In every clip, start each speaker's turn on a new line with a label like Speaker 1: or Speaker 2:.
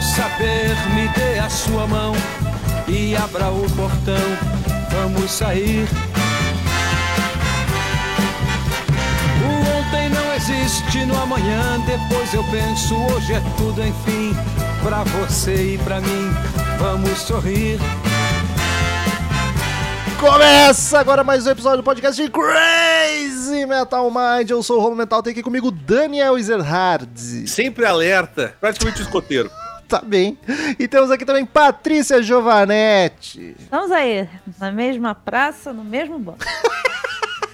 Speaker 1: viver, me dê a sua mão e abra o portão. Vamos sair. O ontem não existe no amanhã, depois eu penso, hoje é tudo enfim. Pra você e pra mim, vamos sorrir.
Speaker 2: Começa agora mais um episódio do podcast de Crazy Metal Mind. Eu sou o Rolo Metal, tem aqui comigo Daniel Ezerhard.
Speaker 3: Sempre alerta, praticamente um escoteiro.
Speaker 2: Tá bem. E temos aqui também Patrícia Giovanetti.
Speaker 4: Estamos aí, na mesma praça, no mesmo banco.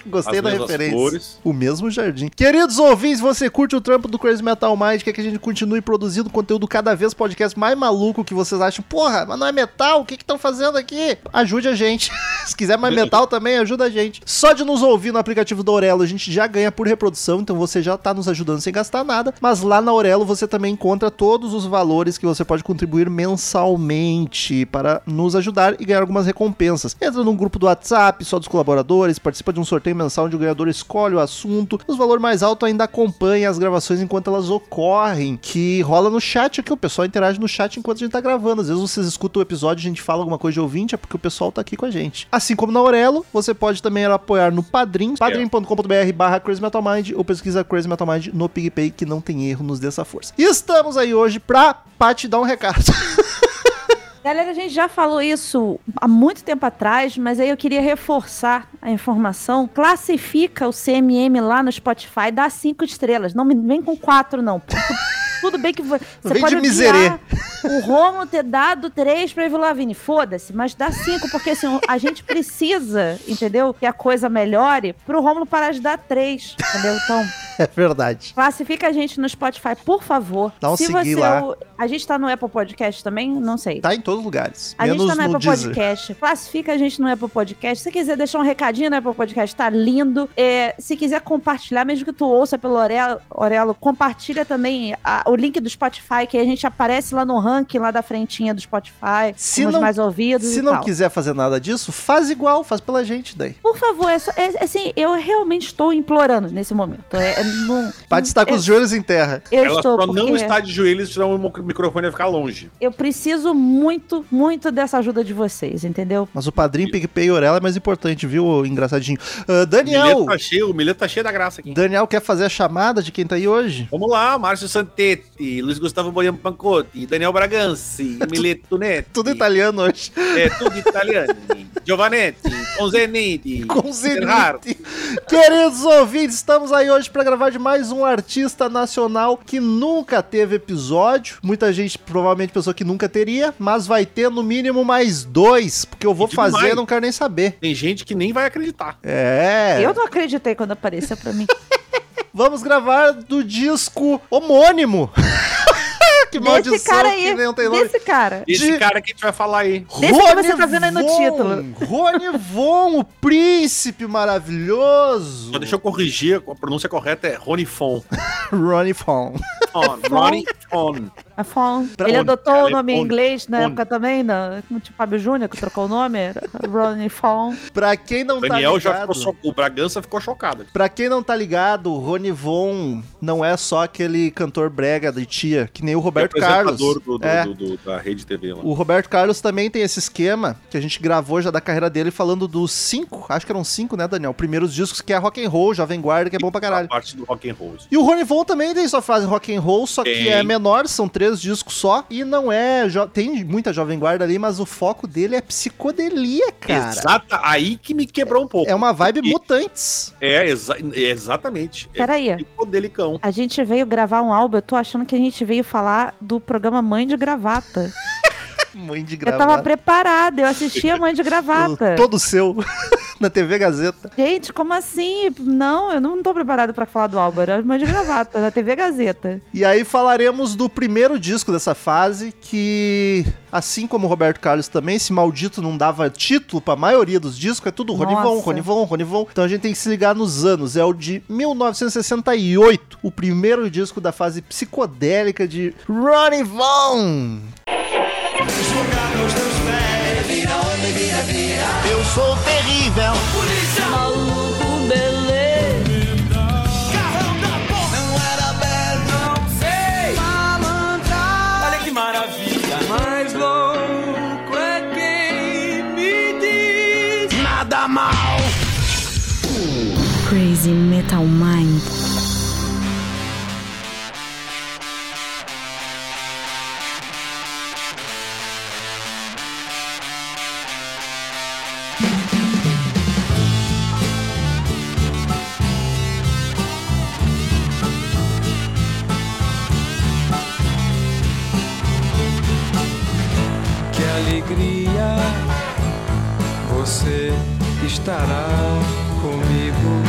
Speaker 2: Gostei
Speaker 3: As
Speaker 2: da
Speaker 3: mesmas
Speaker 2: referência.
Speaker 3: cores.
Speaker 2: O mesmo jardim. Queridos ouvintes, você curte o trampo do Crazy Metal Mind? Quer que a gente continue produzindo conteúdo cada vez podcast mais maluco que vocês acham? Porra, mas não é metal? O que estão fazendo aqui? Ajude a gente. Se quiser mais metal também, ajuda a gente. Só de nos ouvir no aplicativo da Aurelo, a gente já ganha por reprodução, então você já tá nos ajudando sem gastar nada. Mas lá na Aurelo você também encontra todos os valores que você pode contribuir mensalmente para nos ajudar e ganhar algumas recompensas. Entra num grupo do WhatsApp, só dos colaboradores, participa de um sorteio mensal onde o ganhador escolhe o assunto. Os valor mais alto ainda acompanha as gravações enquanto elas ocorrem, que rola no chat aqui, o pessoal interage no chat enquanto a gente tá gravando. Às vezes vocês escutam o episódio, a gente fala alguma coisa de ouvinte, é porque o pessoal tá aqui com a gente. Assim como na Aurelo, você pode também apoiar no Padrim, padrim.com.br barra Crazy Metal Mind, ou pesquisa Crazy Metal Mind no PigPay, que não tem erro, nos dê essa força. E estamos aí hoje pra Paty dar um recado.
Speaker 4: Galera, a gente já falou isso há muito tempo atrás, mas aí eu queria reforçar a informação. Classifica o CMM lá no Spotify, dá cinco estrelas. Não me- vem com quatro, não. pô. Tudo bem que vo- você
Speaker 2: Vem
Speaker 4: pode
Speaker 2: de
Speaker 4: odiar
Speaker 2: miserê.
Speaker 4: o Romulo ter dado três pra Evil Lavigne. Foda-se, mas dá cinco, porque assim, a gente precisa, entendeu? Que a coisa melhore pro Romulo parar de dar três, entendeu? Então,
Speaker 2: É verdade.
Speaker 4: Classifica a gente no Spotify, por favor.
Speaker 2: Dá um
Speaker 4: Se
Speaker 2: seguir
Speaker 4: você
Speaker 2: lá.
Speaker 4: é o- A gente tá no Apple Podcast também? Não sei.
Speaker 2: Tá em todos os lugares.
Speaker 4: A gente
Speaker 2: menos
Speaker 4: tá no
Speaker 2: no
Speaker 4: Apple
Speaker 2: Deezer.
Speaker 4: Podcast. Classifica a gente no Apple Podcast. Se você quiser deixar um recadinho no Apple Podcast, tá lindo. É, se quiser compartilhar, mesmo que tu ouça pelo Orelo, Orelo compartilha também a- o link do Spotify, que a gente aparece lá no ranking, lá da frentinha do Spotify,
Speaker 2: Se
Speaker 4: como os
Speaker 2: não-
Speaker 4: mais ouvidos
Speaker 2: Se
Speaker 4: e
Speaker 2: não
Speaker 4: tal.
Speaker 2: quiser fazer nada disso, faz igual, faz pela gente daí.
Speaker 4: Por favor, é só- é- assim, eu realmente estou implorando nesse momento. É, é, não,
Speaker 2: Paty está com
Speaker 4: eu,
Speaker 2: os joelhos em terra.
Speaker 4: eu
Speaker 3: Ela
Speaker 4: estou
Speaker 3: só
Speaker 4: porque...
Speaker 3: não está de joelhos, senão o mo- microfone vai ficar longe.
Speaker 4: Eu preciso muito, muito dessa ajuda de vocês, entendeu?
Speaker 2: Mas o padrinho, PicPay e Orelha é mais importante, viu, ô engraçadinho? Ah,
Speaker 3: O milheto
Speaker 2: Daniel,
Speaker 3: tá cheio, o milheto tá cheio da graça aqui.
Speaker 2: Daniel quer fazer a chamada de quem tá aí hoje?
Speaker 3: Vamos lá, Márcio Santetti, Luiz Gustavo Boiano Pancotti, Daniel Braganci, Mileto Neto.
Speaker 2: Tudo italiano hoje.
Speaker 3: É, tudo italiano. Giovanetti, Conzeniti,
Speaker 2: Com
Speaker 3: Gerhard.
Speaker 2: Zenith. Queridos ouvintes, estamos aí hoje para gravar de mais um artista nacional que nunca teve episódio. Muita gente provavelmente pensou que nunca teria, mas vai ter no mínimo mais dois, porque eu vou
Speaker 3: E digo
Speaker 2: fazer,
Speaker 3: mais.
Speaker 2: não quero nem saber.
Speaker 3: Tem gente que nem vai acreditar.
Speaker 2: É.
Speaker 4: Eu não acreditei quando apareceu pra mim.
Speaker 2: Vamos gravar do disco homônimo. que maldição
Speaker 4: Desse cara aí,
Speaker 2: que um não tem nome.
Speaker 4: desse cara.
Speaker 3: Esse
Speaker 2: De-
Speaker 3: cara que a gente vai falar aí.
Speaker 4: Desse que você tá vendo aí no
Speaker 2: Von,
Speaker 4: título.
Speaker 2: Rony Von, o príncipe maravilhoso.
Speaker 3: Só deixa eu corrigir, a pronúncia correta é Ronifon.
Speaker 2: Ronnie Von.
Speaker 3: Ronifon.
Speaker 4: A Fon.
Speaker 2: Pra
Speaker 4: Ele
Speaker 2: onde,
Speaker 4: adotou
Speaker 3: cara?
Speaker 4: o nome em
Speaker 3: Onde?
Speaker 4: inglês na
Speaker 3: Onde?
Speaker 4: época também, na, com tipo Fábio Júnior, que trocou o nome, era Ronnie Fon.
Speaker 2: Pra quem não
Speaker 3: Daniel
Speaker 2: tá
Speaker 3: já
Speaker 2: ligado...
Speaker 3: ficou chocado. O Bragança ficou chocado.
Speaker 2: Pra quem não tá ligado, o Rony Von não é só aquele cantor brega de tia, que nem o Roberto
Speaker 3: É o
Speaker 2: Carlos.
Speaker 3: apresentador do- do-
Speaker 2: É.
Speaker 3: do- do- da rede TV lá.
Speaker 2: O Roberto Carlos também tem esse esquema que a gente gravou já da carreira dele falando dos cinco, acho que eram cinco, né, Daniel? Primeiros discos que é rock and roll, Jovem Guarda, que é bom pra caralho.
Speaker 3: A parte do rock and roll.
Speaker 2: E o Rony Von também tem sua frase rock and roll, só que
Speaker 3: Tem.
Speaker 2: é menor, são três discos só e não é, jo- tem muita jovem guarda ali, mas o foco dele é psicodelia, cara.
Speaker 3: Exata, aí que me quebrou um pouco.
Speaker 2: É uma vibe
Speaker 3: E-
Speaker 2: mutantes.
Speaker 3: É, exa- é exatamente. É
Speaker 4: Peraí.
Speaker 3: tipo delicão.
Speaker 4: A gente veio gravar um álbum, eu tô achando que a gente veio falar do programa Mãe de Gravata.
Speaker 2: Mãe de
Speaker 4: Eu tava
Speaker 2: gravata.
Speaker 4: preparada, eu assistia Mãe de Gravata.
Speaker 2: Todo seu na TV Gazeta.
Speaker 4: Gente, como assim? Não, eu não tô preparada pra falar do álbum, era Mãe de Gravata, da TV Gazeta.
Speaker 2: E aí falaremos do primeiro disco dessa fase que assim como o Roberto Carlos também, esse maldito não dava título pra maioria dos discos, é tudo Rony Von,
Speaker 4: Nossa.
Speaker 2: Rony Von, Rony Von. Então a gente tem que se ligar nos anos. É o de 1968, o primeiro disco da fase psicodélica de Ronnie Von. Eu sou terrível.
Speaker 1: Não era bad, não sei. Malandra. Olha que maravilha. é
Speaker 5: Crazy Metal Mind.
Speaker 1: Que alegria você estará comigo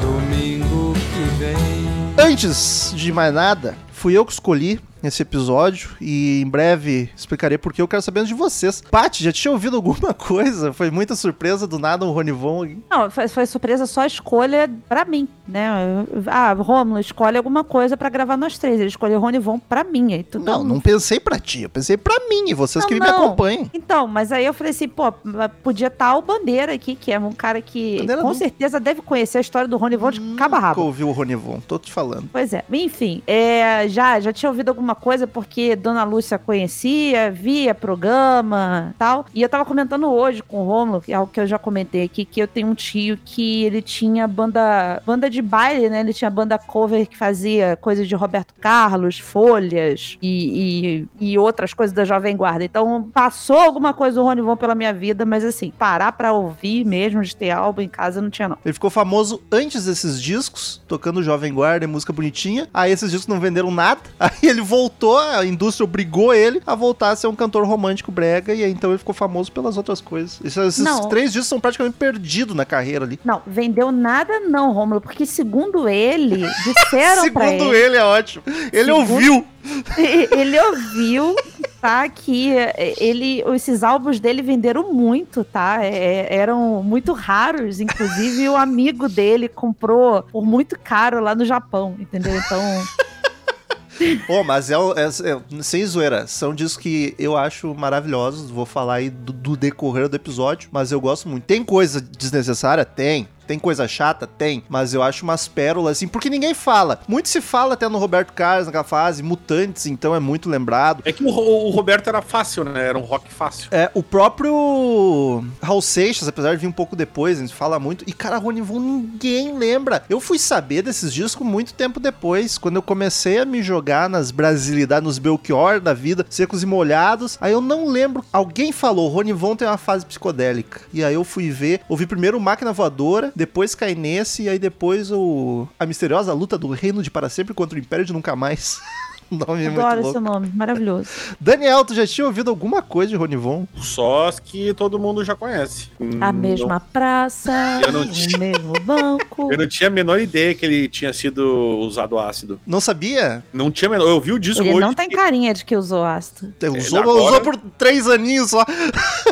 Speaker 1: domingo que vem.
Speaker 2: Antes de mais nada, fui eu que escolhi esse episódio e em breve explicarei porque eu quero saber antes de vocês. Paty, já tinha ouvido alguma coisa? Foi muita surpresa do nada o Ronivon. aqui.
Speaker 4: Não, foi, foi surpresa só a escolha pra mim, né? Ah, Romulo, escolhe alguma coisa pra gravar nós três. Ele escolheu Rony Von pra mim. Aí tudo
Speaker 2: Não, não pensei pra ti, eu pensei pra mim e vocês
Speaker 4: Não,
Speaker 2: que me
Speaker 4: não.
Speaker 2: acompanhem.
Speaker 4: Então, mas aí eu falei assim, pô, podia estar o Bandeira aqui, que é um cara que
Speaker 2: Bandeira
Speaker 4: com
Speaker 2: não.
Speaker 4: certeza deve conhecer a história do Rony Von de cabo a
Speaker 2: Nunca
Speaker 4: rabo.
Speaker 2: ouvi o Ronivon, tô te falando.
Speaker 4: Pois é, enfim, é, já, já tinha ouvido alguma coisa porque Dona Lúcia conhecia, via programa tal. E eu tava comentando hoje com o Romulo, que é algo que eu já comentei aqui, que eu tenho um tio que ele tinha banda, banda de baile, né? Ele tinha banda cover que fazia coisas de Roberto Carlos, Folhas e, e, e outras coisas da Jovem Guarda. Então passou alguma coisa do Rony Von pela minha vida, mas assim, parar pra ouvir mesmo de ter álbum em casa não tinha, não.
Speaker 2: Ele ficou famoso antes desses discos, tocando Jovem Guarda e música bonitinha. Aí esses discos não venderam nada. Aí ele voltou, a indústria obrigou ele a voltar a ser um cantor romântico brega. E aí então ele ficou famoso pelas outras coisas. Esses, esses
Speaker 4: Não.
Speaker 2: três discos são praticamente perdidos na carreira ali.
Speaker 4: Não, vendeu nada não, Rômulo, porque segundo ele, disseram pra
Speaker 2: Segundo
Speaker 4: ele,
Speaker 2: ele, é ótimo. Ele
Speaker 4: Segundo-
Speaker 2: ouviu.
Speaker 4: ele ouviu, tá, que ele, esses álbuns dele venderam muito, tá, É, eram muito raros, inclusive o amigo dele comprou por muito caro lá no Japão, entendeu? Então,
Speaker 2: Pô, mas é, o- é- é- sem zoeira. São discos que eu acho maravilhosos. Vou falar aí do, do decorrer do episódio, mas eu gosto muito. Tem coisa desnecessária? Tem. Tem coisa chata? Tem. Mas eu acho umas pérolas, assim, porque ninguém fala. Muito se fala até no Roberto Carlos, naquela fase, Mutantes, então é muito lembrado.
Speaker 3: É que o, Ro- o Roberto era fácil, né? Era um rock fácil.
Speaker 2: É, o próprio Raul Seixas, apesar de vir um pouco depois, a gente fala muito. E, cara, Rony Von, ninguém lembra. Eu fui saber desses discos muito tempo depois, quando eu comecei a me jogar nas brasilidades, nos Belchior da vida, secos e molhados. Aí eu não lembro. Alguém falou, Rony Von tem uma fase psicodélica. E aí eu fui ver, ouvi primeiro o Máquina Voadora, depois Cai Nesse, e aí depois o A Misteriosa Luta do Reino de Para Sempre contra o Império de Nunca Mais. Nome muito
Speaker 4: adoro
Speaker 2: louco.
Speaker 4: seu nome, maravilhoso.
Speaker 2: Daniel, tu já tinha ouvido alguma coisa de Rony Von?
Speaker 3: Só as que todo mundo já conhece.
Speaker 4: A
Speaker 3: Hum,
Speaker 4: mesma praça,
Speaker 3: Eu não
Speaker 4: o mesmo banco.
Speaker 3: não- eu não tinha a menor ideia que ele tinha sido usado ácido.
Speaker 2: Não sabia?
Speaker 3: Não tinha a menor. Eu vi o disco
Speaker 4: Ele
Speaker 3: hoje.
Speaker 4: não tem
Speaker 3: fiquei-
Speaker 4: carinha de que usou ácido.
Speaker 2: Usou,
Speaker 3: É, agora-
Speaker 2: um usou por três aninhos só.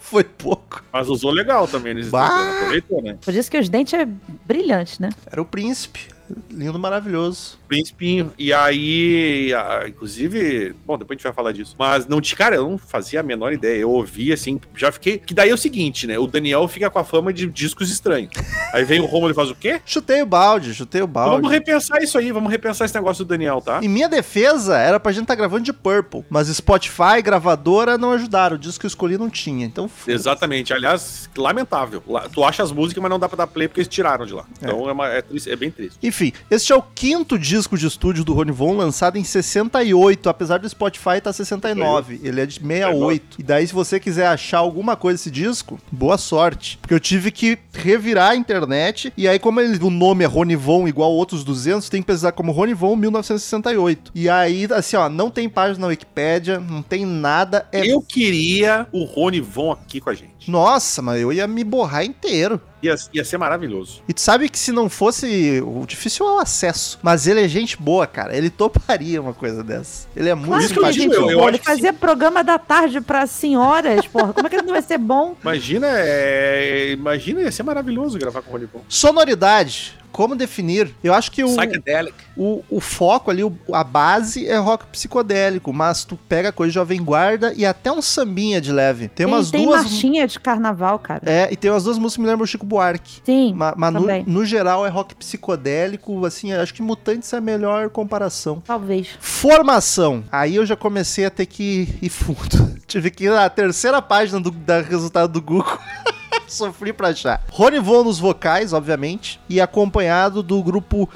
Speaker 2: Foi pouco.
Speaker 3: Mas usou legal também. Eles
Speaker 2: Bah!
Speaker 3: aproveitou, né?
Speaker 4: Por isso que os dentes é brilhante, né?
Speaker 2: Era o príncipe. Lindo, maravilhoso.
Speaker 3: Príncipinho. E aí, a- inclusive, bom, depois a gente vai falar disso. Mas não tinha, cara, eu não fazia a menor ideia. Eu ouvi assim, já fiquei. Que daí é o seguinte, né? O Daniel fica com a fama de discos estranhos. Aí vem o Romulo e faz o quê?
Speaker 2: Chutei o balde, chutei o
Speaker 3: Então
Speaker 2: balde.
Speaker 3: vamos repensar isso aí, vamos repensar esse negócio do Daniel, tá?
Speaker 2: Em minha defesa, era pra gente estar gravando de Purple, mas Spotify, gravadora, não ajudaram. O disco que eu escolhi não tinha, então... f-
Speaker 3: Exatamente. Aliás, lamentável. Lá- Tu acha as músicas, mas não dá pra dar play porque eles tiraram de lá. Então é, uma- é triste- é bem triste.
Speaker 2: Enfim, este é o quinto disco de estúdio do Rony Von, lançado em 68, apesar do Spotify tá estar 69. Ele é de 68. E daí, se você quiser achar alguma coisa desse disco, boa sorte. Porque eu tive que revirar a internet, e aí, como ele- o nome é Rony Von igual outros 200, tem que pesquisar como Rony Von 1968. E aí, assim, ó, não tem página na Wikipédia, não tem nada, é...
Speaker 3: Eu queria o Rony Von aqui com a gente.
Speaker 2: Nossa, mas eu ia me borrar inteiro.
Speaker 3: Ia, ia ser maravilhoso.
Speaker 2: E tu sabe que se não fosse. O difícil é o acesso. Mas ele é gente boa, cara. Ele toparia uma coisa dessa. Ele é muito
Speaker 4: Claro
Speaker 3: isso
Speaker 4: que ele é
Speaker 3: eu digo,
Speaker 2: simpático.
Speaker 4: gente
Speaker 3: eu
Speaker 4: boa.
Speaker 3: acho
Speaker 4: Ele
Speaker 3: que
Speaker 4: fazia programa da tarde pra senhoras, porra. Como é que ele não vai ser bom?
Speaker 3: Imagina, é, imagina, ia ser maravilhoso gravar com o Rony Von.
Speaker 2: Sonoridade. Como definir? Eu acho que o,
Speaker 3: Psychedelic.
Speaker 2: o, o foco ali, o- a base é rock psicodélico, mas tu pega coisa de jovem guarda e até um sambinha de leve. Tem umas
Speaker 4: tem
Speaker 2: duas.
Speaker 4: marchinha de carnaval, cara.
Speaker 2: É, e tem umas duas músicas que me lembram o Chico Buarque.
Speaker 4: Sim.
Speaker 2: Ma- Mas, no,
Speaker 4: também.
Speaker 2: no geral é rock psicodélico, assim, acho que Mutantes é a melhor comparação.
Speaker 4: Talvez.
Speaker 2: Formação. Aí eu já comecei a ter que ir fundo. Tive que ir na terceira página do da resultado do Google. Sofri pra achar. Rony Von nos vocais, obviamente, e acompanhado do grupo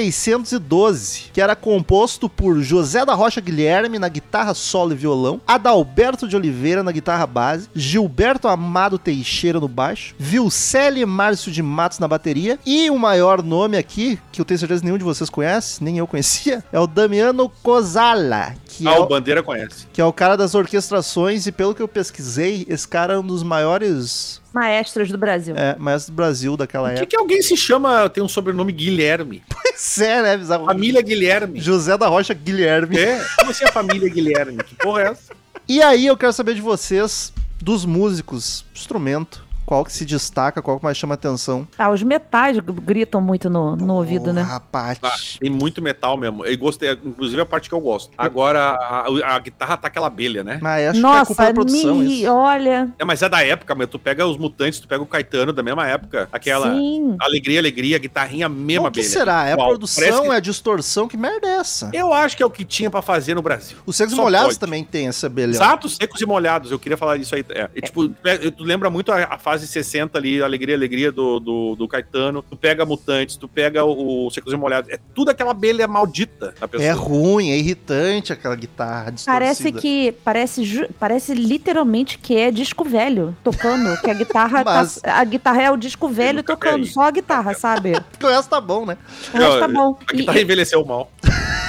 Speaker 2: B612, que era composto por José da Rocha Guilherme na guitarra solo e violão, Adalberto de Oliveira na guitarra base, Gilberto Amado Teixeira no baixo, Vilcele Márcio de Matos na bateria e o maior nome aqui, que eu tenho certeza que nenhum de vocês conhece, nem eu conhecia, é o Damiano Cozala, que
Speaker 3: Ah,
Speaker 2: é
Speaker 3: o
Speaker 2: o
Speaker 3: Bandeira conhece.
Speaker 2: que é o cara das orquestrações, e pelo que eu pesquisei, esse cara é um dos maiores
Speaker 4: Maestros do Brasil.
Speaker 2: é, maestros do Brasil daquela
Speaker 3: Por que,
Speaker 2: época.
Speaker 3: que alguém se chama, tem um sobrenome Guilherme?
Speaker 2: Sério, né, bizarro?
Speaker 3: Família Guilherme.
Speaker 2: José da Rocha Guilherme.
Speaker 3: É? Como assim a família Guilherme? Que porra é essa?
Speaker 2: E aí eu quero saber de vocês, dos músicos, instrumento, qual que se destaca, qual que mais chama atenção?
Speaker 4: Ah, os metais gr- gritam muito no, no ouvido, né?
Speaker 2: Rapaz.
Speaker 3: Ah, tem muito metal mesmo. Eu gostei, inclusive é a parte que eu gosto. Agora, a, a- a guitarra tá aquela abelha, né?
Speaker 2: Mas acho que é culpa
Speaker 4: Nossa,
Speaker 2: da produção
Speaker 4: me...
Speaker 2: isso.
Speaker 4: olha.
Speaker 3: É, mas é da época, meu. Tu pega os Mutantes, tu pega o Caetano da mesma época. Aquela
Speaker 4: Sim.
Speaker 3: alegria, alegria, guitarrinha mesma
Speaker 2: O que
Speaker 3: abelha.
Speaker 2: será? É a
Speaker 3: Qual?
Speaker 2: produção,
Speaker 3: Parece que-
Speaker 2: é a distorção, que merda é essa?
Speaker 3: Eu acho que é o que tinha pra fazer no Brasil.
Speaker 2: Os Secos e
Speaker 3: Só
Speaker 2: Molhados
Speaker 3: pode.
Speaker 2: também tem essa beleza.
Speaker 3: Exato, secos e molhados. Eu queria falar disso aí. É, e, tipo, pe- tu lembra muito a, a fase 60 ali, a Alegria, Alegria do, do, do Caetano. Tu pega Mutantes, tu pega o, o Secos e Molhados. É tudo aquela abelha maldita da pessoa.
Speaker 2: É ruim, é irritante aquela guitarra distorcida.
Speaker 4: Parece que. Parece, ju- parece literalmente que é disco velho tocando. Que a guitarra. tá-
Speaker 2: Mas-
Speaker 4: a guitarra é o disco velho
Speaker 3: nunca
Speaker 4: tocando,
Speaker 3: vi.
Speaker 4: só a guitarra, sabe?
Speaker 2: Porque o resto tá bom, né?
Speaker 4: O resto tá
Speaker 3: Eu-
Speaker 4: bom.
Speaker 3: A
Speaker 4: E-
Speaker 3: guitarra é envelheceu mal.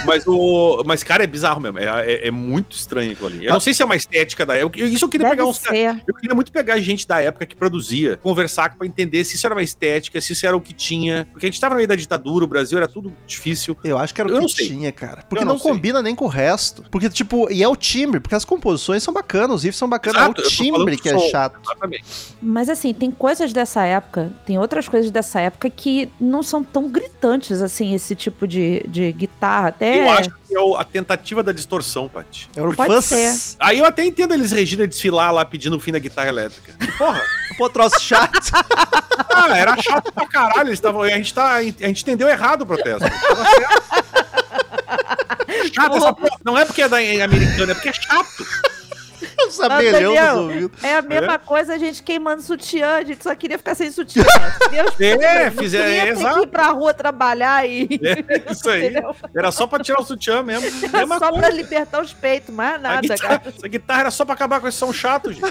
Speaker 3: Mas, o, mas, cara, é bizarro mesmo. É, é- é muito estranho aquilo ali. Eu não sei se é uma estética da época. Isso eu queria
Speaker 4: deve
Speaker 3: pegar um uns caras.
Speaker 4: ser.
Speaker 3: Eu queria muito pegar gente da época que produzia, conversar pra entender se isso era uma estética, se isso era o que tinha. Porque a gente tava no meio da ditadura, o Brasil era tudo difícil.
Speaker 2: Eu acho que era
Speaker 3: Eu
Speaker 2: o
Speaker 3: não
Speaker 2: que
Speaker 3: sei.
Speaker 2: tinha, cara. Porque
Speaker 3: Eu
Speaker 2: não,
Speaker 3: não sei.
Speaker 2: combina nem com o resto. Porque, tipo, e é o timbre, porque as composições são bacanas, os riffs são bacanas.
Speaker 3: Exato,
Speaker 2: é
Speaker 3: eu
Speaker 2: o
Speaker 3: tô
Speaker 2: timbre
Speaker 3: falando do
Speaker 2: que é
Speaker 3: som.
Speaker 2: chato.
Speaker 3: Exatamente.
Speaker 4: Mas assim, tem coisas dessa época, tem outras coisas dessa época que não são tão gritantes assim, esse tipo de, de guitarra. Até.
Speaker 3: Eu acho que é o- a tentativa da distorção, Paty.
Speaker 2: É o
Speaker 4: Pode
Speaker 2: fuzz.
Speaker 3: Aí eu até entendo eles, Regina, desfilar lá pedindo o fim da guitarra elétrica. Porra,
Speaker 2: Pô, troço chato.
Speaker 3: ah, era chato pra caralho. Eles tavam, a, gente tá, a gente entendeu errado o protesto. Tava certo. Chato essa porra. Não é porque é da é americana, é porque é chato.
Speaker 2: Os abelhão
Speaker 4: Daniel.
Speaker 2: nos ouvidos.
Speaker 4: É a mesma coisa a gente queimando sutiã, a gente só queria ficar sem sutiã. Deus
Speaker 3: É,
Speaker 4: não
Speaker 3: fizeram-
Speaker 4: queria
Speaker 3: é,
Speaker 4: ter
Speaker 3: exato.
Speaker 4: que ir pra rua trabalhar e.
Speaker 3: É isso aí.
Speaker 4: entendeu?
Speaker 3: Era só pra tirar o sutiã mesmo. Mesma
Speaker 4: Só
Speaker 3: coisa.
Speaker 4: pra libertar os peitos, mais
Speaker 3: A
Speaker 4: nada,
Speaker 3: guitarra-
Speaker 4: cara.
Speaker 3: Essa guitarra era só pra acabar com esse som chato, gente.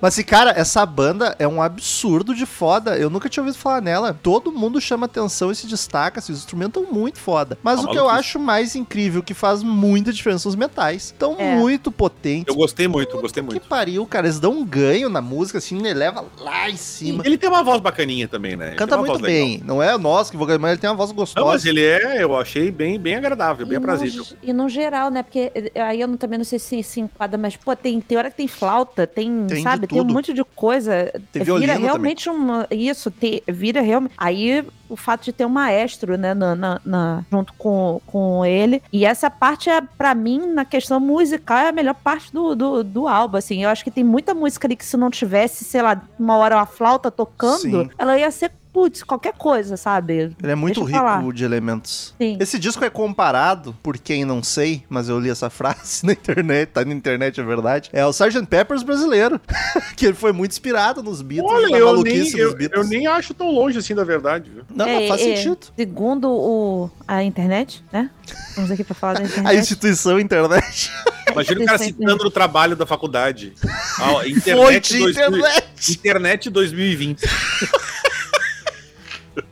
Speaker 2: Mas, assim, cara, essa banda é um absurdo de foda. Eu nunca tinha ouvido falar nela. Todo mundo chama atenção e se destaca. Assim, os instrumentos são muito foda. Mas
Speaker 3: Tá
Speaker 2: o que eu
Speaker 3: maluquice.
Speaker 2: acho mais incrível, que faz muita diferença, são os metais. Tão
Speaker 4: É.
Speaker 2: muito potentes.
Speaker 3: Eu gostei muito, gostei
Speaker 2: Que
Speaker 3: muito.
Speaker 2: pariu, cara. Eles dão um ganho na música, assim, eleva lá em cima.
Speaker 3: Ele tem uma voz bacaninha também, né? Ele
Speaker 2: Canta
Speaker 3: tem uma
Speaker 2: muito
Speaker 3: voz legal.
Speaker 2: bem. Não é nós que vou ganhar, mas ele tem uma voz
Speaker 3: Não, mas
Speaker 2: gostosa.
Speaker 3: ele é, eu achei bem, bem agradável, é bem
Speaker 4: E no-
Speaker 3: aprazível.
Speaker 4: E no geral, né? Porque eh, aí eu não- também não sei se se enquadra, mas, pô, tem, tem hora que tem flauta, tem,
Speaker 2: Tem de
Speaker 4: sabe? Tem um
Speaker 2: tudo.
Speaker 4: monte de coisa.
Speaker 2: Tem violino
Speaker 4: vira
Speaker 2: também.
Speaker 4: realmente uma. Isso, te- vira realmente. Aí o fato de ter um maestro, né, na, na- na- junto com, com ele. E essa parte, é, pra mim, na questão musical, é a melhor parte do, do, do álbum, assim. Eu acho que tem muita música ali que se não tivesse, sei lá, uma hora uma flauta tocando,
Speaker 2: Sim.
Speaker 4: ela ia ser, putz, qualquer coisa, sabe?
Speaker 2: Ele é muito
Speaker 4: Deixa eu
Speaker 2: rico
Speaker 4: falar.
Speaker 2: de elementos.
Speaker 4: Sim.
Speaker 2: Esse disco é comparado, por quem não sei, mas eu li essa frase na internet, tá na internet, é verdade. É o Sgt. Peppers brasileiro, que ele foi muito inspirado nos Beatles,
Speaker 3: Olha,
Speaker 2: na
Speaker 3: eu nem,
Speaker 2: maluquice dos
Speaker 3: eu,
Speaker 2: Beatles.
Speaker 3: eu nem acho tão longe assim da verdade. viu?
Speaker 2: Não, não
Speaker 4: É,
Speaker 2: faz
Speaker 4: é.
Speaker 2: sentido.
Speaker 4: Segundo o, a internet, né? Vamos aqui pra falar da
Speaker 2: A
Speaker 4: internet.
Speaker 2: instituição internet
Speaker 3: Imagina o cara
Speaker 4: Isso,
Speaker 3: citando o trabalho da faculdade. Ah,
Speaker 2: foi
Speaker 3: internet,
Speaker 2: de
Speaker 3: 2000
Speaker 2: internet.
Speaker 3: internet 2020.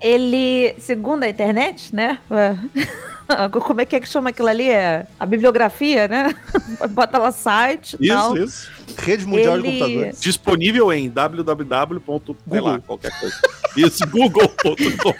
Speaker 4: Ele, segundo a internet, né? Como é que é que chama aquilo ali? É a bibliografia, né? Bota lá site e
Speaker 3: Isso,
Speaker 4: tal.
Speaker 3: isso.
Speaker 2: Rede Mundial de
Speaker 4: Ele-
Speaker 2: Computadores.
Speaker 3: Disponível em www. sei
Speaker 2: Google.
Speaker 3: lá, qualquer coisa. Isso, google.com.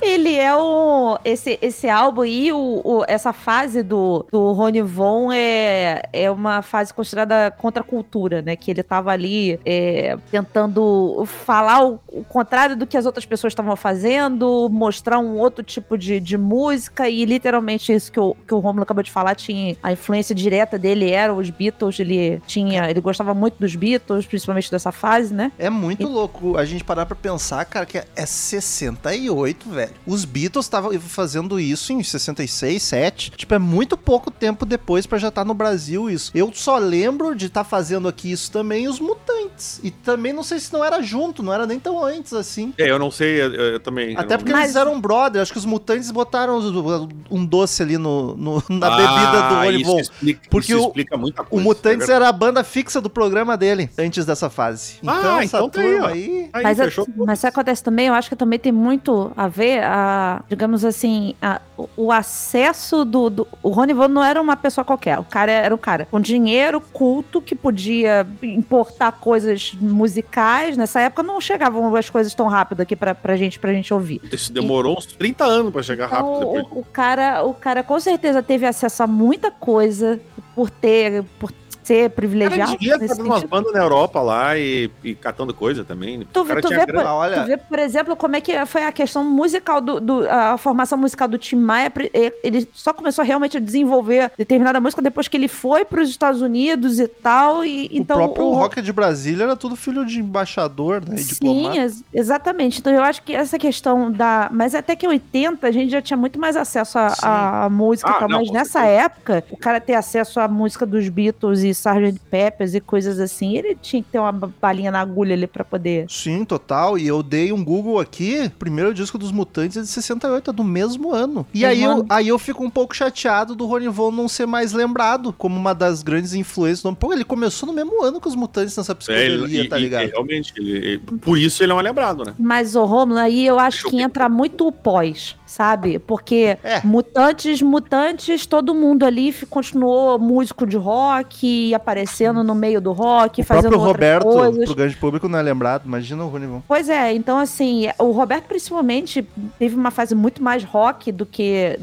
Speaker 4: Ele é o. Esse, esse álbum e o, o- essa fase do, do Rony Von é, é uma fase considerada contracultura, né? Que ele tava ali é, tentando falar o, o contrário do que as outras pessoas estavam fazendo, mostrar um outro tipo de, de música, e literalmente isso que o, que o Romulo acabou de falar, tinha a influência direta dele era os Beatles, ele tinha, ele gostava muito dos Beatles, principalmente dessa fase, né?
Speaker 2: É muito louco a gente parar pra pensar, cara, que é 68, velho. Os Beatles estavam fazendo isso em 66, 7. Tipo, é muito pouco tempo depois pra já estar no Brasil isso. Eu só lembro de estar fazendo aqui isso também os Mutantes. E também não sei se não era junto, não era nem tão antes assim.
Speaker 3: É, eu não sei, eu, eu também. eu
Speaker 2: Até
Speaker 3: não-
Speaker 2: porque
Speaker 4: Mas-
Speaker 2: eles eram brother, acho que os mutantes botaram os- um doce ali no, no- na
Speaker 3: Ah,
Speaker 2: bebida do Olivon.
Speaker 3: Isso explica,
Speaker 2: Porque
Speaker 3: porque isso
Speaker 2: o-
Speaker 3: explica muita
Speaker 2: O
Speaker 3: coisa.
Speaker 2: Mutantes
Speaker 3: é
Speaker 2: era a banda fixa do programa dele antes dessa fase.
Speaker 3: Ah,
Speaker 2: Então, essa
Speaker 3: então tá aí,
Speaker 2: turma
Speaker 3: ó.
Speaker 2: aí.
Speaker 3: Aí,
Speaker 4: mas, a-
Speaker 2: assim,
Speaker 3: fechou.
Speaker 4: mas isso acontece também, eu acho que também tem muito a ver, a, digamos assim, a- o- o acesso do, do- O Rony Von não era uma pessoa qualquer. O cara era um cara com dinheiro, culto, que podia importar coisas musicais. Nessa época não chegavam as coisas tão rápido aqui pra, pra gente, pra gente ouvir.
Speaker 3: Isso demorou uns 30 anos pra chegar rápido
Speaker 4: Então,
Speaker 3: depois.
Speaker 4: o, o cara, o cara com certeza teve acesso a muita coisa por ter. Por ser
Speaker 3: O cara
Speaker 4: privilegiado.
Speaker 3: devia
Speaker 4: nesse
Speaker 3: estar dando umas
Speaker 4: sentido.
Speaker 3: bandas na Europa lá e, e catando coisa também.
Speaker 4: Tu-
Speaker 3: o cara
Speaker 4: tu
Speaker 3: tinha
Speaker 4: vê,
Speaker 3: grana.
Speaker 2: Ah,
Speaker 4: Tu
Speaker 2: olha,
Speaker 4: vê, por exemplo, como é que foi a questão musical do, do- a formação musical do Tim Maia, pre- e- ele só começou realmente a desenvolver determinada música depois que ele foi para os Estados Unidos e tal, e então
Speaker 2: o próprio
Speaker 4: o-
Speaker 2: Rock de Brasília era tudo filho de embaixador, né? E
Speaker 4: Sim,
Speaker 2: diplomata.
Speaker 4: ex- exatamente. Então eu acho que essa questão da. Mas até que 80 a gente já tinha muito mais acesso à-
Speaker 2: Sim.
Speaker 4: à à música.
Speaker 3: Ah,
Speaker 4: e tal.
Speaker 3: não,
Speaker 4: mas
Speaker 3: com
Speaker 4: nessa época, o cara ter acesso à música dos Beatles e Sgt. Peppers e coisas assim, ele tinha que ter uma ba- balinha na agulha ali pra poder.
Speaker 2: Sim, total. E eu dei um Google aqui. Primeiro disco dos Mutantes é de 68, é do mesmo ano. E aí
Speaker 4: Mesmo
Speaker 2: eu,
Speaker 4: ano.
Speaker 2: aí eu fico um pouco chateado do Rony Von não ser mais lembrado como uma das grandes influências. do- Pô, ele começou no mesmo ano que os Mutantes nessa
Speaker 3: É, ele-
Speaker 2: psicodelia,
Speaker 3: e-
Speaker 2: tá
Speaker 3: e-
Speaker 2: ligado?
Speaker 3: e realmente, ele- ele- por isso ele é um lembrado, né?
Speaker 4: Mas, ô Romulo, aí eu acho que entra muito o pós, sabe? Porque
Speaker 2: É.
Speaker 4: mutantes, mutantes, todo mundo ali fi- continuou músico de rock, aparecendo no meio do rock,
Speaker 2: O
Speaker 4: fazendo
Speaker 2: próprio
Speaker 4: outras
Speaker 2: Roberto,
Speaker 4: coisas.
Speaker 2: pro grande público, não é lembrado. Imagina o Runivon.
Speaker 4: Pois é, então assim, o Roberto principalmente teve uma fase muito mais rock do que,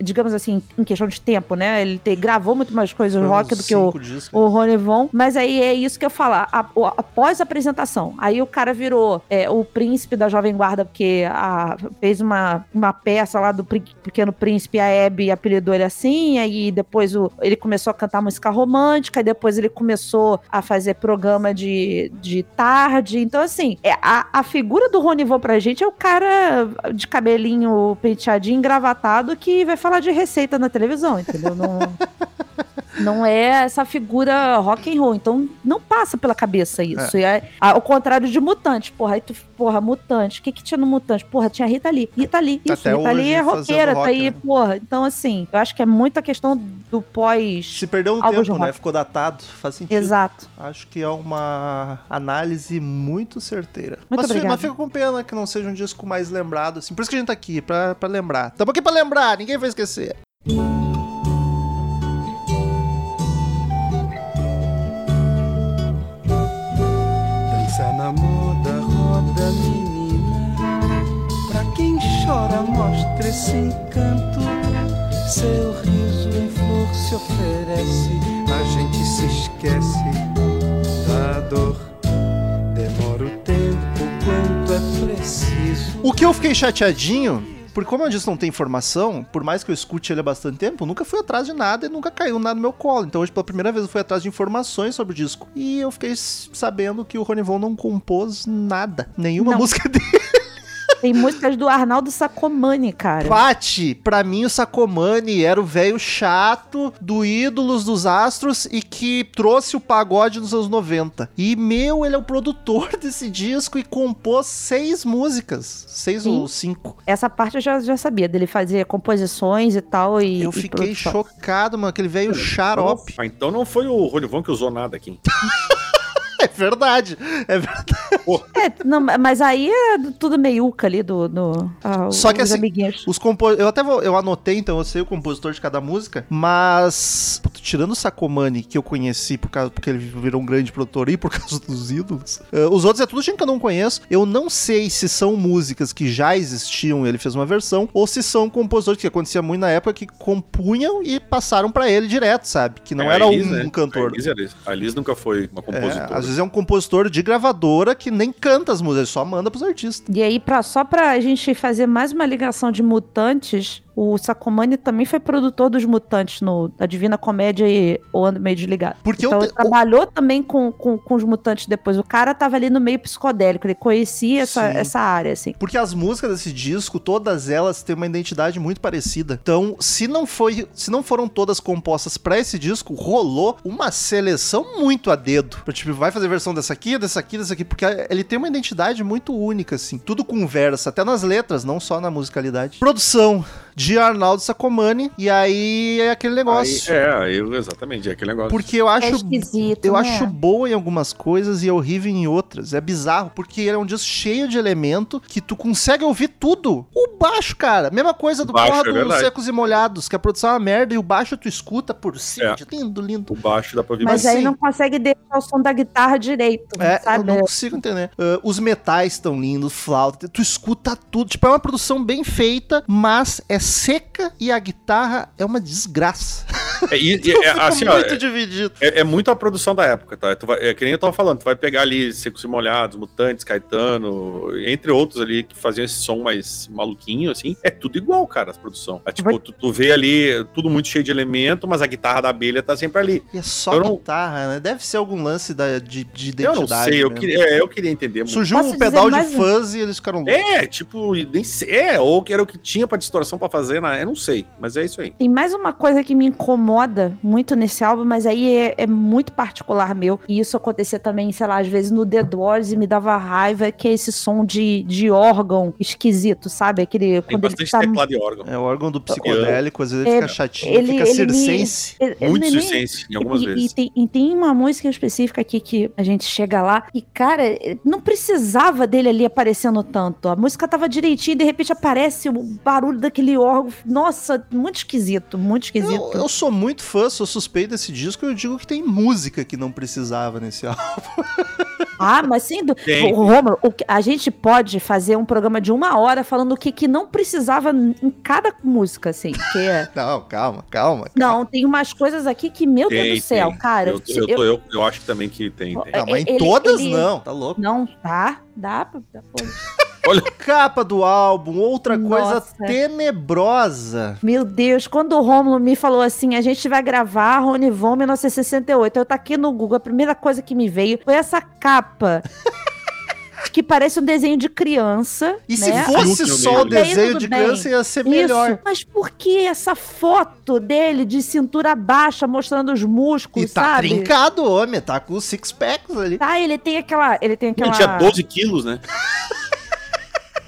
Speaker 4: digamos assim, em questão de tempo, né? Ele te- gravou muito mais coisas rock do que o, o Rony Von. Mas aí é isso que eu falo. a- o- após a apresentação, aí o cara virou é, o príncipe da Jovem Guarda, porque a- fez uma, uma peça lá do Pri- Pequeno Príncipe, a Hebe apelidou ele assim, aí depois o- ele começou a cantar música romântica, e depois ele começou a fazer programa de, de tarde. Então, assim, é, a, a figura do Rony Von pra gente é o cara de cabelinho penteadinho, engravatado, que vai falar de receita na televisão, entendeu? Não... não é essa figura rock and roll. Então não passa pela cabeça isso. E é- a- ao contrário de mutante, porra, aí tu, porra, mutante. O que que tinha no mutante? Porra, tinha Rita Lee. Rita Lee, isso,
Speaker 2: Tá Até
Speaker 4: Rita
Speaker 2: hoje
Speaker 4: Lee é
Speaker 2: fazendo
Speaker 4: roqueira,
Speaker 2: rock,
Speaker 4: tá aí,
Speaker 2: né?
Speaker 4: porra. Então, assim, eu acho que é muita questão do pós.
Speaker 2: Se perdeu no
Speaker 4: Algo de
Speaker 2: tempo, né?
Speaker 4: rock.
Speaker 2: Ficou datado. Faz sentido.
Speaker 4: Exato.
Speaker 2: Acho que é uma análise muito certeira.
Speaker 4: Muito
Speaker 2: mas,
Speaker 4: obrigada.
Speaker 2: mas fica com pena que não seja um disco mais lembrado, assim. Por isso que a gente tá aqui, pra, pra lembrar. Tamo aqui pra lembrar, ninguém vai esquecer.
Speaker 1: Dança na moda, roda menina. Pra quem chora, mostra esse encanto. Seu riso em flor se oferece. A gente se esquece da dor. Demora o tempo quanto é preciso.
Speaker 2: O que eu fiquei chateadinho, porque como eu disse, não tem informação, por mais que eu escute ele há bastante tempo, eu nunca fui atrás de nada e nunca caiu nada no meu colo. Então hoje, pela primeira vez, eu fui atrás de informações sobre o disco. E eu fiquei s- sabendo que o Ronivon não compôs nada. Nenhuma
Speaker 4: Não.
Speaker 2: música dele.
Speaker 4: Tem músicas do Arnaldo Sacomani, cara.
Speaker 2: Pati, pra mim o Sacomani era o velho chato do Ídolos dos Astros e que trouxe o pagode nos anos 90. E meu, ele é o produtor desse disco e compôs seis músicas. Seis
Speaker 4: Sim.
Speaker 2: ou cinco.
Speaker 4: Essa parte eu já, já sabia, dele fazer composições e tal. E,
Speaker 2: Eu
Speaker 4: e
Speaker 2: fiquei
Speaker 4: produção.
Speaker 2: chocado, mano. Aquele velho xarope.
Speaker 3: Ah, então não foi o Ronivon que usou nada aqui.
Speaker 2: É verdade. É verdade.
Speaker 4: É, não, mas aí é tudo meiuca ali do. do ah,
Speaker 2: Só que
Speaker 4: os
Speaker 2: assim,
Speaker 4: amiguinhos.
Speaker 2: Os compo... Eu até vou... eu anotei, então eu sei o compositor de cada música, mas puta, tirando o Sacomani, que eu conheci por causa porque ele virou um grande produtor e por causa dos ídolos, eh, os outros é tudo gente que eu não conheço. Eu não sei se são músicas que já existiam, ele fez uma versão, ou se são compositores que acontecia muito na época que compunham e passaram pra ele direto, sabe? Que não
Speaker 3: É, a
Speaker 2: era
Speaker 3: Elis,
Speaker 2: um
Speaker 3: né?
Speaker 2: cantor.
Speaker 3: A Liz, a Liz nunca foi uma
Speaker 2: É,
Speaker 3: compositora.
Speaker 2: às vezes Mendes é um compositor de gravadora que nem canta as músicas, ele só manda pros artistas.
Speaker 4: E aí, pra, só pra gente fazer mais uma ligação de mutantes, o Sacomani também foi produtor dos mutantes no A Divina Comédia e O Ando Meio Desligado.
Speaker 2: Porque eu
Speaker 4: então
Speaker 2: te-
Speaker 4: ele trabalhou também com, com, com os mutantes depois. O cara tava ali no meio psicodélico, ele conhecia essa,
Speaker 2: Sim.
Speaker 4: essa área, assim.
Speaker 2: Porque as músicas desse disco, todas elas têm uma identidade muito parecida. Então, se não foi, se não foram todas compostas pra esse disco, rolou uma seleção muito a dedo. Tipo, vai fazer versão dessa aqui, dessa aqui, dessa aqui, porque ele tem uma identidade muito única assim. Tudo conversa, até nas letras, não só na musicalidade. Produção de Arnaldo Sacomani e aí é aquele negócio.
Speaker 3: Aí, é, eu, exatamente, é aquele negócio.
Speaker 2: Porque eu
Speaker 4: é
Speaker 2: acho
Speaker 4: esquisito,
Speaker 2: eu
Speaker 4: né?
Speaker 2: acho boa em algumas coisas e é horrível em outras. É bizarro, porque ele é um disco cheio de elemento que tu consegue ouvir tudo. O baixo, cara. Mesma coisa do
Speaker 3: Baixo,
Speaker 2: porra
Speaker 3: é
Speaker 2: dos
Speaker 3: verdade.
Speaker 2: Secos e Molhados, que a produção é uma merda e o baixo tu escuta por cima.
Speaker 3: É.
Speaker 2: de Lindo, lindo.
Speaker 3: O baixo dá pra ouvir
Speaker 4: Mas
Speaker 2: mas
Speaker 4: aí
Speaker 2: sim.
Speaker 4: não consegue deixar o som da guitarra direito,
Speaker 2: É, eu
Speaker 4: sabe?
Speaker 2: não consigo entender. Ah, os metais estão lindos, flauta, tu escuta tudo. Tipo, é uma produção bem feita, mas é seca e a guitarra é uma desgraça.
Speaker 3: É, e- e- é, assim, ó,
Speaker 2: muito
Speaker 3: é,
Speaker 2: dividido.
Speaker 3: é muito a produção da época, tá? Tu vai- é que nem eu tava falando, tu vai pegar ali Secos e Molhados, Mutantes, Caetano, entre outros ali que faziam esse som mais maluquinho, assim. É tudo igual, cara, as produção. É, tipo,
Speaker 4: Vai-
Speaker 3: tu, tu vê ali tudo muito cheio de elemento, mas a guitarra da abelha tá sempre ali.
Speaker 2: E é só
Speaker 3: Eu não-
Speaker 2: guitarra, né? Deve ser algum lance da, de, de identidade.
Speaker 3: Eu não sei, eu
Speaker 2: mesmo.
Speaker 3: queria, é, eu queria entender muito.
Speaker 2: Surgiu
Speaker 4: Posso
Speaker 2: um pedal
Speaker 4: dizer
Speaker 2: de
Speaker 4: mais um?
Speaker 2: fãs e eles ficaram loucos.
Speaker 3: É, tipo, nem sei, é, ou que era o que tinha pra distorção pra fazer, na, eu não sei, mas é isso aí.
Speaker 4: Tem mais uma coisa que me incomoda muito nesse álbum, mas aí é, é muito particular meu. E isso acontecia também, sei lá, às vezes no The Doors e me dava raiva, que é esse som de, de órgão esquisito, sabe? Aquele.
Speaker 3: Tem
Speaker 4: Quando ele
Speaker 3: bastante
Speaker 4: tá.
Speaker 3: teclado e órgão.
Speaker 2: É o órgão do psicodélico, às vezes ele
Speaker 4: É,
Speaker 2: fica chatinho,
Speaker 4: ele-
Speaker 2: fica
Speaker 4: ele me-
Speaker 2: circense.
Speaker 4: ele- ele
Speaker 3: Muito
Speaker 4: nem-
Speaker 3: circense, em assim, algumas
Speaker 4: e, e
Speaker 3: vezes.
Speaker 4: tem, e tem uma música específica aqui que a gente chega lá e, cara, não precisava dele ali aparecendo tanto. A música tava direitinho e de repente aparece o barulho daquele órgão. Nossa, muito esquisito, muito esquisito.
Speaker 2: Eu, eu sou muito fã, sou suspeito desse disco e eu digo que tem música que não precisava nesse álbum.
Speaker 4: Ah, mas sem dúvida.
Speaker 3: Tem.
Speaker 4: Romulo, o que- a gente pode fazer um programa de uma hora falando o que, que não precisava n- em cada música, assim. Porque,
Speaker 2: Não, calma, calma.
Speaker 4: não, tem umas coisas aqui que, meu Deus
Speaker 3: Tem,
Speaker 4: do céu,
Speaker 3: tem.
Speaker 4: cara.
Speaker 3: Eu, eu,
Speaker 4: eu-
Speaker 3: tô- eu- eu acho também que tem, tem.
Speaker 2: Não, mas em
Speaker 4: É, ele-
Speaker 2: todas
Speaker 4: ele-
Speaker 2: não, tá louco.
Speaker 4: Não, tá. Dá pra. dá pra-
Speaker 2: Capa do álbum, outra coisa
Speaker 4: Nossa.
Speaker 2: tenebrosa.
Speaker 4: Meu Deus, quando o Romulo me falou assim, a gente vai gravar Rony Von 1968, eu taquei no Google, a primeira coisa que me veio foi essa capa. que parece um desenho de criança.
Speaker 2: E
Speaker 4: né?
Speaker 2: se fosse
Speaker 3: Tudo
Speaker 2: só o
Speaker 3: bem.
Speaker 2: desenho
Speaker 4: Tudo
Speaker 2: de
Speaker 4: bem.
Speaker 2: criança, ia ser melhor.
Speaker 4: Isso, mas por que essa foto dele de cintura baixa mostrando os
Speaker 2: E
Speaker 4: músculos,
Speaker 2: tá
Speaker 4: sabe?
Speaker 2: trincado, homem, tá com os six packs ali.
Speaker 4: Tá, ele tem aquela, ele tem
Speaker 3: Ele
Speaker 4: aquela.
Speaker 3: tinha 12 quilos, né?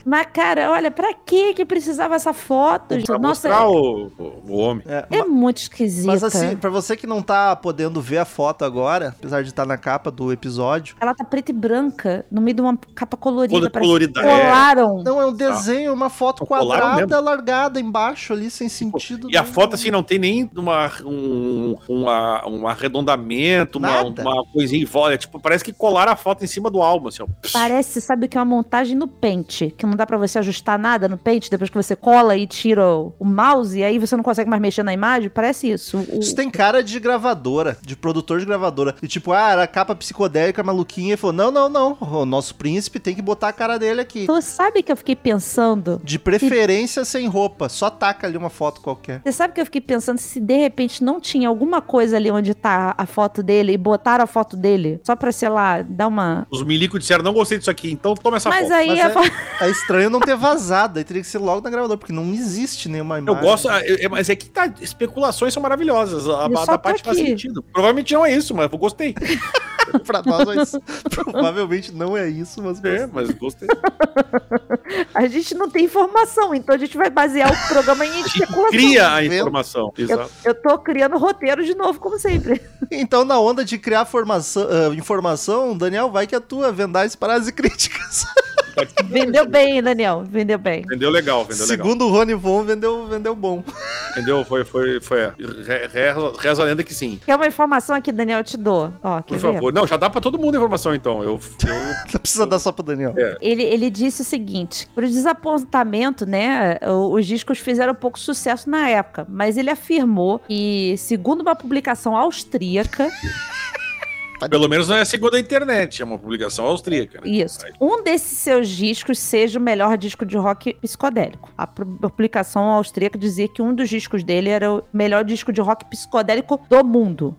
Speaker 4: Mas cara, olha, pra que que precisava essa foto? gente?
Speaker 3: Pra
Speaker 4: Nossa,
Speaker 3: mostrar o, o- o homem.
Speaker 2: É,
Speaker 4: é muito esquisita.
Speaker 2: Mas assim, pra você que não tá podendo ver a foto agora, apesar de estar na capa do episódio,
Speaker 4: ela tá preta e branca no meio de uma capa colorida,
Speaker 3: Toda
Speaker 4: parece
Speaker 3: colorida.
Speaker 4: que
Speaker 3: É.
Speaker 4: colaram.
Speaker 2: não é um desenho, é uma foto
Speaker 3: Colaram
Speaker 2: quadrada largada embaixo ali, sem sentido.
Speaker 3: E a
Speaker 2: nenhum.
Speaker 3: foto, assim, não tem nem uma, um, uma- um arredondamento, uma,
Speaker 2: Nada.
Speaker 3: uma coisinha em volta. É, Tipo, parece que colaram a foto em cima do álbum, assim, ó.
Speaker 4: Parece, sabe o que é uma montagem no pente, que não dá pra você ajustar nada no pente depois que você cola e tira o, o mouse e aí você não consegue mais mexer na imagem, parece isso. O-
Speaker 2: Isso tem cara de gravadora, de produtor de gravadora. E tipo, ah, era a capa psicodélica maluquinha. E falou: não, não, não. O nosso príncipe tem que botar a cara dele aqui.
Speaker 4: Então, sabe que eu fiquei pensando?
Speaker 2: De preferência sem roupa. Só taca ali uma foto qualquer.
Speaker 4: Você sabe que eu fiquei pensando se de repente não tinha alguma coisa ali onde tá a foto dele e botaram a foto dele só pra, sei lá, dar uma.
Speaker 3: Os milicos disseram, não gostei disso aqui, então toma essa
Speaker 4: Mas
Speaker 3: foto.
Speaker 4: aí
Speaker 2: Mas
Speaker 4: a
Speaker 2: é-
Speaker 4: foto.
Speaker 2: É estranho não ter vazado. Aí teria que ser logo na gravadora, porque não existe nenhuma
Speaker 3: Eu
Speaker 2: imagem.
Speaker 3: gosto, ah, eu- eu- mas é que tá, especulações são maravilhosas. A,
Speaker 4: Eu
Speaker 3: a
Speaker 4: só
Speaker 3: da
Speaker 4: tô
Speaker 3: parte faz
Speaker 4: aqui.
Speaker 3: sentido. Provavelmente não é isso, mas eu gostei.
Speaker 2: pra nós, mas provavelmente não é isso, mas.
Speaker 3: ah, É, mas gostei.
Speaker 4: A gente não tem informação, então a gente vai basear o programa em especulação.
Speaker 3: Cria a
Speaker 2: vendo?
Speaker 3: informação. Exato.
Speaker 4: Eu tô criando roteiro de novo, como sempre.
Speaker 2: Então, na onda de criar formação, ah, informação, Daniel, vai que a tua vendais paradas e críticas.
Speaker 4: Vendeu bem, hein, Daniel. Vendeu bem.
Speaker 3: Tá Vendeu legal, vendeu legal.
Speaker 2: Segundo o Rony Von, vendeu, vendeu bom.
Speaker 3: Entendeu? Foi, foi, foi. é. Re- re- Reza a lenda que sim.
Speaker 4: Quer uma informação aqui, Daniel? Eu te dou. Ó,
Speaker 3: Por
Speaker 4: quer ver?
Speaker 3: favor. Não, já dá pra todo mundo a informação, então. Eu, eu-
Speaker 2: Não precisa dar só pro Daniel.
Speaker 4: Ele, ele disse o seguinte: pro desapontamento, né? o- Os discos fizeram pouco sucesso na época, mas ele afirmou que, segundo uma publicação austríaca.
Speaker 3: Pelo menos não é segundo a internet, é uma publicação austríaca. né?
Speaker 4: Isso. Um desses seus discos seja o melhor disco de rock psicodélico. A pu- publicação austríaca dizia que um dos discos dele era o melhor disco de rock psicodélico do mundo.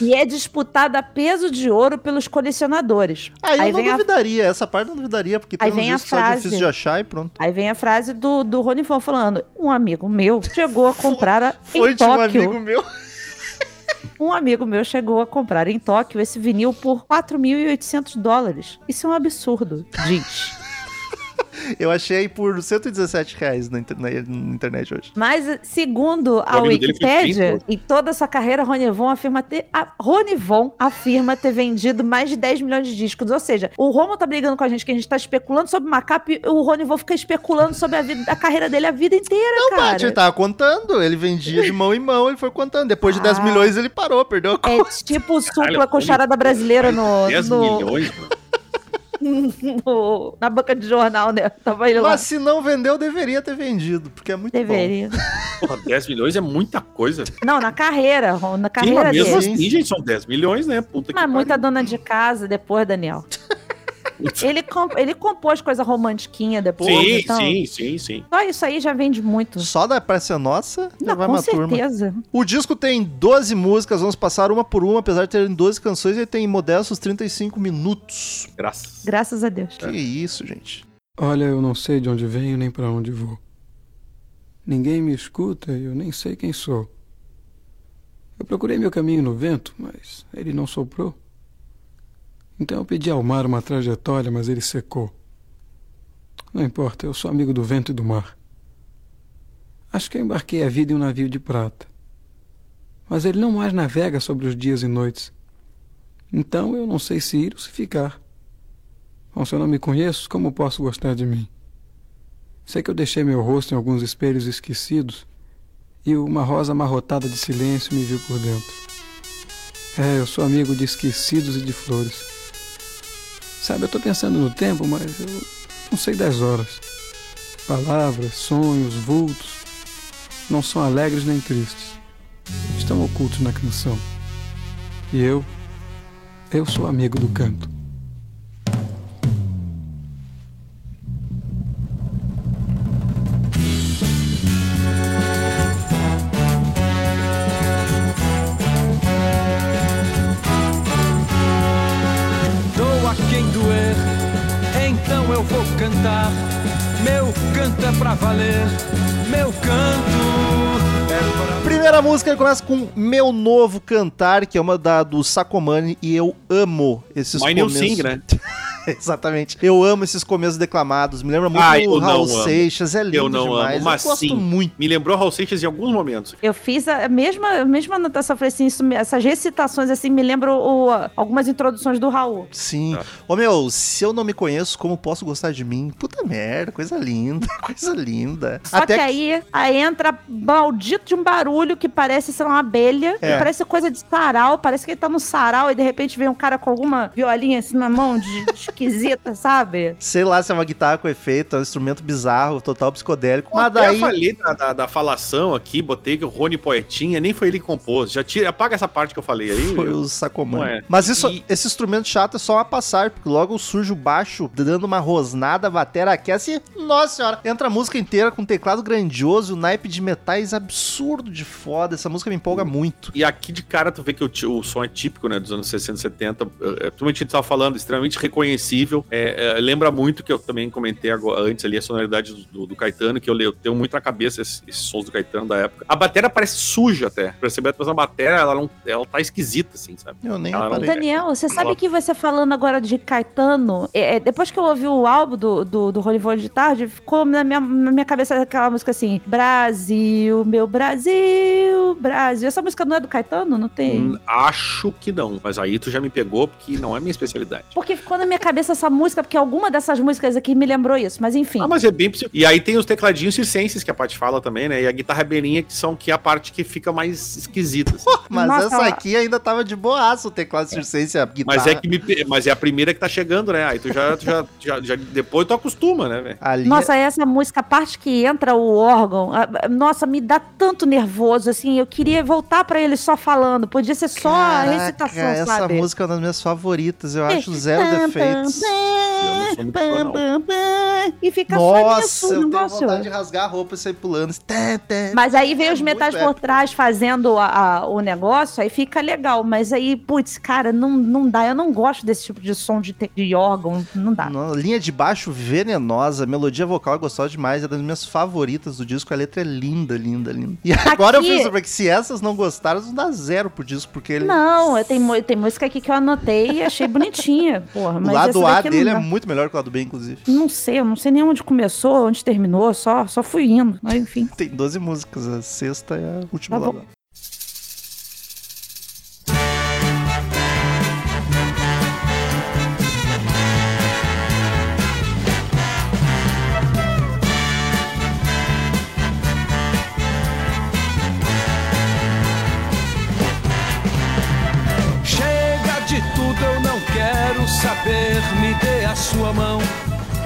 Speaker 4: e é disputado a peso de ouro pelos colecionadores.
Speaker 2: Aí, eu não
Speaker 4: vem a
Speaker 2: duvidaria, essa parte eu não duvidaria, porque
Speaker 4: Aí
Speaker 2: tem
Speaker 4: vem a
Speaker 2: um disco só
Speaker 4: frase.
Speaker 2: difícil de achar e pronto.
Speaker 4: Aí vem a frase do, do Rony Von falando: Um amigo meu chegou a comprar a-
Speaker 2: Foi
Speaker 4: em
Speaker 2: de um
Speaker 4: Tóquio.
Speaker 2: amigo meu.
Speaker 4: Um amigo meu chegou a comprar em Tóquio esse vinil por 4.800 dólares. Isso é um absurdo, diz.
Speaker 2: Eu achei por 117 reais na, inter- na- na internet hoje.
Speaker 4: Mas, segundo a
Speaker 3: amigo dele foi
Speaker 4: Wikipédia,
Speaker 3: pinto?
Speaker 4: em toda a sua carreira, Rony Von afirma ter, a- Rony Von afirma ter vendido mais de 10 milhões de discos. Ou seja, o Romo tá brigando com a gente, que a gente tá especulando sobre uma capa e o Rony Von fica especulando sobre a, vida, a carreira dele a vida inteira, cara.
Speaker 2: Bate, tá? ele tava contando, ele vendia de mão em mão, ele foi contando. Depois de 10
Speaker 4: Ah.
Speaker 2: milhões ele parou, perdeu a conta.
Speaker 4: É tipo o supla com
Speaker 3: Rony
Speaker 4: charada brasileira no,
Speaker 3: 10
Speaker 4: no-
Speaker 3: milhões, mano.
Speaker 4: no- na banca de jornal, né? Tava ele lá.
Speaker 2: Mas se não vendeu, deveria ter vendido, porque é muito bom.
Speaker 4: Deveria.
Speaker 3: Porra, 10 milhões é muita coisa.
Speaker 4: Não, na carreira, Ron, na
Speaker 3: Sim,
Speaker 4: carreira
Speaker 3: mas mesmo
Speaker 4: dele.
Speaker 2: dele.
Speaker 3: assim, gente, são 10 milhões, né? Puta
Speaker 4: Mas
Speaker 3: que
Speaker 4: muita dona de casa depois, Daniel. ele, com- ele compôs coisa romantiquinha depois.
Speaker 3: Sim,
Speaker 4: então,
Speaker 3: sim, sim, sim.
Speaker 4: Só isso aí já vende muito.
Speaker 2: Só da pra ser nossa, já
Speaker 4: Não,
Speaker 2: Então vai
Speaker 4: com
Speaker 2: uma turma.
Speaker 4: certeza.
Speaker 2: O disco tem 12 músicas, vamos passar uma por uma, apesar de terem 12 canções, ele tem modestos 35 minutos.
Speaker 3: Graças.
Speaker 4: Graças a Deus.
Speaker 3: É.
Speaker 2: Que isso, gente.
Speaker 1: Olha, eu não sei de onde venho nem para onde vou. Ninguém me escuta e eu nem sei quem sou. Eu procurei meu caminho no vento, mas ele não soprou. Então eu pedi ao mar uma trajetória, mas ele secou. Não importa, eu sou amigo do vento e do mar. Acho que eu embarquei a vida em um navio de prata. Mas ele não mais navega sobre os dias e noites. Então eu não sei se ir ou se ficar. Bom, se eu não me conheço, como posso gostar de mim? Sei que eu deixei meu rosto em alguns espelhos esquecidos e uma rosa amarrotada de silêncio me viu por dentro. É, eu sou amigo de esquecidos e de flores. Sabe, eu tô pensando no tempo, mas eu não sei das horas. Palavras, sonhos, vultos não são alegres nem tristes. Estão ocultos na canção. E eu, eu sou amigo do canto.
Speaker 6: Doa quem doer, então eu vou cantar. Meu canto é pra valer, meu canto é pra
Speaker 2: Primeira música, ele começa com Meu Novo Cantar, que é uma da do Sacomani, e eu amo esses
Speaker 3: My New
Speaker 2: começos.
Speaker 3: Sing, né?
Speaker 2: Exatamente. Eu amo esses começos declamados. Me lembra muito
Speaker 3: Ah, eu
Speaker 2: o Raul
Speaker 3: não amo.
Speaker 2: Seixas, é lindo
Speaker 3: Eu não amo,
Speaker 2: demais.
Speaker 3: mas
Speaker 2: eu gosto
Speaker 3: sim.
Speaker 2: muito.
Speaker 3: Me lembrou Raul Seixas em alguns momentos.
Speaker 4: Eu fiz a mesma, a mesma anotação, eu falei assim, isso me- essas recitações assim me lembram o- algumas introduções do Raul.
Speaker 2: Sim.
Speaker 3: Tá.
Speaker 2: Ô meu, se eu não me conheço, como posso gostar de mim? Puta merda, coisa linda, coisa linda.
Speaker 4: Só que aí, aí entra maldito de um barulho que parece ser uma abelha,
Speaker 2: É.
Speaker 4: parece coisa de sarau, parece que ele tá no sarau e de repente vem um cara com alguma violinha assim na mão, de, de esquisita, sabe?
Speaker 2: Sei lá se é uma guitarra com efeito, é um instrumento bizarro, total psicodélico.
Speaker 3: Eu
Speaker 2: mas daí.
Speaker 3: falei da, da- da falação aqui, botei que o Rony Poetinha, nem foi ele que compôs. Já tira, apaga essa parte que eu falei aí.
Speaker 2: Foi
Speaker 3: eu-
Speaker 2: o Sacomani.
Speaker 3: Ué,
Speaker 2: Mas isso,
Speaker 3: é. e-
Speaker 2: esse instrumento chato é só uma passar, porque logo surge o baixo, dando uma rosnada, a batera aquece e, nossa senhora, entra a música inteira com um teclado grandioso, um naipe de metais absurdo de foda. Essa música me empolga muito.
Speaker 3: E aqui de cara tu vê que o, ti- o som é típico, né, dos anos 60, 70. eh, eh, Principalmente a gente tava falando, extremamente reconhecível. Eh, eh, lembra muito que eu também comentei agora- antes ali a sonoridade do- do, do Caetano, que eu, le- eu tenho muito na cabeça esse- esses, sons do Caetano da época. A bateria parece suja até. Percebeu? Mas a bateria, ela, não, ela tá esquisita, assim, sabe?
Speaker 2: Eu nem
Speaker 3: Ela não
Speaker 2: reparei.
Speaker 4: Daniel, você sabe que você falando agora de Caetano, é, é, depois que eu ouvi o álbum do, do, do Rolivão de tarde, ficou na minha, na minha cabeça aquela música assim: Brasil, meu Brasil, Brasil. Essa música não é do Caetano? Não tem?
Speaker 2: Hum.
Speaker 3: Hum, Acho que não. Mas aí tu já me pegou, porque não é minha especialidade.
Speaker 4: Porque ficou na minha cabeça essa música, porque alguma dessas músicas aqui me lembrou isso, mas enfim.
Speaker 3: Ah, mas é bem possível. E aí tem os tecladinhos circenses que a Paty fala também, né? E a guitarra beirinha que são que é a parte que fica mais esquisita. assim.
Speaker 2: Mas
Speaker 4: Nossa,
Speaker 2: essa
Speaker 4: ela-
Speaker 2: aqui ainda tava de boaço, o teclado circense, a guitarra.
Speaker 3: Mas é que me, pe- mas é a primeira que tá chegando, né? Aí tu já, tu já, já, já- depois tu acostuma, né, velho?
Speaker 2: A linha-
Speaker 4: Nossa, essa música, a parte que entra o órgão, a- a- nossa, me dá tanto nervoso, assim, eu queria voltar pra ele só falando, podia ser só a
Speaker 2: Caraca,
Speaker 4: recitação,
Speaker 2: essa
Speaker 4: sabe?
Speaker 2: música é uma das minhas favoritas, eu acho zero defeitos.
Speaker 3: não sou muito fã, não.
Speaker 4: E fica
Speaker 2: Nossa,
Speaker 4: só nisso o
Speaker 2: eu tenho
Speaker 4: negócio.
Speaker 2: vontade de rasgar a roupa e sair pulando.
Speaker 4: Mas aí vem
Speaker 2: É
Speaker 4: os
Speaker 2: muito
Speaker 4: metais por
Speaker 2: épico.
Speaker 4: trás fazendo a- a- o negócio, aí fica legal. Mas aí, putz, cara, não, não dá. Eu não gosto desse tipo de som de, te- de órgão. Não dá.
Speaker 2: Nossa, linha de baixo venenosa, melodia vocal gostosa demais, é das minhas favoritas do disco, a letra é linda, linda, linda. E agora eu
Speaker 4: Tá Aqui-
Speaker 2: penso, porque se essas não gostaram, não dá zero pro disco, porque ele,
Speaker 4: Não, eu tenho, mu- tem música aqui que eu anotei e achei bonitinha, porra.
Speaker 2: o
Speaker 4: Mas
Speaker 2: lado
Speaker 4: essa
Speaker 2: A
Speaker 4: daqui não
Speaker 2: dele é
Speaker 4: dá.
Speaker 2: muito melhor que o lado B, inclusive.
Speaker 4: Não sei, eu não sei nem onde começou, onde terminou, só, só fui indo. Mas, enfim.
Speaker 2: Tem 12 músicas, a sexta é a última
Speaker 4: Tá
Speaker 2: lá.
Speaker 4: bom.
Speaker 1: Chega de tudo, eu não quero saber. Me dê a sua mão.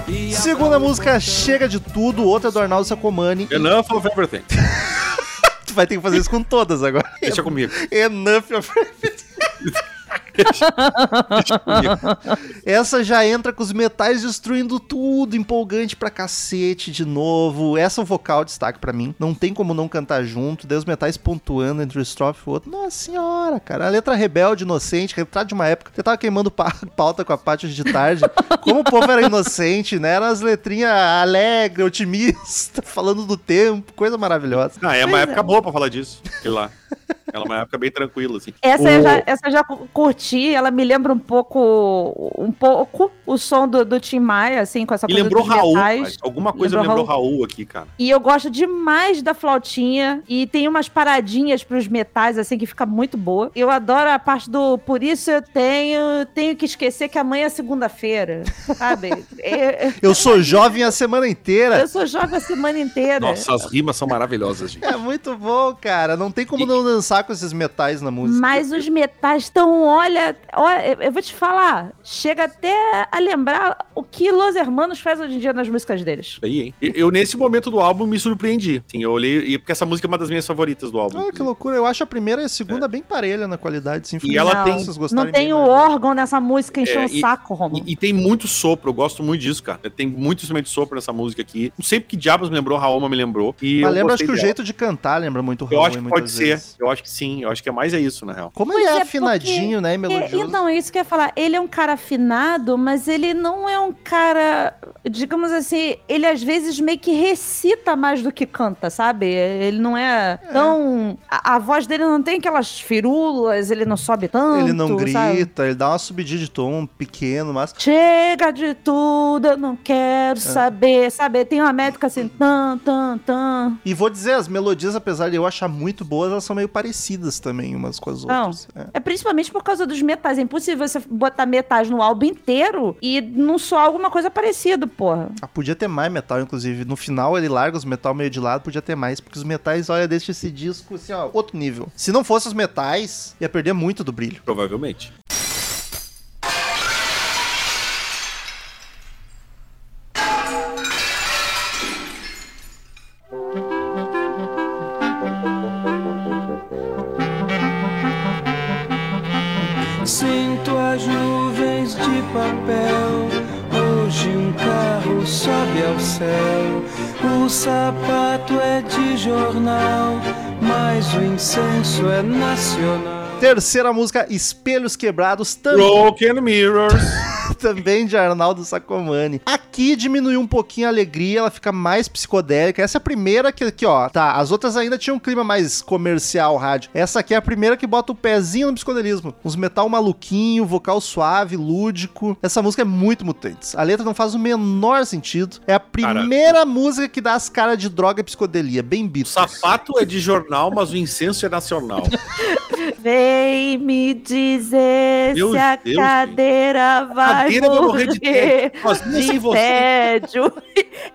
Speaker 1: e abra
Speaker 2: Segunda
Speaker 1: o
Speaker 2: música,
Speaker 1: botão.
Speaker 2: Chega de Tudo, outra é do Arnaldo Sacomani.
Speaker 3: Enough of everything.
Speaker 2: Tu vai ter que fazer isso com todas agora.
Speaker 3: Deixa comigo.
Speaker 2: Enough of
Speaker 3: Deixa comigo.
Speaker 2: Essa já entra com os metais destruindo tudo, empolgante pra cacete de novo. Essa é o vocal destaque pra mim. Não tem como não cantar junto. Daí os metais pontuando entre um estrofe e o outro. Nossa senhora, cara. A letra rebelde, inocente, retrato de uma época. Eu tava queimando pa- pauta com a Pátia de tarde. Como o povo era inocente, né? Eram as letrinhas alegre, otimista, falando do tempo, coisa maravilhosa.
Speaker 3: Ah, é uma
Speaker 4: Pois
Speaker 3: época boa pra falar disso. Sei lá. Ela é uma época bem tranquila, assim.
Speaker 4: Essa,
Speaker 3: O-
Speaker 4: eu já, essa eu já cu- curti, ela me lembra um pouco um pouco o som do, do Tim Maia, assim, com essa
Speaker 3: E
Speaker 4: coisa
Speaker 3: lembrou
Speaker 4: dos
Speaker 3: Raul.
Speaker 4: metais.
Speaker 3: cara. Alguma coisa
Speaker 4: Lembrou
Speaker 3: lembrou Raul. aqui, cara.
Speaker 4: E eu gosto demais da flautinha. E tem umas paradinhas pros metais, assim, que fica muito boa. Eu adoro a parte do por isso eu tenho, tenho que esquecer que amanhã é segunda-feira. Sabe? eu,
Speaker 2: Eu sou jovem a semana inteira.
Speaker 4: eu sou jovem a semana inteira.
Speaker 3: Nossa, as rimas são maravilhosas, gente.
Speaker 2: É muito bom, cara. Não tem como não dançar com esses metais na música.
Speaker 4: Mas os metais estão, olha, olha, eu- eu vou te falar, chega até a lembrar o que Los Hermanos faz hoje em dia nas músicas deles.
Speaker 3: Aí, hein? E- Eu, nesse momento do álbum, me surpreendi. Sim, eu olhei, e porque essa música é uma das minhas favoritas do álbum.
Speaker 2: Ah, que loucura. Eu acho a primeira e a segunda bem parelha na qualidade, assim, sim.
Speaker 3: E ela
Speaker 4: Não,
Speaker 3: tem-
Speaker 2: Vocês gostaram
Speaker 4: Não tem o
Speaker 2: bem, né?
Speaker 4: órgão nessa música enchendo
Speaker 3: É,
Speaker 4: o
Speaker 3: e-
Speaker 4: saco, Romulo.
Speaker 3: E, e tem muito sopro, eu gosto muito disso, cara. Tem muito instrumento de sopro nessa música aqui. Não sei porque diabos me lembrou, Raoma me lembrou. E
Speaker 2: Mas
Speaker 3: eu
Speaker 2: lembra, acho
Speaker 3: gostei
Speaker 2: que o
Speaker 3: dela.
Speaker 2: jeito de cantar lembra muito o
Speaker 3: Eu acho
Speaker 2: Halloween
Speaker 3: que
Speaker 2: muitas
Speaker 3: pode
Speaker 2: vezes.
Speaker 3: ser. Eu acho que sim. Eu acho que é mais é isso, na real.
Speaker 2: Como
Speaker 4: Pois
Speaker 2: ele
Speaker 4: é,
Speaker 2: é,
Speaker 4: porque-
Speaker 2: afinadinho, né, e
Speaker 4: É,
Speaker 2: melodioso.
Speaker 4: então, é isso que eu ia falar. Ele é um cara afinado, mas ele não é um cara. Digamos assim, ele às vezes meio que recita mais do que canta, sabe? Ele não é, tão. A, a voz dele não tem aquelas firulas, ele não sobe tanto.
Speaker 2: ele não
Speaker 4: sabe?
Speaker 2: grita, ele dá uma subidinha de tom pequeno, mas...
Speaker 4: Chega de tudo, eu não quero saber, sabe? Tem uma métrica assim, tan, tan, tan.
Speaker 2: E vou dizer, as melodias, apesar de eu achar muito boas, elas são meio parecidas também umas com as
Speaker 4: Não.
Speaker 2: outras. É.
Speaker 4: É principalmente por causa dos metais. É impossível você botar metais no álbum inteiro e não soar alguma coisa parecida, porra.
Speaker 2: Ah, podia ter mais metal, inclusive. No final ele larga os metal meio de lado, podia ter mais, porque os metais, olha, deixa esse disco assim, ó, outro nível. Se não fosse os metais, ia perder muito do brilho.
Speaker 3: Provavelmente.
Speaker 1: Sinto as nuvens de papel. Hoje um carro sobe ao céu. O sapato é de jornal, mas o incenso é nacional.
Speaker 2: Terceira música, Espelhos Quebrados, também.
Speaker 3: Broken Mirrors.
Speaker 2: também de Arnaldo Sacomani. Aqui diminuiu um pouquinho a alegria, ela fica mais psicodélica. Essa é a primeira que, que, ó, tá. As outras ainda tinham um clima mais comercial, rádio. Essa aqui é a primeira que bota o pezinho no psicodelismo. Uns metal maluquinho, vocal suave, lúdico. Essa música é muito mutantes. A letra não faz o menor sentido. É a primeira música que dá as caras de droga e psicodelia. Bem
Speaker 3: O
Speaker 2: Beatles.
Speaker 3: sapato é de jornal, mas o incenso é nacional.
Speaker 4: Vem me dizer
Speaker 3: Meu
Speaker 4: se a
Speaker 3: Deus, gente.
Speaker 4: cadeira vai
Speaker 3: cadeira vai morrer
Speaker 4: morrer
Speaker 3: de tédio. Nós nem sem
Speaker 4: de
Speaker 3: você.
Speaker 4: tédio.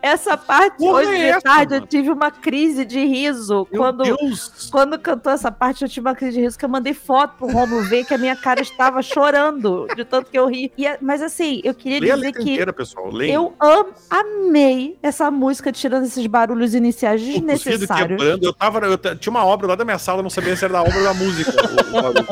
Speaker 4: Essa parte,
Speaker 3: Porra
Speaker 4: hoje
Speaker 3: é
Speaker 4: de
Speaker 3: essa,
Speaker 4: tarde,
Speaker 3: mano?
Speaker 4: eu tive uma crise de riso.
Speaker 3: Meu
Speaker 4: quando,
Speaker 3: Deus!
Speaker 4: quando cantou essa parte, eu tive uma crise de riso que eu mandei foto pro Romulo ver que a minha cara estava chorando de tanto que eu ri. E, é- mas assim, eu queria
Speaker 3: Lê a
Speaker 4: dizer
Speaker 3: letra
Speaker 4: que
Speaker 3: inteira, pessoal. Leia.
Speaker 4: eu am- amei essa música, tirando esses barulhos iniciais
Speaker 3: O tecido
Speaker 4: desnecessários.
Speaker 3: quebrando. Eu tava. Eu t- tinha uma obra lá da minha sala, eu não sabia se era da obra ou da música. o- o barulho.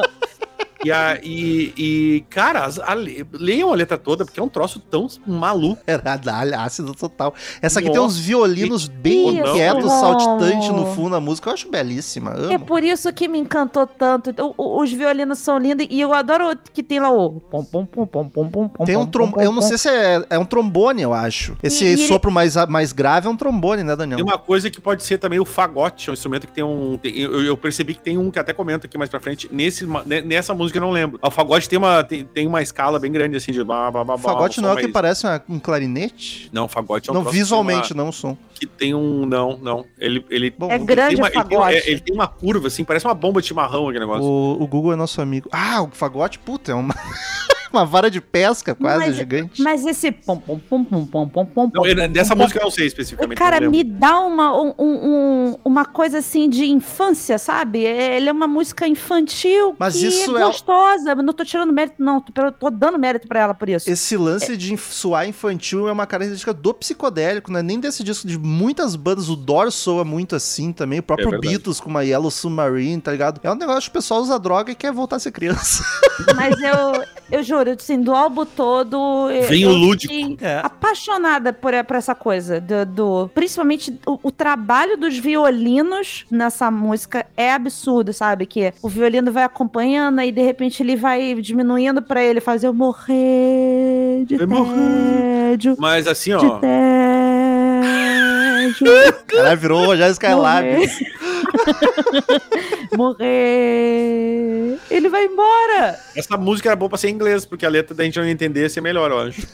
Speaker 3: e, a, e, e, cara, as- a le- leiam a letra toda, porque é um troço tão maluco.
Speaker 2: Era da- ácido total. Essa aqui tem
Speaker 3: Nossa,
Speaker 2: uns violinos bem
Speaker 4: isso,
Speaker 2: quietos,
Speaker 4: Romulo.
Speaker 2: saltitantes no fundo da música. Eu acho belíssima.
Speaker 4: É
Speaker 2: Amo.
Speaker 4: por isso que me encantou tanto. O- o- os violinos são lindos e eu adoro o que tem lá o. Pom, pom, pom, pom, pom, pom, pom,
Speaker 2: Tem um
Speaker 4: pom,
Speaker 2: trom...
Speaker 4: pom,
Speaker 2: Eu não
Speaker 4: pom.
Speaker 2: sei se é, é um trombone, eu acho. Esse
Speaker 4: E- e ele-
Speaker 2: sopro mais, a- mais grave é um trombone, né, Daniel?
Speaker 3: Tem uma coisa que pode ser também o fagote, é um instrumento que tem um. tem- eu, eu percebi que tem um que até comenta aqui mais pra frente. Nesse, ma- ne- nessa música eu não lembro. Ah, O fagote tem uma, tem, tem uma escala bem grande, assim, de blá, blá, blá,
Speaker 2: O fagote
Speaker 3: blá, um
Speaker 2: não é o
Speaker 3: som
Speaker 2: que
Speaker 3: mais-
Speaker 2: parece uma- um clarinete?
Speaker 3: Não, fagote é um
Speaker 2: não,
Speaker 3: troço que tem
Speaker 2: visualmente,
Speaker 3: uma-
Speaker 2: não o som.
Speaker 3: que tem um. Não, não. Ele, ele
Speaker 2: Bom,
Speaker 4: É
Speaker 2: o-
Speaker 4: grande
Speaker 3: tem uma,
Speaker 4: o
Speaker 3: ele tem-
Speaker 4: fagote.
Speaker 3: é- ele tem uma curva, assim, parece uma bomba de chimarrão aquele negócio.
Speaker 2: o, o Google é nosso amigo. Ah, o fagote, puta, é uma, uma vara de pesca quase
Speaker 4: Mas-
Speaker 2: gigante.
Speaker 4: Mas esse pom, pom, pom, pom, pom, pom, pom,
Speaker 3: Não,
Speaker 4: pom,
Speaker 3: ele- é
Speaker 4: pom,
Speaker 3: dessa
Speaker 4: pom,
Speaker 3: música tá eu não sei
Speaker 4: O
Speaker 3: especificamente.
Speaker 4: cara
Speaker 3: não lembro.
Speaker 4: me dá uma, um- um- um- uma coisa assim de infância, sabe? É- Ele é uma música infantil
Speaker 2: Mas
Speaker 4: que
Speaker 2: isso é-
Speaker 4: é gostosa. Eu Não tô tirando mérito, não. Tô, eu tô dando mérito pra ela por isso.
Speaker 2: Esse lance de inf- suar infantil é uma característica do psicodélico, né? Nem desse disco, de muitas bandas. O Doors soa muito assim também. O próprio
Speaker 3: É verdade.
Speaker 2: Beatles com uma Yellow Submarine, tá ligado? É um negócio que o pessoal usa droga e quer voltar a ser criança.
Speaker 4: Mas eu, eu juro, assim, do álbum todo. eu-
Speaker 3: Vem
Speaker 4: eu
Speaker 3: o lúdico.
Speaker 4: fiquei
Speaker 2: É.
Speaker 4: Apaixonada por, por essa coisa. Do, do- principalmente o, o trabalho dos violinos nessa música é absurdo, sabe? Que o violino vai acompanhando e de repente ele vai diminuindo pra ele fazer eu morrer de
Speaker 3: Eu morrer.
Speaker 4: tédio.
Speaker 3: Mas assim,
Speaker 4: De
Speaker 3: ó.
Speaker 4: tédio.
Speaker 2: Cara, virou já Skylab.
Speaker 4: morrer. morrer. Ele vai embora.
Speaker 3: Essa música era boa pra ser em inglês, porque a letra da gente não entender ser melhor, eu acho.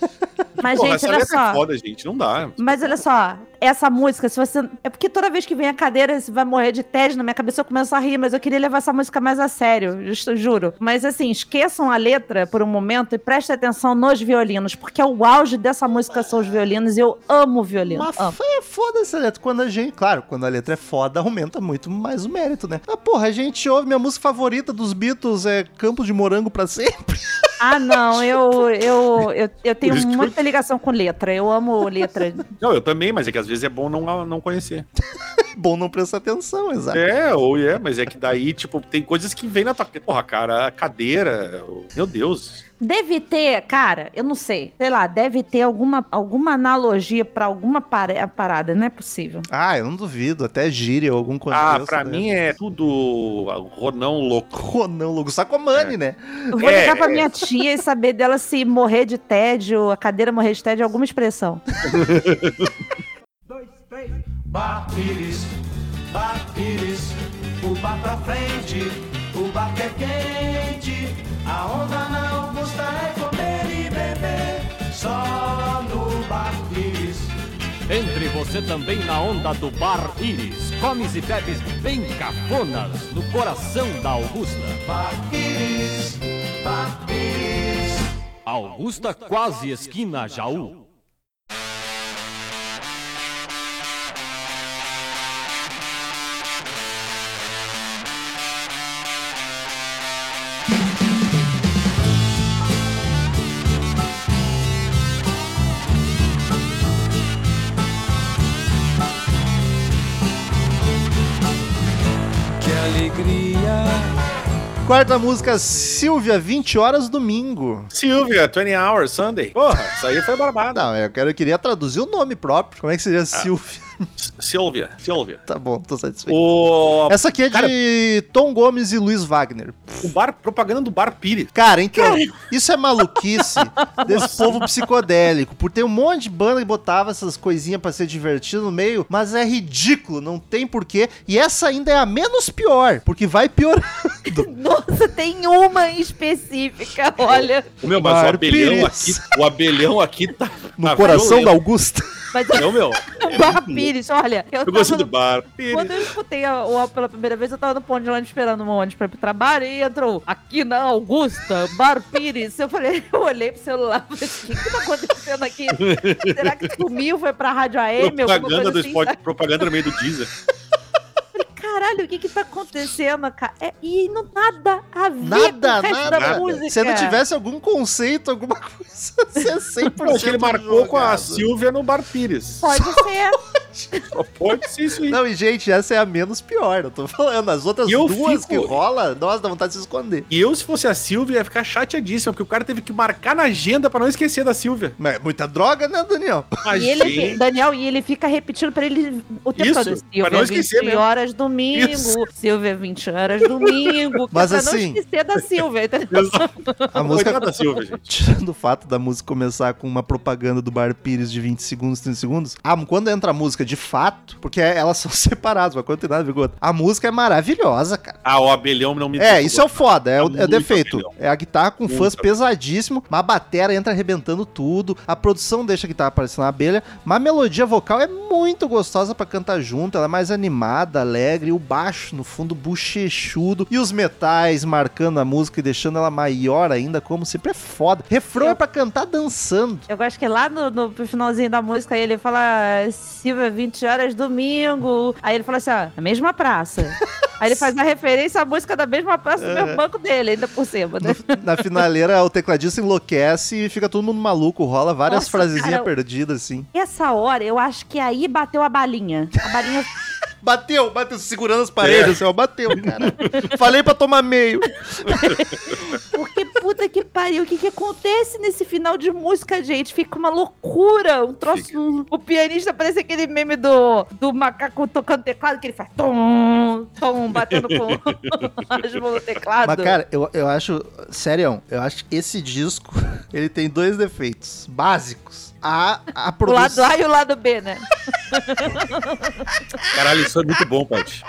Speaker 4: Mas,
Speaker 3: Porra,
Speaker 4: gente, olha
Speaker 3: é
Speaker 4: só.
Speaker 3: foda, gente. Não dá.
Speaker 4: Mas olha só, essa música, se você. É porque toda vez que vem a cadeira, você vai morrer de tédio, na minha cabeça eu começo a rir, mas eu queria levar essa música mais a sério, justo- juro. Mas assim, esqueçam a letra por um momento e prestem atenção nos violinos, porque é o auge dessa música são os violinos e eu amo violino.
Speaker 2: Mas
Speaker 4: amo.
Speaker 2: foi é foda essa letra. Quando a gente. Claro, quando a letra é foda, aumenta muito mais o mérito, né? Mas, porra, a gente ouve minha música favorita dos Beatles é Campo de Morango pra sempre.
Speaker 4: Ah, não, eu, eu, eu, eu tenho
Speaker 3: Por isso que eu-
Speaker 4: muita ligação com letra. Eu amo letra.
Speaker 3: Não, eu também, mas é que às vezes é bom não, não conhecer.
Speaker 2: Bom não prestar atenção, exato.
Speaker 3: É, ou é, mas é que daí, tipo, tem coisas que vem na tua. Porra, cara, a cadeira. o- Meu Deus.
Speaker 4: Deve ter, cara, eu não sei. Sei lá, deve ter alguma, alguma analogia pra alguma pare- parada, não é possível.
Speaker 2: Ah, eu não duvido. Até gíria ou algum contexto.
Speaker 3: Ah, pra
Speaker 2: né?
Speaker 3: mim é tudo Ronão louco.
Speaker 2: Ronan Logo Sacomani, né?
Speaker 4: Eu vou
Speaker 3: É,
Speaker 4: ligar pra
Speaker 3: é.
Speaker 4: minha tia e saber dela se morrer de tédio, a cadeira morrer de tédio, é alguma expressão.
Speaker 1: dois, três. Bar Pires, Bar Pires, o bar pra frente, o bar que é quente. A onda não custa é comer e beber, só no Bar Pires. Entre você também na onda do Bar Pires. Comes e bebes bem cafonas no coração da Augusta. Bar Pires, Bar Pires. Augusta quase esquina Jaú. Que alegria!
Speaker 2: Quarta música, Silvia, 20 horas domingo.
Speaker 3: Silvia, 20 Hours, Sunday. Porra, isso aí foi barbada.
Speaker 2: Não, eu, quero, eu queria traduzir o nome próprio. Como é que seria
Speaker 3: Ah.
Speaker 2: Silvia?
Speaker 3: Silvia, Silvia.
Speaker 2: Tá bom, tô satisfeito.
Speaker 3: O,
Speaker 2: Essa aqui é
Speaker 3: Cara-
Speaker 2: de Tom Gomes e Luiz Wagner.
Speaker 3: o bar, propaganda do Bar Pires.
Speaker 2: Cara, então, isso é maluquice desse povo psicodélico, por ter um monte de banda que botava essas coisinhas pra ser divertido no meio, mas é ridículo, não tem porquê. E essa ainda é a menos pior, porque vai piorar.
Speaker 4: Nossa, tem uma em específica, olha.
Speaker 3: O meu, mas
Speaker 2: Bar
Speaker 3: o abelhão
Speaker 2: Pires.
Speaker 3: aqui, o abelhão aqui tá
Speaker 2: No coração da
Speaker 3: violento.
Speaker 2: Augusta.
Speaker 4: Mas eu,
Speaker 3: Não, meu.
Speaker 4: Bar Pires, olha. Eu,
Speaker 3: Eu gosto
Speaker 4: tava
Speaker 3: do
Speaker 4: no-
Speaker 3: bar.
Speaker 4: Quando eu escutei a- o álbum pela primeira vez, eu tava no ponto de ônibus esperando um ônibus pra ir pro trabalho e entrou aqui na Augusta, Bar Pires. Eu falei, eu olhei pro celular e falei, o que que tá acontecendo aqui? Será que sumiu, foi pra Rádio AM, alguma
Speaker 3: Propaganda
Speaker 4: coisa
Speaker 3: do
Speaker 4: assim?
Speaker 3: esporte,
Speaker 4: sabe?
Speaker 3: propaganda no meio do Deezer.
Speaker 4: Caralho, o que que tá acontecendo, cara? É, e não, nada a ver
Speaker 2: Nada,
Speaker 4: com o resto
Speaker 2: nada.
Speaker 4: da música.
Speaker 2: Se não tivesse algum conceito, alguma coisa, você é 100%
Speaker 3: Acho que ele marcou com a
Speaker 2: jogado.
Speaker 3: Silvia no Bar Pires.
Speaker 4: Pode ser.
Speaker 3: Só pode ser isso aí.
Speaker 2: Não, e gente, essa é a menos pior, eu tô falando. As outras
Speaker 3: E eu
Speaker 2: duas
Speaker 3: fico-
Speaker 2: que rola, nossa, dá vontade de se esconder.
Speaker 3: E eu, se fosse a Silvia, ia ficar chateadíssima, porque o cara teve que marcar na agenda pra não esquecer da Silvia.
Speaker 2: Mas é muita droga, né, Daniel?
Speaker 4: E ele, Daniel, e ele fica repetindo pra ele o tempo
Speaker 3: Isso,
Speaker 4: todo. é
Speaker 3: pra não esquecer mesmo.
Speaker 4: horas domingo.
Speaker 3: Isso.
Speaker 4: Silvia, 20 horas domingo. que
Speaker 2: Mas
Speaker 4: é pra
Speaker 2: assim-
Speaker 4: não esquecer da Silvia, entendeu?
Speaker 2: A música
Speaker 3: da Silvia, gente.
Speaker 2: Tirando o fato da música começar com uma propaganda do Bar Pires de 20 segundos, 30 segundos, ah, quando entra a música de fato, porque é, elas são separadas, mas quando tem nada a ver com a outra, a música é maravilhosa, cara.
Speaker 3: Ah, o abelhão não me
Speaker 2: É, isso é o foda, é, o, é o
Speaker 3: Muito
Speaker 2: defeito.
Speaker 3: abelhão.
Speaker 2: É a guitarra com
Speaker 3: Muito
Speaker 2: fãs
Speaker 3: abelhão.
Speaker 2: pesadíssimo, mas a batera entra arrebentando tudo, a produção deixa a guitarra aparecendo na abelha, mas a melodia vocal é muito gostosa pra cantar junto, ela é mais animada, alegre, e o baixo no fundo bochechudo, e os metais marcando a música e deixando ela maior ainda, como sempre é foda. Refrão é pra cantar dançando.
Speaker 4: Eu gosto que é lá no, no finalzinho da música ele fala Silvia, 20 horas domingo. Aí ele fala assim, ó, a mesma praça. Aí ele faz a referência à música da mesma praça do
Speaker 2: É.
Speaker 4: mesmo banco dele, ainda por cima, né?
Speaker 2: Na finaleira, o tecladista enlouquece e fica todo mundo maluco, rola várias
Speaker 4: Nossa,
Speaker 2: frasezinhas
Speaker 4: cara,
Speaker 2: perdidas, assim.
Speaker 4: Essa hora, eu acho que aí bateu a balinha. A balinha
Speaker 2: Bateu, bateu, segurando as paredes, assim, ó, bateu, cara. Falei pra tomar meio.
Speaker 4: Tá Porque puta que pariu, o que, que acontece nesse final de música, gente? Fica uma loucura. Um troço. O pianista parece aquele meme do, do macaco tocando teclado, que ele faz tom, tom, batendo com as mãos no teclado.
Speaker 2: Mas, cara, eu, eu acho. Sério, eu acho que esse disco ele tem dois defeitos básicos. A, a
Speaker 4: o lado
Speaker 2: produção.
Speaker 4: A e o lado B, né?
Speaker 3: Caralho, isso é muito bom, Paty.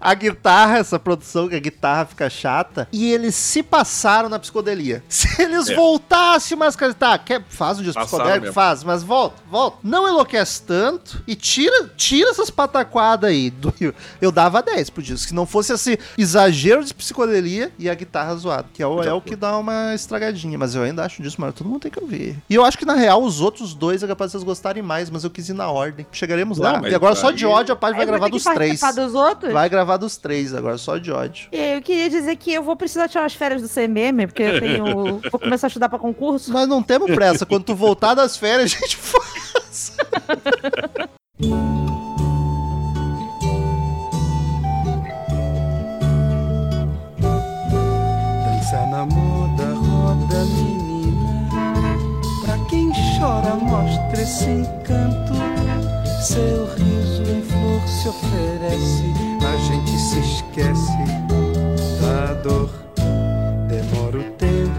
Speaker 2: A guitarra, essa produção, que a guitarra fica chata. E eles se passaram na psicodelia. Se eles
Speaker 3: É.
Speaker 2: voltassem mais cara, tá, quer, faz um disco
Speaker 3: Passaram
Speaker 2: psicodélico,
Speaker 3: mesmo.
Speaker 2: faz, mas volta, volta. Não enlouquece tanto e tira, tira essas pataquadas aí. do- eu dava 10 pro disco. Se não fosse esse exagero de psicodelia e a guitarra zoada, que é o,
Speaker 3: De
Speaker 2: é o
Speaker 3: acordo.
Speaker 2: que dá uma estragadinha. Mas eu ainda acho disso, mano. Todo mundo tem que ouvir. E eu acho que, na real, os outros dois é capaz de vocês gostarem mais, mas eu quis ir na ordem. Chegaremos
Speaker 3: Não,
Speaker 2: lá.
Speaker 3: mas
Speaker 2: E agora, só de
Speaker 3: aí-
Speaker 2: ódio, a parte vai
Speaker 4: Aí
Speaker 2: gravar
Speaker 4: ter que
Speaker 2: dos três.
Speaker 4: participar dos outros?
Speaker 2: Vai gravar dos três agora, só de ódio.
Speaker 4: E aí, eu queria dizer que eu vou precisar tirar as férias do CMM, porque eu tenho. vou começar a estudar pra concurso.
Speaker 2: Nós não temos pressa. Quando tu voltar das férias, a gente faz.
Speaker 5: Dançar na moda, roda menina. Pra quem chora, mostra esse encanto. Seu riso em flor se oferece. A gente se esquece da dor. Demora o tempo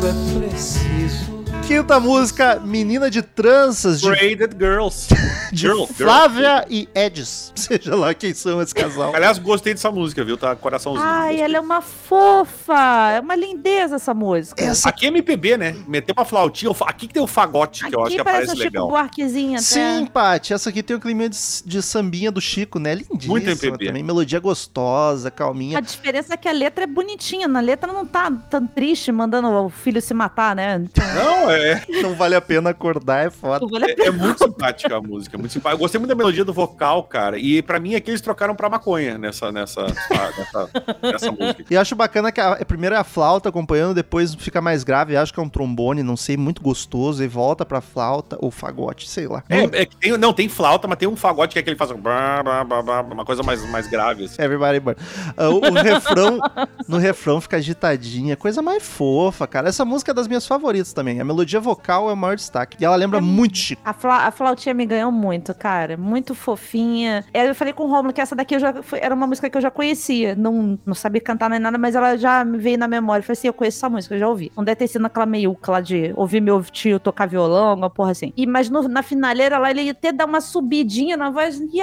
Speaker 5: quanto é preciso.
Speaker 2: Quinta música, Menina de Tranças, de,
Speaker 3: Traded Girls.
Speaker 2: de
Speaker 3: Girl, girl.
Speaker 2: Flávia e Edis. Seja lá quem são esse casal.
Speaker 3: Aliás, gostei dessa música, viu? Tá coraçãozinho.
Speaker 4: Ai,
Speaker 3: Gostei.
Speaker 4: ela é uma fofa! É uma lindeza essa música.
Speaker 2: Essa
Speaker 3: Aqui é MPB, né? Meteu uma flautinha. o fa- Aqui que tem o fagote, que eu acho
Speaker 4: Aqui
Speaker 3: que
Speaker 4: parece
Speaker 3: aparece
Speaker 4: um Chico
Speaker 3: legal.
Speaker 4: Buarquezinho até.
Speaker 2: Sim, Paty, essa aqui tem o clima de, de sambinha do Chico, né? Lindíssima
Speaker 3: Muito MPB.
Speaker 2: também, melodia gostosa, calminha.
Speaker 4: A diferença é que a letra é bonitinha. Na letra não tá tão triste mandando o filho se matar, né? Então,
Speaker 3: Não, é,
Speaker 2: Não vale a pena acordar, é foda.
Speaker 4: vale a pena.
Speaker 3: é muito simpática a música. é Muito simpática. Eu gostei muito da melodia do vocal, cara. E pra mim aqui eles trocaram pra maconha nessa, nessa, nessa, nessa música.
Speaker 2: E acho bacana que a, a primeira é a flauta acompanhando, depois fica mais grave, acho que é um trombone, não sei, muito gostoso, e volta pra flauta, ou fagote, sei lá.
Speaker 3: É, é que tem, não, tem flauta, mas tem um fagote que é aquele que faz um brá, brá, brá, brá, uma coisa mais, mais grave. Assim.
Speaker 2: Everybody Burn. Ah, o, o refrão, no refrão fica agitadinha, coisa mais fofa, cara. Essa música é das minhas favoritas também. A melodia vocal é o maior destaque. E ela lembra muito Chico.
Speaker 4: A, fla- a flautinha me ganhou muito, cara. Muito fofinha. É, Eu falei com o Romulo que essa daqui eu já foi- era uma música que eu já conhecia. Não, não sabia cantar nem nada, mas ela já me veio na memória. Eu falei assim, eu conheço essa música, eu já ouvi. Não deve ter sido naquela meiuca lá de ouvir meu tio tocar violão, uma porra assim. E, mas no- na finaleira lá, ele até dá uma subidinha na voz e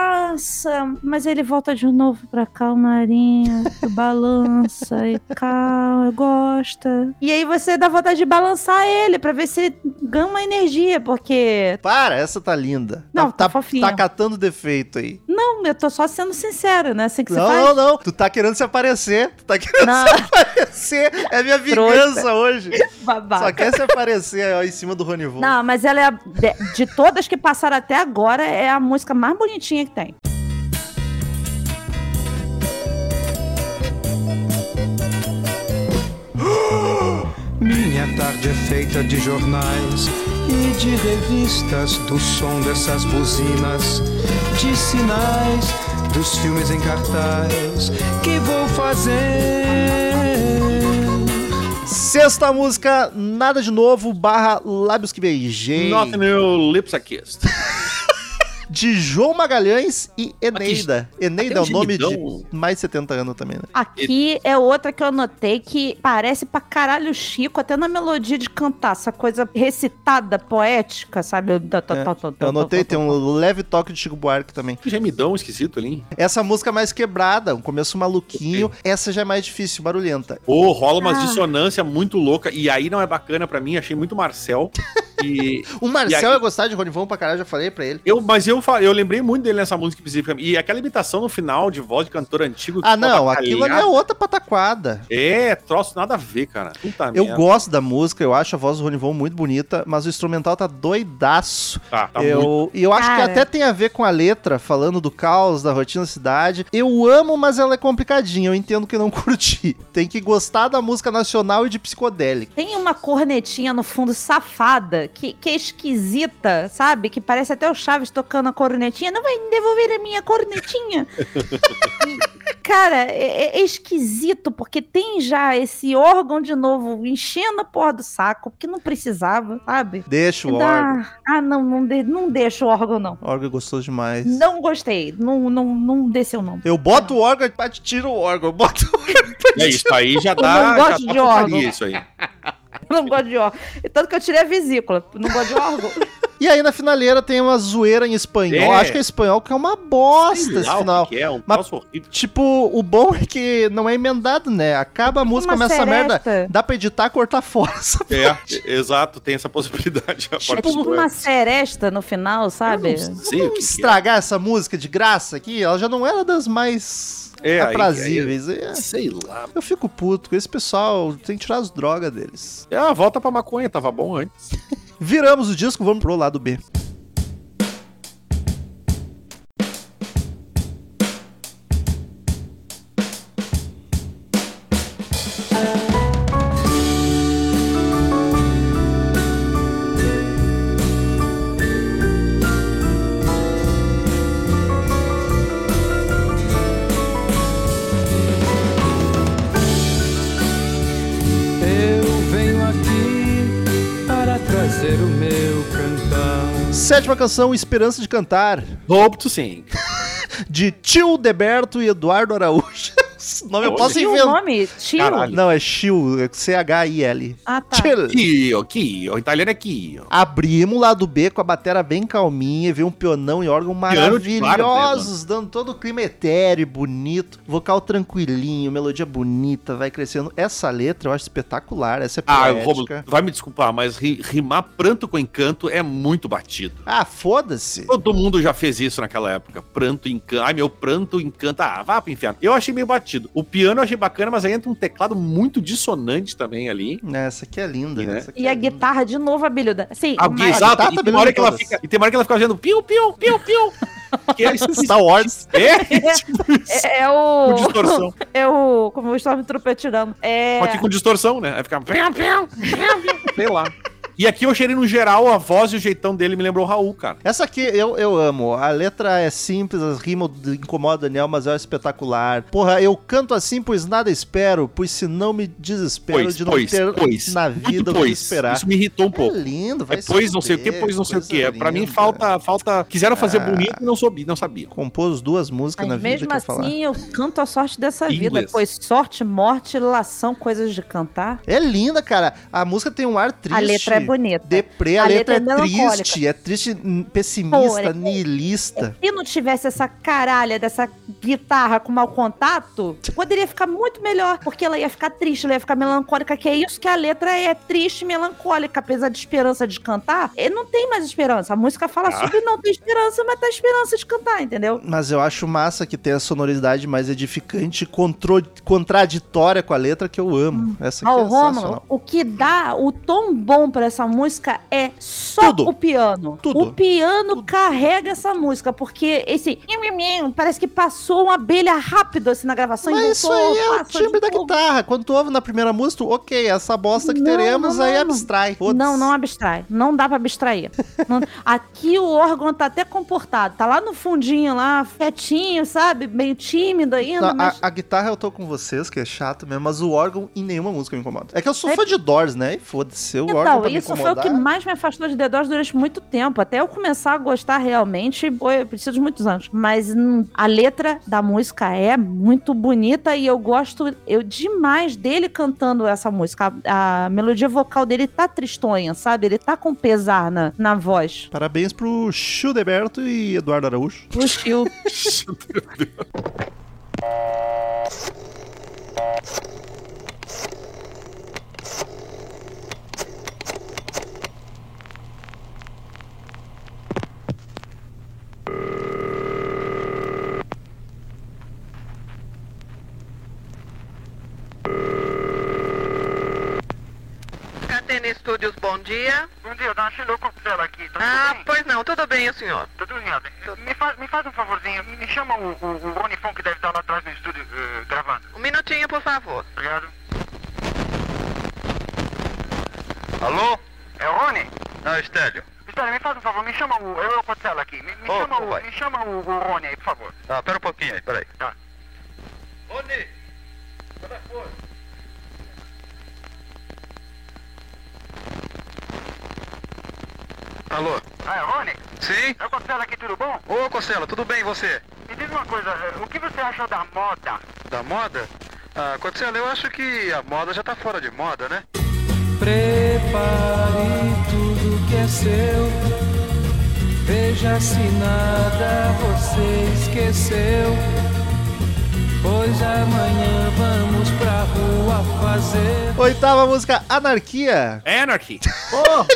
Speaker 4: abraça. Mas ele volta de novo pra calmarinha, e balança e calma, gosta. E aí você dá vontade de balançar ele pra ver se ele gama energia, porque.
Speaker 2: Para, essa tá linda.
Speaker 4: Não,
Speaker 2: tá,
Speaker 4: tá fofinha.
Speaker 2: tá catando defeito aí.
Speaker 4: Não, eu tô só sendo sincera, né? Assim que você
Speaker 2: não,
Speaker 4: faz.
Speaker 2: não, não. Tu tá querendo se aparecer. Tu tá querendo
Speaker 4: Não.
Speaker 2: se aparecer. É minha vingança hoje.
Speaker 4: Babaca.
Speaker 2: Só quer se aparecer ó, em cima do Ronivon.
Speaker 4: Não, mas ela é. a- De, de todas que passaram até agora, é a música mais bonitinha que tem.
Speaker 6: Minha tarde é feita de jornais e de revistas, do som dessas buzinas, de sinais, dos filmes em cartaz. Que vou fazer?
Speaker 2: Sexta música, nada de novo, barra Lábios que Beijei.
Speaker 3: Nothing new lips are kissed.
Speaker 2: De João Magalhães e Eneida. Eneida é o
Speaker 3: até o
Speaker 2: nome de
Speaker 3: gemidão.
Speaker 2: mais de 70 anos também, né?
Speaker 4: Aqui é outra que eu notei que parece pra caralho o Chico, até na melodia de cantar, essa coisa recitada, poética, sabe?
Speaker 2: É,
Speaker 4: Então
Speaker 2: Eu
Speaker 4: tá,
Speaker 2: notei, tem um leve toque de Chico Buarque também.
Speaker 3: Que gemidão esquisito ali. hein?
Speaker 2: Essa música é mais quebrada, um começo maluquinho. Essa já é mais difícil, barulhenta.
Speaker 3: Pô, rola umas
Speaker 4: Ah.
Speaker 3: dissonância muito louca. E aí não é bacana pra mim, achei muito Marcel. E
Speaker 2: O Marcel
Speaker 3: aí-
Speaker 2: ia gostar de Ronivon pra caralho, já falei pra ele.
Speaker 3: eu, mas eu, fa- eu lembrei muito dele nessa música específica. E aquela imitação no final de voz de cantor antigo.
Speaker 2: Ah, não,
Speaker 3: toca
Speaker 2: aquilo ali é
Speaker 3: calhado.
Speaker 2: outra pataquada.
Speaker 3: É, troço nada a ver, cara. Puta
Speaker 2: Eu
Speaker 3: merda.
Speaker 2: gosto da música, eu acho a voz do Ronivon muito bonita, mas o instrumental tá doidaço.
Speaker 3: Tá, tá muito.
Speaker 2: eu, e eu acho que
Speaker 4: Cara.
Speaker 2: até tem a ver com a letra, falando do caos, da rotina da cidade. Eu amo, mas ela é complicadinha, eu entendo que não curti. Tem que gostar da música nacional e de psicodélica.
Speaker 4: Tem uma cornetinha no fundo safada, que, que é esquisita, sabe? Que parece até o Chaves tocando a cornetinha. Não vai me devolver a minha cornetinha. E, cara, é, é- é esquisito, porque tem já esse órgão de novo enchendo a porra do saco, porque não precisava, sabe?
Speaker 2: Deixa o
Speaker 4: Dá-
Speaker 2: órgão.
Speaker 4: Ah, não, não, de- não deixa o órgão, não.
Speaker 2: Órgão é gostoso demais.
Speaker 4: Não gostei. Não, não, não desceu, não.
Speaker 2: Eu boto o órgão e te tiro o órgão. Eu boto o órgão.
Speaker 3: É isso aí já
Speaker 4: não
Speaker 3: dá.
Speaker 4: gosto
Speaker 3: já dá
Speaker 4: de
Speaker 3: putaria
Speaker 4: órgão.
Speaker 3: Isso aí.
Speaker 4: Não gosto de órgão. Tanto que eu tirei a vesícula. Não gosto de órgão.
Speaker 2: E aí na finaleira tem uma zoeira em espanhol.
Speaker 3: É.
Speaker 2: Acho que é espanhol, que é uma
Speaker 3: Sei
Speaker 2: bosta
Speaker 3: lá
Speaker 2: esse
Speaker 3: o
Speaker 2: final.
Speaker 3: que que é, um
Speaker 2: Mas-
Speaker 3: troço horrível.
Speaker 2: Tipo, o bom é que não é emendado, né? Acaba a música,
Speaker 4: Uma
Speaker 2: começa essa merda.
Speaker 4: seresta.
Speaker 2: Dá pra editar, cortar fora. essa
Speaker 3: É, exato, tem essa possibilidade. A
Speaker 4: É
Speaker 3: parte
Speaker 4: tipo
Speaker 3: do-
Speaker 4: uma um seresta no final, sabe?
Speaker 3: sei o que que é.
Speaker 2: estragar essa música de graça aqui, ela já não era das mais
Speaker 3: É, aí-
Speaker 2: aprazíveis. É.
Speaker 3: Sei lá.
Speaker 2: Eu fico puto com esse pessoal, tem que tirar as drogas deles.
Speaker 3: É uma volta pra maconha, tava bom antes.
Speaker 2: Viramos o disco, vamos pro lado B.
Speaker 6: Eu venho aqui para trazer o meu cantar.
Speaker 2: Sétima canção, Esperança de Cantar,
Speaker 3: Hope to sing.
Speaker 2: de Tio Deberto e Eduardo Araújo. Esse nome eu
Speaker 3: Olha.
Speaker 2: posso
Speaker 4: Tio, o
Speaker 2: inventar.
Speaker 4: um nome? Tio?
Speaker 3: Caralho.
Speaker 2: Não, é Chil, é C-H-I-L.
Speaker 4: Ah, tá.
Speaker 2: Chil.
Speaker 3: Kio, Kio. O italiano é Kio.
Speaker 2: Abrimos o lado B com a batera bem calminha, veio um pionão e órgão
Speaker 3: Piano de né, guarda,
Speaker 2: maravilhosos, dando todo o clima etéreo, e bonito, vocal tranquilinho, melodia bonita, vai crescendo. Essa letra eu acho espetacular, essa é
Speaker 3: Ah,
Speaker 2: poética. Ah,
Speaker 3: Romulo, vai me desculpar, mas ri- rimar pranto com encanto é muito batido.
Speaker 2: Ah, foda-se.
Speaker 3: Todo mundo já fez isso naquela época. Pranto, encanto. Ai, meu pranto encanta. Ah, vá pro inferno. Eu achei meio batido. O piano eu achei bacana, mas aí entra um teclado muito dissonante também ali.
Speaker 2: Essa aqui é linda.
Speaker 3: E, né?
Speaker 2: essa aqui
Speaker 4: E
Speaker 2: é
Speaker 4: a
Speaker 2: linda.
Speaker 4: guitarra de novo, a bilhuda. Sim,
Speaker 3: Ah,
Speaker 4: mas-
Speaker 3: exato.
Speaker 2: tá
Speaker 3: e, tem
Speaker 2: brilhando
Speaker 3: uma hora que ela
Speaker 2: todas.
Speaker 3: fica, e tem uma hora que ela fica fazendo piu, piu, piu, piu. que é,
Speaker 2: Star Wars.
Speaker 3: é,
Speaker 4: é, é
Speaker 3: com
Speaker 4: o...
Speaker 3: distorção.
Speaker 4: É o... Como o Stormtrooper tirando. É...
Speaker 3: Só que com distorção, né? Aí fica. piu, piu, piu, piu. Sei lá. E aqui eu cheirei no geral, a voz e o jeitão dele me lembrou o Raul, cara.
Speaker 2: Essa aqui eu, eu amo. A letra é simples, as rimas d- incomodam o Daniel, mas é espetacular. Porra, eu canto assim, pois nada espero, pois se não me desespero de não ter na
Speaker 3: Muito
Speaker 2: vida o que
Speaker 3: pois.
Speaker 2: esperar.
Speaker 3: Isso me irritou um pouco.
Speaker 2: É lindo, vai
Speaker 3: É
Speaker 2: se
Speaker 3: pois não sei o que,
Speaker 2: fuder,
Speaker 3: pois não sei o
Speaker 2: coisa
Speaker 3: que. É, pra mim
Speaker 2: linda.
Speaker 3: falta, falta. Quiseram fazer bonito e não soube, não sabia.
Speaker 2: Compôs duas músicas
Speaker 4: Mas
Speaker 2: na vida
Speaker 4: mesmo
Speaker 2: que eu falar.
Speaker 4: assim, eu canto a sorte dessa
Speaker 3: Inglês.
Speaker 4: vida. Pois sorte, morte, lação, coisas de cantar.
Speaker 2: É linda, cara. A música tem um ar triste.
Speaker 4: letra é bonita.
Speaker 2: Deprê, a,
Speaker 4: A
Speaker 2: letra,
Speaker 4: letra é
Speaker 2: é triste,
Speaker 4: melancólica.
Speaker 2: é triste, hum, pessimista,
Speaker 4: Porra, é-
Speaker 2: niilista.
Speaker 4: Se não tivesse essa caralha dessa guitarra com mau contato, poderia ficar muito melhor, porque ela ia ficar triste, ela ia ficar melancólica, que é isso que a letra é, triste e melancólica, apesar de esperança de cantar, ele não tem mais esperança. A música fala
Speaker 3: Ah.
Speaker 4: sobre não ter esperança, mas tá esperança de cantar, entendeu?
Speaker 2: Mas eu acho massa que tem a sonoridade mais edificante, contro- contraditória com a letra que eu amo. Essa aqui
Speaker 4: Hum. Ó,
Speaker 2: é
Speaker 4: o
Speaker 2: sensacional.
Speaker 4: Rômulo, o que dá o tom bom pra essa música é só
Speaker 2: Tudo.
Speaker 4: o piano.
Speaker 2: Tudo.
Speaker 4: O piano carrega essa música, porque esse parece que passou uma abelha rápido assim na gravação. e
Speaker 2: Mas isso
Speaker 4: voltou,
Speaker 2: aí é o
Speaker 4: passou de
Speaker 2: timbre da
Speaker 4: novo.
Speaker 2: guitarra. Quando tu ouve na primeira música, tu, ok, essa bosta que
Speaker 4: Não,
Speaker 2: teremos,
Speaker 4: não,
Speaker 2: aí
Speaker 4: não.
Speaker 2: abstrai. Foda-se.
Speaker 4: Não, não abstrai. Não dá pra abstrair. Não- aqui o órgão tá até comportado. Tá lá no fundinho, lá, quietinho, sabe? Meio tímido ainda,
Speaker 2: Não,
Speaker 4: mas...
Speaker 2: Tá, a, a guitarra eu tô com vocês, que é chato mesmo, mas o órgão em nenhuma música me incomoda. É que eu sou fã de Doors, né? E foda-se, o órgão
Speaker 4: Então,
Speaker 2: pra me
Speaker 4: isso foi o que
Speaker 2: incomodar.
Speaker 4: mais me afastou de The Doors durante muito tempo. Até eu começar a gostar realmente, foi, preciso de muitos anos. Mas hum, a letra da música é muito bonita e eu gosto eu demais dele cantando essa música. A, a melodia vocal dele tá tristonha, sabe? Ele tá com pesar na, na voz.
Speaker 2: Parabéns pro Chudeberto e Eduardo Araújo.
Speaker 4: O Chiu.
Speaker 7: Catena Tá Estúdios, bom dia.
Speaker 8: Bom dia, dá uma Chiluco dela aqui. Tá
Speaker 7: Ah,
Speaker 8: tudo bem?
Speaker 7: pois não, tudo bem, o senhor?
Speaker 8: Tudo em ordem. Me faz, me faz um favorzinho, me chama o, o, o Ronifon que deve estar lá atrás no estúdio eh, gravando.
Speaker 7: Um minutinho, por favor.
Speaker 8: Obrigado. Alô? É o Rony?
Speaker 9: Não, Ah, Estélio.
Speaker 8: Espera, me faz um favor, me chama o. Eu vou dela aqui. Me, me
Speaker 9: Oh,
Speaker 8: chama, o,
Speaker 9: vai.
Speaker 8: me chama o, o Rony aí, por favor.
Speaker 9: Ah, pera um pouquinho aí, peraí.
Speaker 8: Tá.
Speaker 9: Rony! Cadê foi? Alô?
Speaker 8: Ah, é o Rony?
Speaker 9: Sim?
Speaker 8: É o Cotzela aqui, tudo bom?
Speaker 9: Ô, Cocela, tudo bem e você?
Speaker 8: Me diz uma coisa, eh, o que você achou da moda?
Speaker 9: Da moda? Ah, Cocela, eu acho que a moda já tá fora de moda, né?
Speaker 6: Prepare tudo que é seu. Veja se nada você esqueceu. Pois amanhã vamos pra rua fazer.
Speaker 2: Oitava música, Anarquia.
Speaker 3: Anarchy.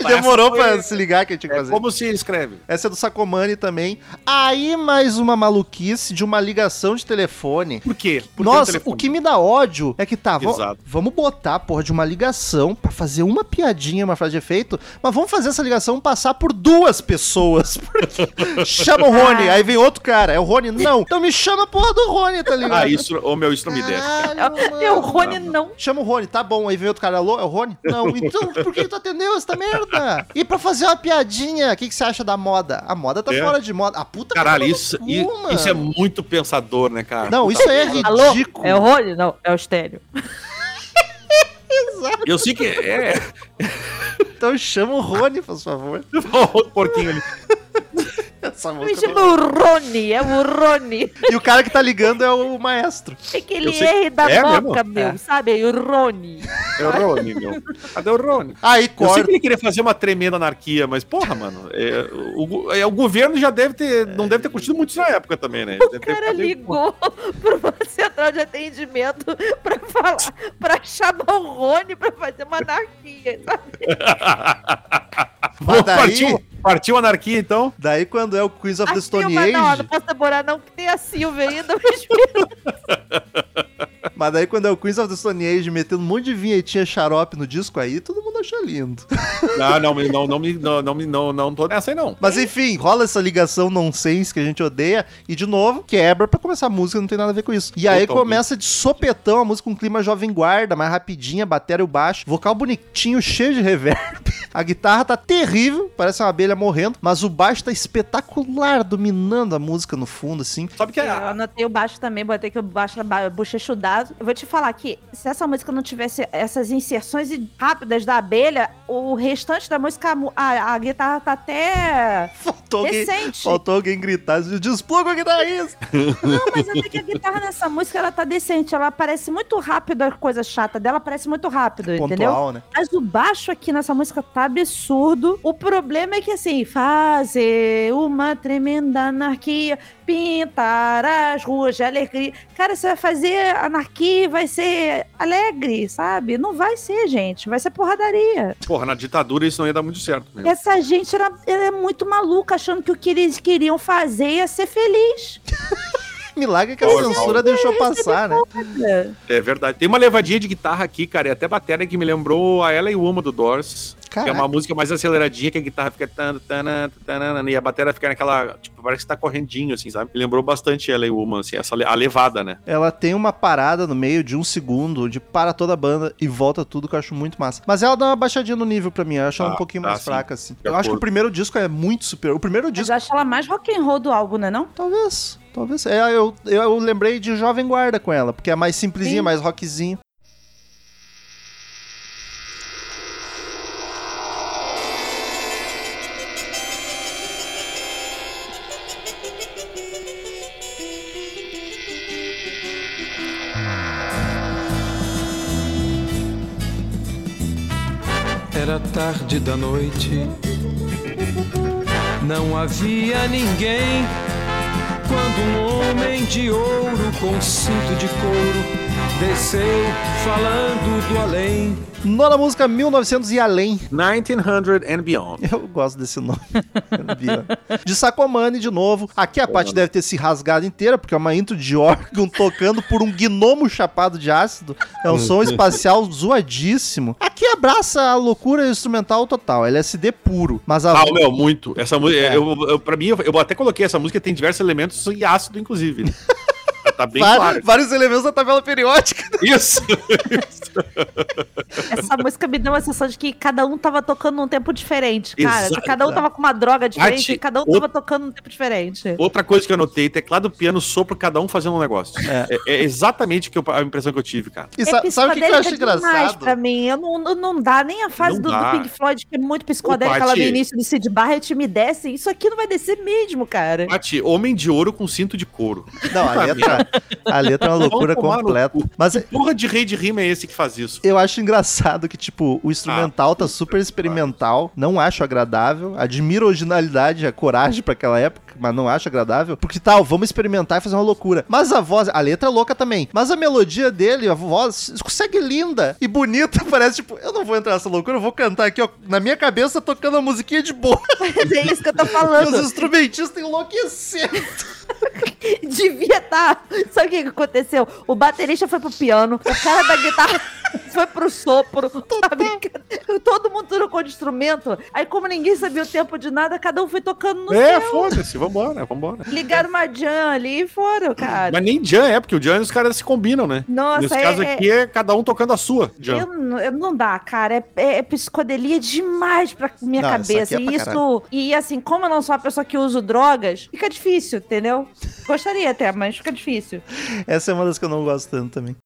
Speaker 2: Demorou
Speaker 3: essa foi-
Speaker 2: pra se ligar que eu tinha que
Speaker 3: É
Speaker 2: fazer.
Speaker 3: como se escreve?
Speaker 2: Essa é do Sacomani também. Aí mais uma maluquice de uma ligação de telefone.
Speaker 3: Por quê? Por um
Speaker 2: Nossa,
Speaker 3: telefone.
Speaker 2: o que me dá ódio é que tá, vo-
Speaker 3: Exato.
Speaker 2: vamos botar a porra de uma ligação pra fazer uma piadinha, uma frase de efeito, mas vamos fazer essa ligação passar por duas pessoas. Porque chama
Speaker 4: Ah.
Speaker 2: o Rony, aí vem outro cara, é o Rony, não. Então me chama a porra do Rony, tá ligado?
Speaker 3: Ah, isso, ô meu, isso não me desce. cara.
Speaker 2: Caralho,
Speaker 4: E É o
Speaker 2: mano.
Speaker 4: Rony não.
Speaker 2: Chama o Rony, tá bom. Aí vem outro cara, alô, é o Rony? Não, então por que tu atendeu essa merda? E pra fazer uma piadinha, o que, que você acha da moda? A moda tá
Speaker 3: É.
Speaker 2: fora de moda. A puta
Speaker 3: Caralho,
Speaker 2: que
Speaker 3: isso,
Speaker 2: pariu,
Speaker 3: i-
Speaker 2: mano.
Speaker 3: isso é muito pensador, né, cara?
Speaker 2: Não, isso aí é
Speaker 4: Alô?
Speaker 2: ridículo.
Speaker 4: É o Rony? Não, é o Estélio.
Speaker 3: Eu sei que é.
Speaker 2: Então chama o Rony, por favor.
Speaker 3: Olha o porquinho ali.
Speaker 2: Essa
Speaker 4: Me
Speaker 2: música.
Speaker 4: chama o Rony, é o Rony.
Speaker 2: E o cara que tá ligando é o maestro.
Speaker 4: Aquele
Speaker 3: Eu sei-
Speaker 4: R da
Speaker 3: É mesmo?
Speaker 4: boca, meu, sabe? O Rony.
Speaker 3: É o Rony, meu. Cadê o Rony?
Speaker 2: Aí
Speaker 3: Eu sei que
Speaker 2: corta.
Speaker 3: ele queria fazer uma tremenda anarquia, mas porra, mano, é, o, go- é, o governo já deve ter, não deve ter curtido muito isso na época também, né? Deve
Speaker 4: O
Speaker 3: ter
Speaker 4: cara
Speaker 3: ficado meio-
Speaker 4: ligou pra uma central de atendimento pra falar, pra chamar o Rony pra fazer uma anarquia. sabe?
Speaker 3: Tá
Speaker 2: Mas daí,
Speaker 3: partiu, partiu anarquia, então?
Speaker 2: daí quando é o Quiz of the
Speaker 4: A
Speaker 2: Stone
Speaker 4: Silva, não, não
Speaker 2: Age,
Speaker 4: posso demorar não, que tem a Silvia ainda. mas espera.
Speaker 2: mas daí quando é o Quiz of the Stone Age metendo um monte de vinhetinha xarope no disco aí, todo mundo acha lindo.
Speaker 3: Não, não, me- não, não, me- não, não, me- não, não tô nessa aí, não.
Speaker 2: Mas enfim, rola essa ligação nonsense que a gente odeia e de novo quebra pra começar a música, não tem nada a ver com isso. E aí
Speaker 3: Totalmente.
Speaker 2: começa de sopetão a música com um clima jovem guarda, mais rapidinha, bateria e baixo, vocal bonitinho, cheio de reverb. A guitarra tá terrível, parece uma abelha morrendo, mas o baixo tá espetacular, dominando a música no fundo assim.
Speaker 3: Sabe que é
Speaker 4: Eu
Speaker 3: a,
Speaker 4: anotei o baixo também, botei que o baixo era ba- bochechudado. Eu vou te falar que se essa música não tivesse essas inserções e- rápidas da abelha, o restante da música, a, mu- a, a guitarra tá até
Speaker 2: Faltou alguém,
Speaker 4: Decente.
Speaker 2: faltou alguém gritar, despluga o guitarrista.
Speaker 4: Não, mas até que a guitarra nessa música, ela tá decente. Ela aparece muito rápido, a coisa chata dela aparece muito rápido, entendeu?
Speaker 2: Pontual, né?
Speaker 4: Mas o baixo aqui nessa música tá absurdo. O problema é que, assim, fazer uma tremenda anarquia, pintar as ruas de alegria. Cara, você vai fazer anarquia e vai ser alegre, sabe? Não vai ser, gente. Vai ser porradaria.
Speaker 3: Porra, na ditadura isso não ia dar muito certo. Mesmo.
Speaker 4: Essa gente era, ela é muito maluca, achando que o que eles queriam fazer ia ser feliz.
Speaker 2: Milagre que a
Speaker 3: Porra,
Speaker 2: censura deixou passar, né?
Speaker 4: Cara.
Speaker 3: É verdade. Tem uma levadinha de guitarra aqui, cara, e até batera que me lembrou a Ela e Uma do Doors. Que é
Speaker 2: Caraca.
Speaker 3: uma música mais aceleradinha, que a guitarra fica. tan, tan, tan, e a batera fica naquela. Tipo, parece que tá correndinho, assim, sabe? Me lembrou bastante Ela e Uma, assim, essa, le- a levada, né?
Speaker 2: Ela tem uma parada no meio de um segundo, onde para toda a banda e volta tudo, que eu acho muito massa. Mas ela dá uma baixadinha no nível pra mim, eu acho ela
Speaker 3: Ah,
Speaker 2: um pouquinho
Speaker 3: tá,
Speaker 2: mais
Speaker 3: sim.
Speaker 2: fraca, assim.
Speaker 3: De
Speaker 2: Eu acho que o
Speaker 3: acordo.
Speaker 2: primeiro disco é muito superior. O primeiro
Speaker 4: Mas
Speaker 2: disco,
Speaker 4: eu acho ela mais rock and roll do álbum, né não?
Speaker 2: talvez. Talvez. É, eu, eu, eu lembrei de Jovem Guarda com ela, porque é mais simplesinha,
Speaker 4: Sim.
Speaker 2: mais rockzinho.
Speaker 6: Era tarde da noite, não havia ninguém. Quando um homem de ouro com cinto de couro desceu falando do além.
Speaker 2: Nona música, 1900 e além.
Speaker 3: 1900 and Beyond.
Speaker 2: Eu gosto desse nome. de Sacomani, de novo. Aqui a parte deve ter se rasgado inteira, porque é uma intro de órgão tocando por um gnomo chapado de ácido. É um som espacial zoadíssimo. Aqui abraça a loucura instrumental total. LSD puro. Mas a.
Speaker 3: Ah, meu, muito. Essa música. Eu, eu, pra mim, eu, eu até coloquei essa música, tem diversos elementos e ácido, inclusive. né? tá bem
Speaker 2: va-
Speaker 3: claro.
Speaker 2: Vários elementos da tabela periódica.
Speaker 3: Isso!
Speaker 4: Essa música me deu a sensação de que cada um tava tocando um tempo diferente, cara.
Speaker 3: Exato.
Speaker 4: Cada um tava com uma droga diferente,
Speaker 3: Tati,
Speaker 4: cada um
Speaker 3: o-
Speaker 4: tava tocando um tempo diferente.
Speaker 3: Outra coisa que eu notei: teclado, piano, sopro, cada um fazendo um negócio. É, é exatamente o que eu- a impressão que eu tive, cara.
Speaker 2: E sa- sabe o que, que eu
Speaker 4: psicodélica
Speaker 2: acho
Speaker 4: é demais
Speaker 2: engraçado?
Speaker 4: pra mim. Eu não, não, não dá nem a fase
Speaker 3: Não
Speaker 4: do, do
Speaker 3: dá.
Speaker 4: Pink Floyd, que é muito psicodélica,
Speaker 3: Ô,
Speaker 4: ela no
Speaker 3: Tati.
Speaker 4: início do Sid Barrett, me desce. Isso aqui não vai descer mesmo, cara.
Speaker 3: Mate, homem de ouro com cinto de couro.
Speaker 2: Não, a letra, a letra é uma loucura
Speaker 3: Vão tomar no
Speaker 2: completa.
Speaker 3: cu.
Speaker 2: Mas
Speaker 3: Porra de rei de rima é esse que faz isso?
Speaker 2: Eu acho engraçado que, tipo, o instrumental tá
Speaker 3: puta
Speaker 2: super experimental, não acho agradável, admiro a originalidade, a coragem pra aquela época, mas não acho agradável, porque tal, vamos experimentar e fazer uma loucura. Mas a voz, a letra é louca também, mas a melodia dele, a voz, consegue linda e bonita, parece tipo, eu não vou entrar nessa loucura, eu vou cantar aqui, ó, na minha cabeça tocando a musiquinha de boa,
Speaker 4: é isso que eu tô
Speaker 2: e os
Speaker 4: falando.
Speaker 2: instrumentistas enlouquecendo.
Speaker 4: Devia estar. Sabe o que que aconteceu? O baterista foi pro piano, o cara da guitarra foi pro sopro. sabe? Todo mundo trocou de instrumento. Aí, como ninguém sabia o tempo de nada, cada um foi tocando no
Speaker 3: É,
Speaker 4: seu.
Speaker 3: foda-se, vambora, vambora.
Speaker 4: Ligaram uma jam ali e foram, cara.
Speaker 3: Mas nem Jan é, porque o Jan os caras se combinam, né? Nesse
Speaker 4: Nossa, é,
Speaker 3: caso
Speaker 4: é-
Speaker 3: aqui é cada um tocando a sua, Jan.
Speaker 4: eu n- eu não dá, cara. É, é- é psicodelia demais pra minha
Speaker 2: Não, isso
Speaker 4: cabeça.
Speaker 2: aqui é pra
Speaker 4: E isso. E assim, como eu não sou uma pessoa que uso drogas, fica difícil, entendeu? Gostaria até, mas fica difícil.
Speaker 2: Essa é uma das que eu não gosto tanto também.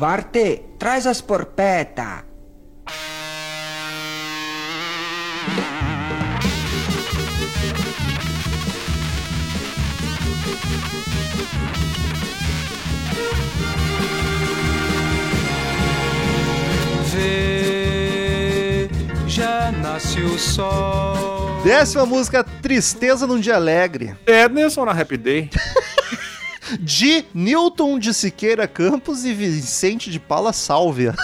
Speaker 10: Varte, traz as porpeta.
Speaker 6: Vê, já nasce o sol.
Speaker 2: Décima música, Tristeza num Dia Alegre.
Speaker 3: É, Nelson na Happy Day.
Speaker 2: de Newton de Siqueira Campos e Vicente de Paula Sálvia.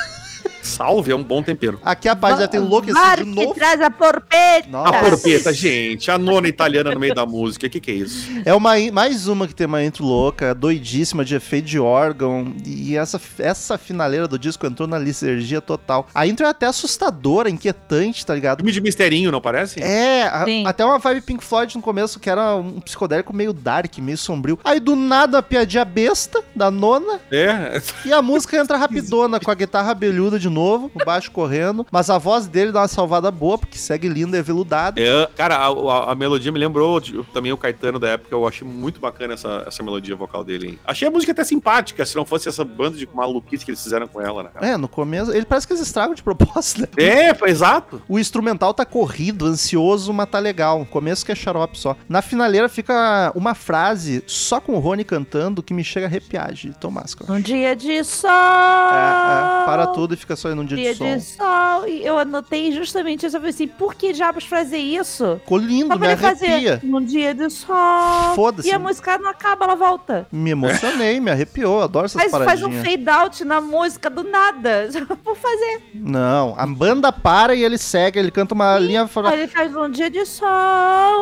Speaker 3: Salve é um bom tempero.
Speaker 2: Aqui a página tem
Speaker 4: Mark
Speaker 2: enlouquecido de novo.
Speaker 4: traz a porpeta.
Speaker 2: Nossa.
Speaker 3: A porpeta, gente, a nona italiana no meio da música, que que é isso?
Speaker 2: É uma, in- mais uma que tem uma intro louca, doidíssima, de efeito de órgão. E essa, essa finaleira do disco entrou na lisergia total. A intro é até assustadora, inquietante, tá ligado?
Speaker 3: Filme de misterinho, não parece?
Speaker 2: É, a-
Speaker 4: Sim.
Speaker 2: até uma vibe Pink Floyd no começo, que era um psicodélico meio dark, meio sombrio. Aí do nada a piadinha besta da nona
Speaker 3: É.
Speaker 2: e a música entra rapidona, com a guitarra belhuda de novo, o baixo correndo. Mas a voz dele dá uma salvada boa, porque segue linda e veludada.
Speaker 3: É, cara, a, a- a melodia me lembrou de- também o Caetano da época. Eu achei muito bacana essa, essa melodia vocal dele. hein? Achei a música até simpática, se não fosse essa banda de maluquice que eles fizeram com ela, né, cara?
Speaker 2: É, no começo. Ele parece que eles estragam de propósito, né?
Speaker 3: É, foi exato.
Speaker 2: O instrumental tá corrido, ansioso, mas tá legal. No começo que é xarope só. Na finaleira fica uma frase só com o Rony cantando que me chega a arrepiar de tão máscara.
Speaker 4: Um dia de sol.
Speaker 2: É, é, para tudo e fica só em um dia,
Speaker 4: dia
Speaker 2: de som.
Speaker 4: de sol. E eu anotei justamente isso. Eu falei assim, por que diabos fazer isso?
Speaker 2: Ficou lindo,
Speaker 4: Só
Speaker 2: Hum, me
Speaker 4: pra ele fazer
Speaker 2: arrepia.
Speaker 4: um dia de sol.
Speaker 2: Foda-se.
Speaker 4: E a música não acaba, ela volta.
Speaker 2: Me emocionei, me arrepiou, adoro essas
Speaker 4: Mas faz um
Speaker 2: paradinhas.
Speaker 4: fade out na música do nada. Vou fazer.
Speaker 2: Não, a banda para e ele segue, ele canta uma linha...
Speaker 4: Aí ele faz um dia de sol.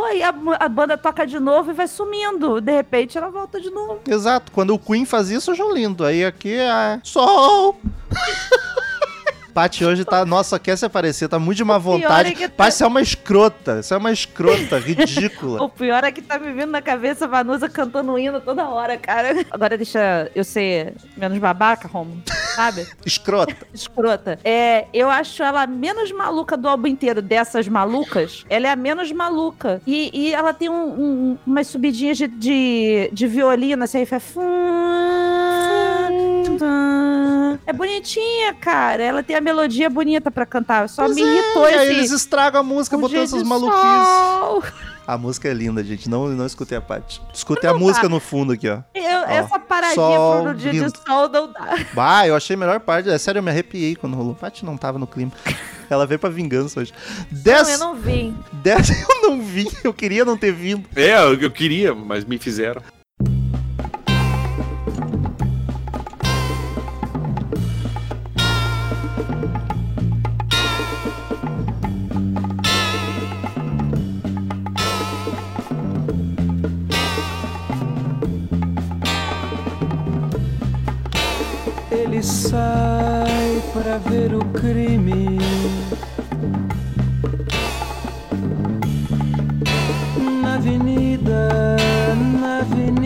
Speaker 4: Aí a, mu- a banda toca de novo e vai sumindo. De repente ela volta de novo.
Speaker 2: Exato, quando o Queen faz isso, eu já lindo. Aí aqui é... Sol! Paty hoje tá... Nossa, quer se aparecer, tá muito de má
Speaker 4: pior é
Speaker 2: vontade.
Speaker 4: que
Speaker 2: Paty,
Speaker 4: tá-
Speaker 2: você é uma escrota, você é uma escrota, ridícula.
Speaker 4: O pior é que tá me vindo na cabeça a Vanusa cantando hino toda hora, cara. Agora deixa eu ser menos babaca, Romo. Sabe?
Speaker 2: Escrota.
Speaker 4: escrota. É, eu acho ela a menos maluca do álbum inteiro, dessas malucas. Ela é a menos maluca. E, e ela tem um, um- umas subidinhas de, de, de violino, assim, aí faz... fum, tum. É bonitinha, cara. Ela tem a melodia bonita pra cantar. Só
Speaker 2: Pois
Speaker 4: me
Speaker 2: é,
Speaker 4: irritou
Speaker 2: E aí
Speaker 4: esse...
Speaker 2: eles estragam a música,
Speaker 4: um
Speaker 2: botando
Speaker 4: dia
Speaker 2: essas
Speaker 4: de
Speaker 2: maluquices.
Speaker 4: sol.
Speaker 2: A música é linda, gente. Não, não escutei a parte. Escutei a música no fundo aqui, ó.
Speaker 4: Eu- essa paradinha
Speaker 2: sol
Speaker 4: pro dia
Speaker 2: lindo.
Speaker 4: de sol não dá.
Speaker 2: Bah, eu achei a melhor parte. É sério, eu me arrepiei quando rolou. Paty não tava no clima. Ela veio pra vingança hoje.
Speaker 4: Não, eu
Speaker 2: Dez,
Speaker 4: não vim.
Speaker 2: dez, eu não vi. Eu queria não ter vindo.
Speaker 3: É, eu, eu queria, mas me fizeram.
Speaker 6: Ele sai pra ver o crime. Na avenida, na avenida.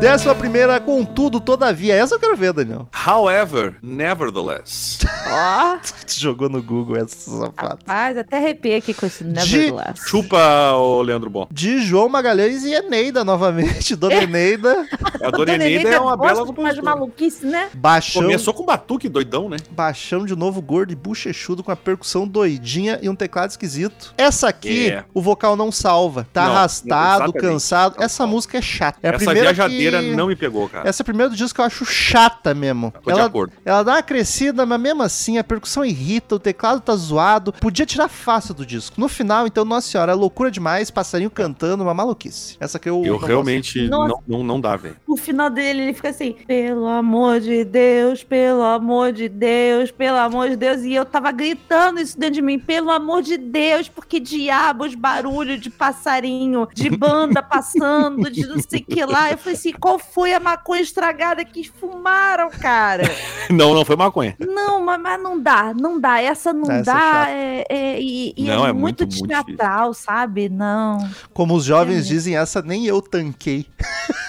Speaker 2: Décima primeira, contudo, todavia. Essa eu quero ver, Daniel.
Speaker 3: However, nevertheless.
Speaker 4: Ó,
Speaker 2: Te jogou no Google essa safada.
Speaker 4: rapaz, até arrepiei aqui com esse Nevertheless.
Speaker 3: Chupa, o Leandro Bom.
Speaker 2: De João Magalhães e Eneida novamente. Dona Eneida.
Speaker 3: A Dona Eneida é uma bela
Speaker 4: Mas
Speaker 3: compositora.
Speaker 4: maluquice, né?
Speaker 2: Baixão.
Speaker 3: Começou com batuque doidão, né?
Speaker 2: Baixão de novo gordo e bochechudo com a percussão doidinha e um teclado esquisito. Essa aqui,
Speaker 3: É.
Speaker 2: o vocal não salva. Tá
Speaker 3: Não,
Speaker 2: arrastado,
Speaker 3: exatamente.
Speaker 2: cansado.
Speaker 3: Não
Speaker 2: Essa
Speaker 3: salva.
Speaker 2: música é chata. É a
Speaker 3: Essa
Speaker 2: primeira
Speaker 3: viajadeira
Speaker 2: que-
Speaker 3: não me pegou, cara.
Speaker 2: Essa é a primeira do disco que eu acho chata mesmo.
Speaker 3: Tô de
Speaker 2: Ela,
Speaker 3: acordo.
Speaker 2: ela dá uma crescida, mas mesmo assim a percussão irrita, o teclado tá zoado. Podia tirar fácil do disco. No final, então, nossa senhora, é loucura demais, passarinho cantando, uma maluquice. Essa que eu. não
Speaker 3: Eu
Speaker 2: gosto.
Speaker 3: realmente
Speaker 4: Nossa.
Speaker 3: não, não, não dá, velho.
Speaker 4: O final dele, ele fica assim, pelo amor de Deus, pelo amor de Deus, pelo amor de Deus. E eu tava gritando isso dentro de mim, pelo amor de Deus, porque diabos, barulho de passarinho, de banda passando, de não sei o que lá. Eu falei assim, qual foi a maconha estragada que fumaram, cara?
Speaker 3: Não, não foi maconha.
Speaker 4: Não, ma- mas, não dá, não dá. Essa não
Speaker 2: Essa é
Speaker 4: dá.
Speaker 2: chata.
Speaker 4: é- é- e e
Speaker 3: Não,
Speaker 4: é,
Speaker 3: é
Speaker 4: muito,
Speaker 3: muito, muito
Speaker 4: teatral, sabe? Não.
Speaker 2: Como os jovens
Speaker 4: É.
Speaker 2: dizem, essa nem eu tanquei.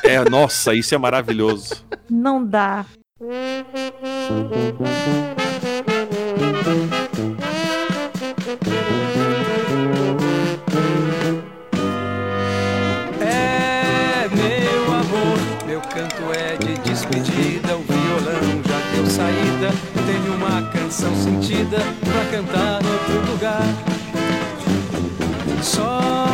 Speaker 3: É, nossa, isso é maravilhoso.
Speaker 4: Não dá.
Speaker 6: É meu amor, meu canto é de despedida. O violão já deu saída. Teve uma canção sentida pra cantar em outro lugar. Só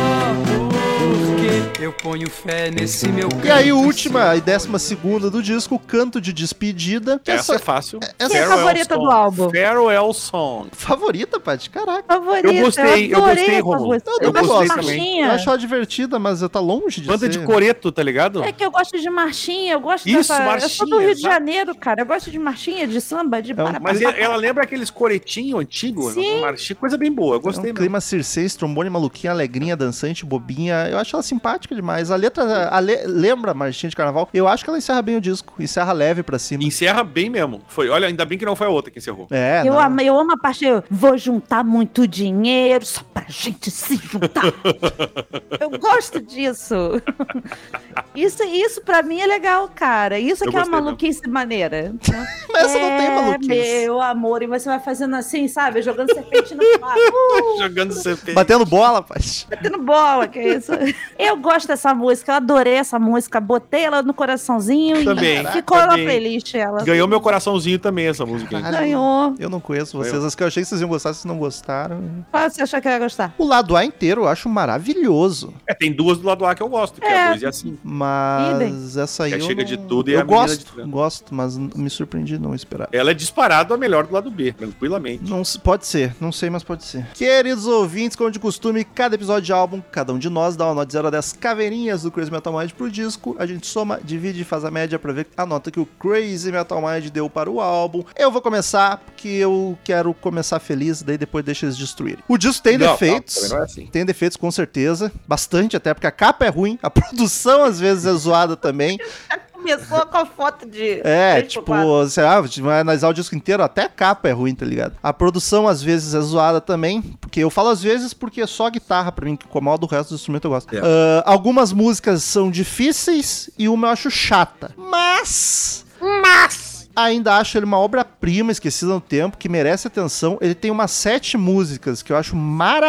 Speaker 6: porque eu
Speaker 11: ponho fé nesse meu
Speaker 2: E aí, última e décima segunda do disco, Canto de Despedida. que
Speaker 3: Essa é fácil.
Speaker 2: Essa é a
Speaker 3: Farewell
Speaker 2: favorita
Speaker 3: Song.
Speaker 2: do álbum.
Speaker 3: Farewell Song.
Speaker 2: Favorita, Paty? Caraca.
Speaker 4: Favorita.
Speaker 3: Eu gostei, eu
Speaker 4: adorei
Speaker 3: gostei,
Speaker 4: essa
Speaker 3: Romulo.
Speaker 4: música.
Speaker 3: Eu
Speaker 4: gosto
Speaker 3: gostei
Speaker 4: de
Speaker 3: também.
Speaker 4: marchinha.
Speaker 2: Eu acho ela divertida, mas tá longe de
Speaker 3: Banda
Speaker 2: ser.
Speaker 3: de coreto, tá ligado?
Speaker 4: É que eu gosto de marchinha, eu gosto
Speaker 3: Isso,
Speaker 4: dessa... eu sou do
Speaker 3: marchinha,
Speaker 4: Rio de
Speaker 3: exato.
Speaker 4: Janeiro, cara. Eu gosto de marchinha, de samba, de... para-
Speaker 3: Mas é-
Speaker 4: para-
Speaker 3: e- ela lembra aqueles coretinhos antigos,
Speaker 4: Sim.
Speaker 3: marchinha, coisa bem boa. Eu gostei
Speaker 2: É um
Speaker 3: mesmo.
Speaker 2: clima circense, trombone, maluquinha, alegrinha, dançante, bobinha. Eu acho ela simpática demais. A letra a le- lembra a Marchinha de Carnaval. Eu acho que ela encerra bem o disco. Encerra leve pra cima.
Speaker 3: Encerra bem mesmo. Foi, olha, ainda bem que não foi a outra que encerrou.
Speaker 2: É,
Speaker 4: eu,
Speaker 2: não.
Speaker 4: amo, eu amo a parte, eu vou juntar muito dinheiro só pra gente se juntar. eu gosto disso. Isso, isso pra mim é legal, cara. Isso
Speaker 12: Eu
Speaker 4: aqui é uma
Speaker 12: gostei mesmo.
Speaker 4: maluquice maneira.
Speaker 2: Mas essa não tem
Speaker 4: É,
Speaker 2: maluquice.
Speaker 4: meu amor, e você vai fazendo assim, sabe? Jogando serpente no mar. Uh,
Speaker 3: Jogando CP.
Speaker 2: Batendo bola, Paty.
Speaker 4: batendo Tá bola, que é isso. Eu gosto dessa música, eu adorei essa música. Botei ela no coraçãozinho
Speaker 3: Também,
Speaker 4: e ficou na
Speaker 3: também.
Speaker 4: playlist ela.
Speaker 3: Ganhou meu coraçãozinho também essa música.
Speaker 2: Caralho.
Speaker 4: Ganhou.
Speaker 2: Eu não conheço vocês. As que eu achei que vocês iam gostar, vocês não gostaram.
Speaker 4: Qual você achou que eu ia gostar?
Speaker 2: O lado A inteiro eu acho maravilhoso.
Speaker 3: É, tem duas do lado lá que eu gosto, que é,
Speaker 4: É.
Speaker 3: a 2 e assim.
Speaker 2: Mas
Speaker 3: Idem.
Speaker 2: essa aí.
Speaker 3: Que
Speaker 2: eu
Speaker 3: chega
Speaker 2: não-
Speaker 3: de tudo e
Speaker 2: Eu
Speaker 3: a menina de
Speaker 2: gosto, gosto, mas n- me surpreendi não esperar.
Speaker 3: Ela é disparado a melhor do lado B, tranquilamente.
Speaker 2: Não se- pode ser, não sei, mas pode ser. Queridos ouvintes, como de costume, cada episódio de álbum, cada um de nós dá uma nota de 0 a 10 caveirinhas do Crazy Metal Mind pro disco. A gente soma, divide e faz a média pra ver a nota que o Crazy Metal Mind deu para o álbum. Eu vou começar, porque eu quero começar feliz, daí depois deixa eles destruírem. O disco tem
Speaker 3: Não, não,
Speaker 2: defeitos.
Speaker 3: também não é assim.
Speaker 2: Tem defeitos, com certeza. Bastante, até porque a capa é ruim, a produção às vezes é zoada também.
Speaker 4: Começou com a foto de.
Speaker 2: É,
Speaker 4: três por
Speaker 2: tipo,
Speaker 4: quatro.
Speaker 2: sei lá, vai analisar o disco inteiro, até a capa é ruim, tá ligado? A produção às vezes é zoada também, porque eu falo às vezes porque é só a guitarra pra mim que incomoda o resto do instrumento eu gosto.
Speaker 3: É.
Speaker 2: Ah, algumas músicas são difíceis e uma eu acho chata. Mas. Mas. Ainda acho ele uma obra-prima, esquecida no tempo, que merece atenção. Ele tem umas sete músicas que eu acho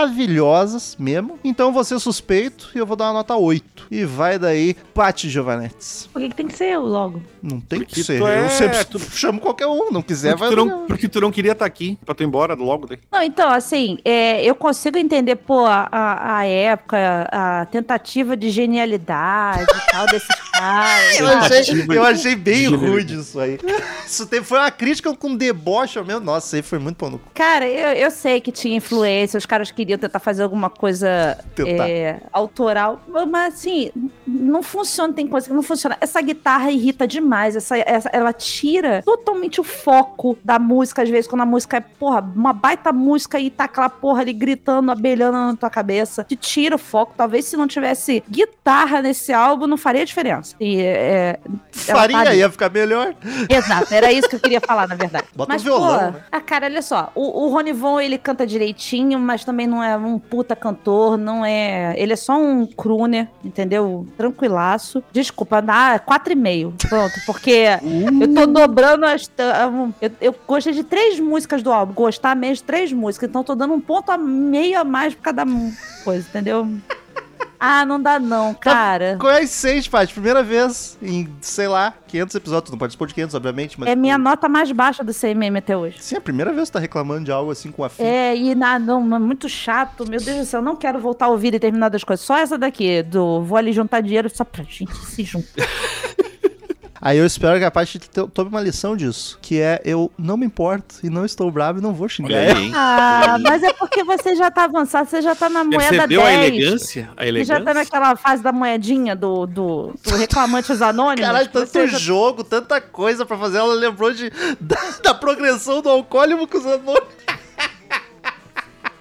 Speaker 2: maravilhosas mesmo. Então você suspeito e eu vou dar uma nota 8. E vai daí, Paty Giovanetti.
Speaker 4: Por que, que tem que ser eu logo?
Speaker 2: Não tem
Speaker 3: Porque
Speaker 2: que ser.
Speaker 3: tu é-
Speaker 2: Eu sempre
Speaker 3: tu-
Speaker 2: chamo qualquer um, não quiser, vai.
Speaker 3: porque, tu não, porque tu não queria estar aqui, pra tu ir embora logo. né? Daí.
Speaker 4: Não, então, assim, é, eu consigo entender, pô, a, a- a época, a tentativa de genialidade e tal desses caras.
Speaker 2: Eu
Speaker 4: sabe?
Speaker 2: achei, eu achei bem rude isso aí. Isso te- foi uma crítica com deboche ao meu. Nossa, isso aí foi muito pão no cu.
Speaker 4: Cara, eu, eu sei que tinha influência, os caras queriam tentar fazer alguma coisa
Speaker 2: Tentar.
Speaker 4: é, autoral, mas assim, não funciona, tem coisa que não funciona. Essa guitarra irrita demais, essa, essa- ela tira totalmente o foco da música, às vezes, quando a música é, porra, uma baita música e tá aquela porra ali gritando, abelhando na tua cabeça, te tira o foco. Talvez se não tivesse guitarra nesse álbum, não faria diferença. E, é, ela
Speaker 2: Faria,
Speaker 4: tá ali.
Speaker 2: ia ficar melhor.
Speaker 4: Exato, era isso que eu queria falar, na verdade.
Speaker 2: Bota um violão,
Speaker 4: Pô,
Speaker 2: né?
Speaker 4: ah, cara, olha só. O, o Ronivon, ele canta direitinho, mas também não é um puta cantor, não é. Ele é só um crooner, entendeu? Tranquilaço. Desculpa, dá 4,5. Pronto, porque eu
Speaker 2: Uh.
Speaker 4: tô dobrando as. ta- um, Eu, eu gostei de três músicas do álbum, gostar mesmo de três músicas, então tô dando um ponto a meio a mais pra cada um- coisa, entendeu? Ah, não dá não, cara.
Speaker 2: Qual é as seis, Paty? Primeira vez em, sei lá, 500 episódios. Tu não participou de 500, obviamente, mas.
Speaker 4: É minha nota mais baixa do CMM até hoje.
Speaker 2: Sim, é a primeira vez que tu tá reclamando de algo assim com a fita.
Speaker 4: É, e na, não, mas muito chato. Meu Deus do céu, eu não quero voltar a ouvir determinadas coisas. Só essa daqui, do vou ali juntar dinheiro só pra gente se juntar.
Speaker 2: Aí eu espero que a Paty te- tome uma lição disso, que é eu não me importo e não estou bravo e não vou xingar.
Speaker 3: Olha aí, hein?
Speaker 4: Ah, mas é porque você já tá avançado, você já tá na moeda
Speaker 3: Percebeu
Speaker 4: 10.
Speaker 3: a elegância? A
Speaker 4: Você já
Speaker 3: elegância?
Speaker 4: tá naquela fase da moedinha do, do, do Reclamantes Anônimos.
Speaker 2: Caralho,
Speaker 4: que
Speaker 2: tanto
Speaker 4: você já-
Speaker 2: jogo, tanta coisa pra fazer. Ela lembrou de, da, da progressão do alcoólico com os anônimos.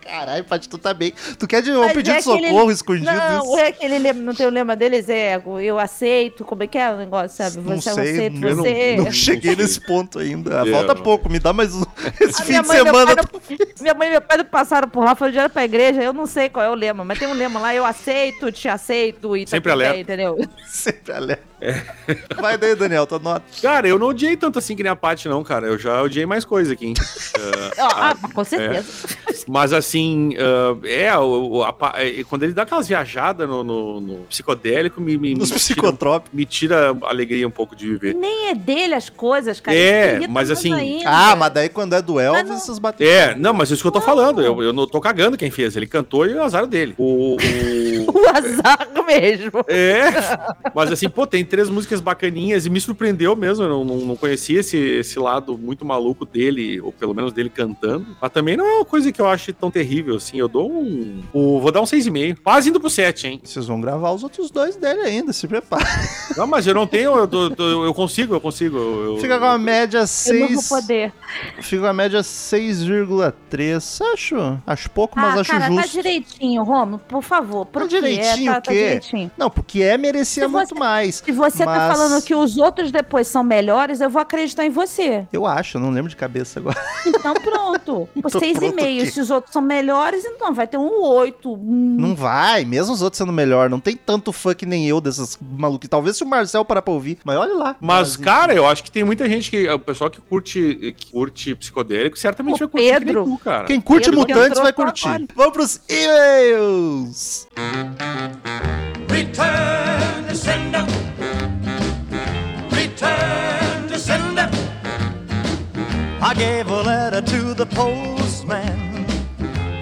Speaker 2: Caralho, Paty, tu tá bem. Tu quer de um
Speaker 4: Mas
Speaker 2: pedido
Speaker 4: é
Speaker 2: de socorro
Speaker 4: aquele-
Speaker 2: escondido?
Speaker 4: Não,
Speaker 2: isso?
Speaker 4: é aquele lema, não tem o lema deles, é eu aceito, como é que é o negócio, sabe? Você
Speaker 2: não
Speaker 4: eu
Speaker 2: sei,
Speaker 4: aceito,
Speaker 2: eu não,
Speaker 4: você.
Speaker 2: não cheguei nesse ponto ainda.
Speaker 3: É.
Speaker 2: Falta pouco, me dá mais um. Esse
Speaker 4: A
Speaker 2: fim de
Speaker 4: e meu
Speaker 2: semana.
Speaker 4: pai não-
Speaker 3: tá-
Speaker 4: minha mãe e meu pai não passaram por lá, foram direto pra igreja. Eu não sei qual é o lema, mas tem um lema lá: eu aceito, te aceito e tá
Speaker 3: Sempre
Speaker 4: tudo bem,
Speaker 3: alerta.
Speaker 4: entendeu?
Speaker 2: Sempre alerta. Vai daí, Daniel, tá tua nota.
Speaker 3: Cara, eu não odiei tanto assim que nem a Paty, não, cara. Eu já odiei mais coisa aqui, hein? Eh,
Speaker 4: Ó,
Speaker 3: a-
Speaker 4: ah, mas com certeza.
Speaker 3: Mas assim, ah, é, o- o- a pa- é, quando ele dá aquelas viajadas no, no- no psicodélico, me, me,
Speaker 2: Nos
Speaker 3: me tira-
Speaker 2: psicotrópicos.
Speaker 3: me tira a alegria um pouco de viver.
Speaker 4: Nem é dele as coisas, cara. isso me
Speaker 3: é,
Speaker 4: irrita
Speaker 3: mas
Speaker 4: mais
Speaker 3: assim.
Speaker 4: ainda.
Speaker 2: Ah, mas daí quando é do Elvis, vocês batem.
Speaker 3: É, não, mas isso que eu tô falando. Eu, eu não tô cagando quem fez. Ele cantou e o azar dele. O. o-
Speaker 4: o azar mesmo.
Speaker 3: É, mas assim, pô, tem três músicas bacaninhas e me surpreendeu mesmo. Eu não, não, não conhecia esse, esse lado muito maluco dele, ou pelo menos dele cantando. Mas também não é uma coisa que eu acho tão terrível assim. Eu dou um. um- vou dar um 6,5. Quase indo pro 7, hein?
Speaker 2: Vocês vão gravar os outros dois dele ainda, se prepara.
Speaker 3: Não, mas eu não tenho. Eu, tô- tô- eu consigo, eu consigo. eu-
Speaker 2: Fica com a média 6.
Speaker 4: poder.
Speaker 2: Fica com a média 6,3. Acho. Acho pouco, mas
Speaker 4: Ah,
Speaker 2: acho
Speaker 4: cara, tá
Speaker 2: justo.
Speaker 4: direitinho, Romulo, por favor. Pro
Speaker 2: Tá
Speaker 4: que é,
Speaker 2: direitinho
Speaker 4: tá-
Speaker 2: o
Speaker 4: tá
Speaker 2: quê?
Speaker 4: direitinho.
Speaker 2: Não, porque é merecia
Speaker 4: Se
Speaker 2: muito
Speaker 4: você-
Speaker 2: mais.
Speaker 4: Se você tá
Speaker 2: Mas-
Speaker 4: falando que os outros depois são melhores, eu vou acreditar em você.
Speaker 2: Eu acho, eu não lembro de cabeça agora.
Speaker 4: Então pronto. Por
Speaker 2: Tô
Speaker 4: seis e
Speaker 2: pronto
Speaker 4: meio.
Speaker 2: aqui.
Speaker 4: Se os outros são melhores, então vai ter um oito. Um...
Speaker 2: Não vai, mesmo os outros sendo melhor. Não tem tanto fã que nem eu dessas maluquices. Talvez se o Marcel parar pra ouvir, mas olha lá.
Speaker 3: Mas, cara, eu acho que tem muita gente que. O pessoal que curte, que curte psicodélico certamente
Speaker 4: O
Speaker 3: vai curtir. que nem
Speaker 4: Pedro.
Speaker 3: tu, cara.
Speaker 2: Quem curte
Speaker 4: Pedro que
Speaker 2: Mutantes
Speaker 4: entrou
Speaker 2: vai
Speaker 4: só
Speaker 2: curtir.
Speaker 4: agora.
Speaker 2: Vamos pros e-mails.
Speaker 1: Return to sender. Return to sender. I gave a letter to the postman.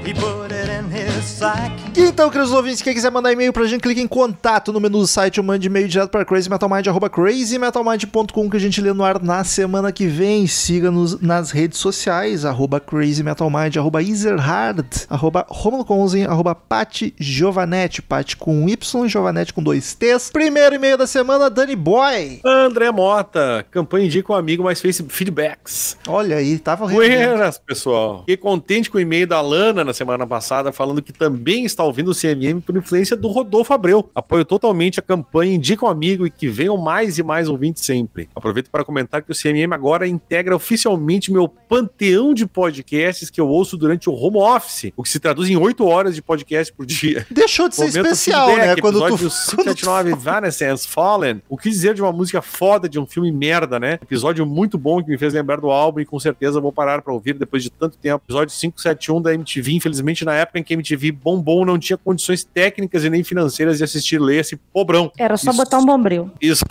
Speaker 1: He put it in his sack.
Speaker 2: Então, queridos ouvintes, quem quiser mandar e-mail pra gente, clique em contato no menu do site ou mande e-mail direto pra crazymetalmind, arroba crazymetalmind.com que a gente lê no ar na semana que vem. Siga-nos nas redes sociais, arroba crazymetalmind, arroba ezerhard, arroba romuloconzen, arroba pati giovanetti, pati com Y, giovanetti com dois T's. Primeiro e-mail da semana, Dani Boy.
Speaker 3: André Mota, campanha Indica um Amigo, mas fez feedbacks.
Speaker 2: Olha aí, tava rendendo.
Speaker 3: Buenas, pessoal. Fiquei contente com o e-mail da Lana na semana passada, falando que também está ouvindo o CMM por influência do Rodolfo Abreu. Apoio totalmente a campanha Indica um Amigo e que venham mais e mais ouvintes sempre. Aproveito para comentar que o CMM agora integra oficialmente meu panteão de podcasts que eu ouço durante o home office, o que se traduz em 8 horas de podcast por dia.
Speaker 2: Deixou de ser
Speaker 3: Momento
Speaker 2: especial,
Speaker 3: feedback,
Speaker 2: né? Quando tu,
Speaker 3: episódio
Speaker 2: quando tu
Speaker 3: 579 Evanescence Fallen. O que dizer de uma música foda de um filme merda, né? Episódio muito bom que me fez lembrar do álbum e com certeza vou parar pra ouvir depois de tanto tempo. Episódio 571 da MTV, infelizmente na época em que a MTV bombou não tinha condições técnicas e nem financeiras de assistir ler esse pobrão.
Speaker 4: Era só
Speaker 3: Isso.
Speaker 4: botar um bombril.
Speaker 3: Isso.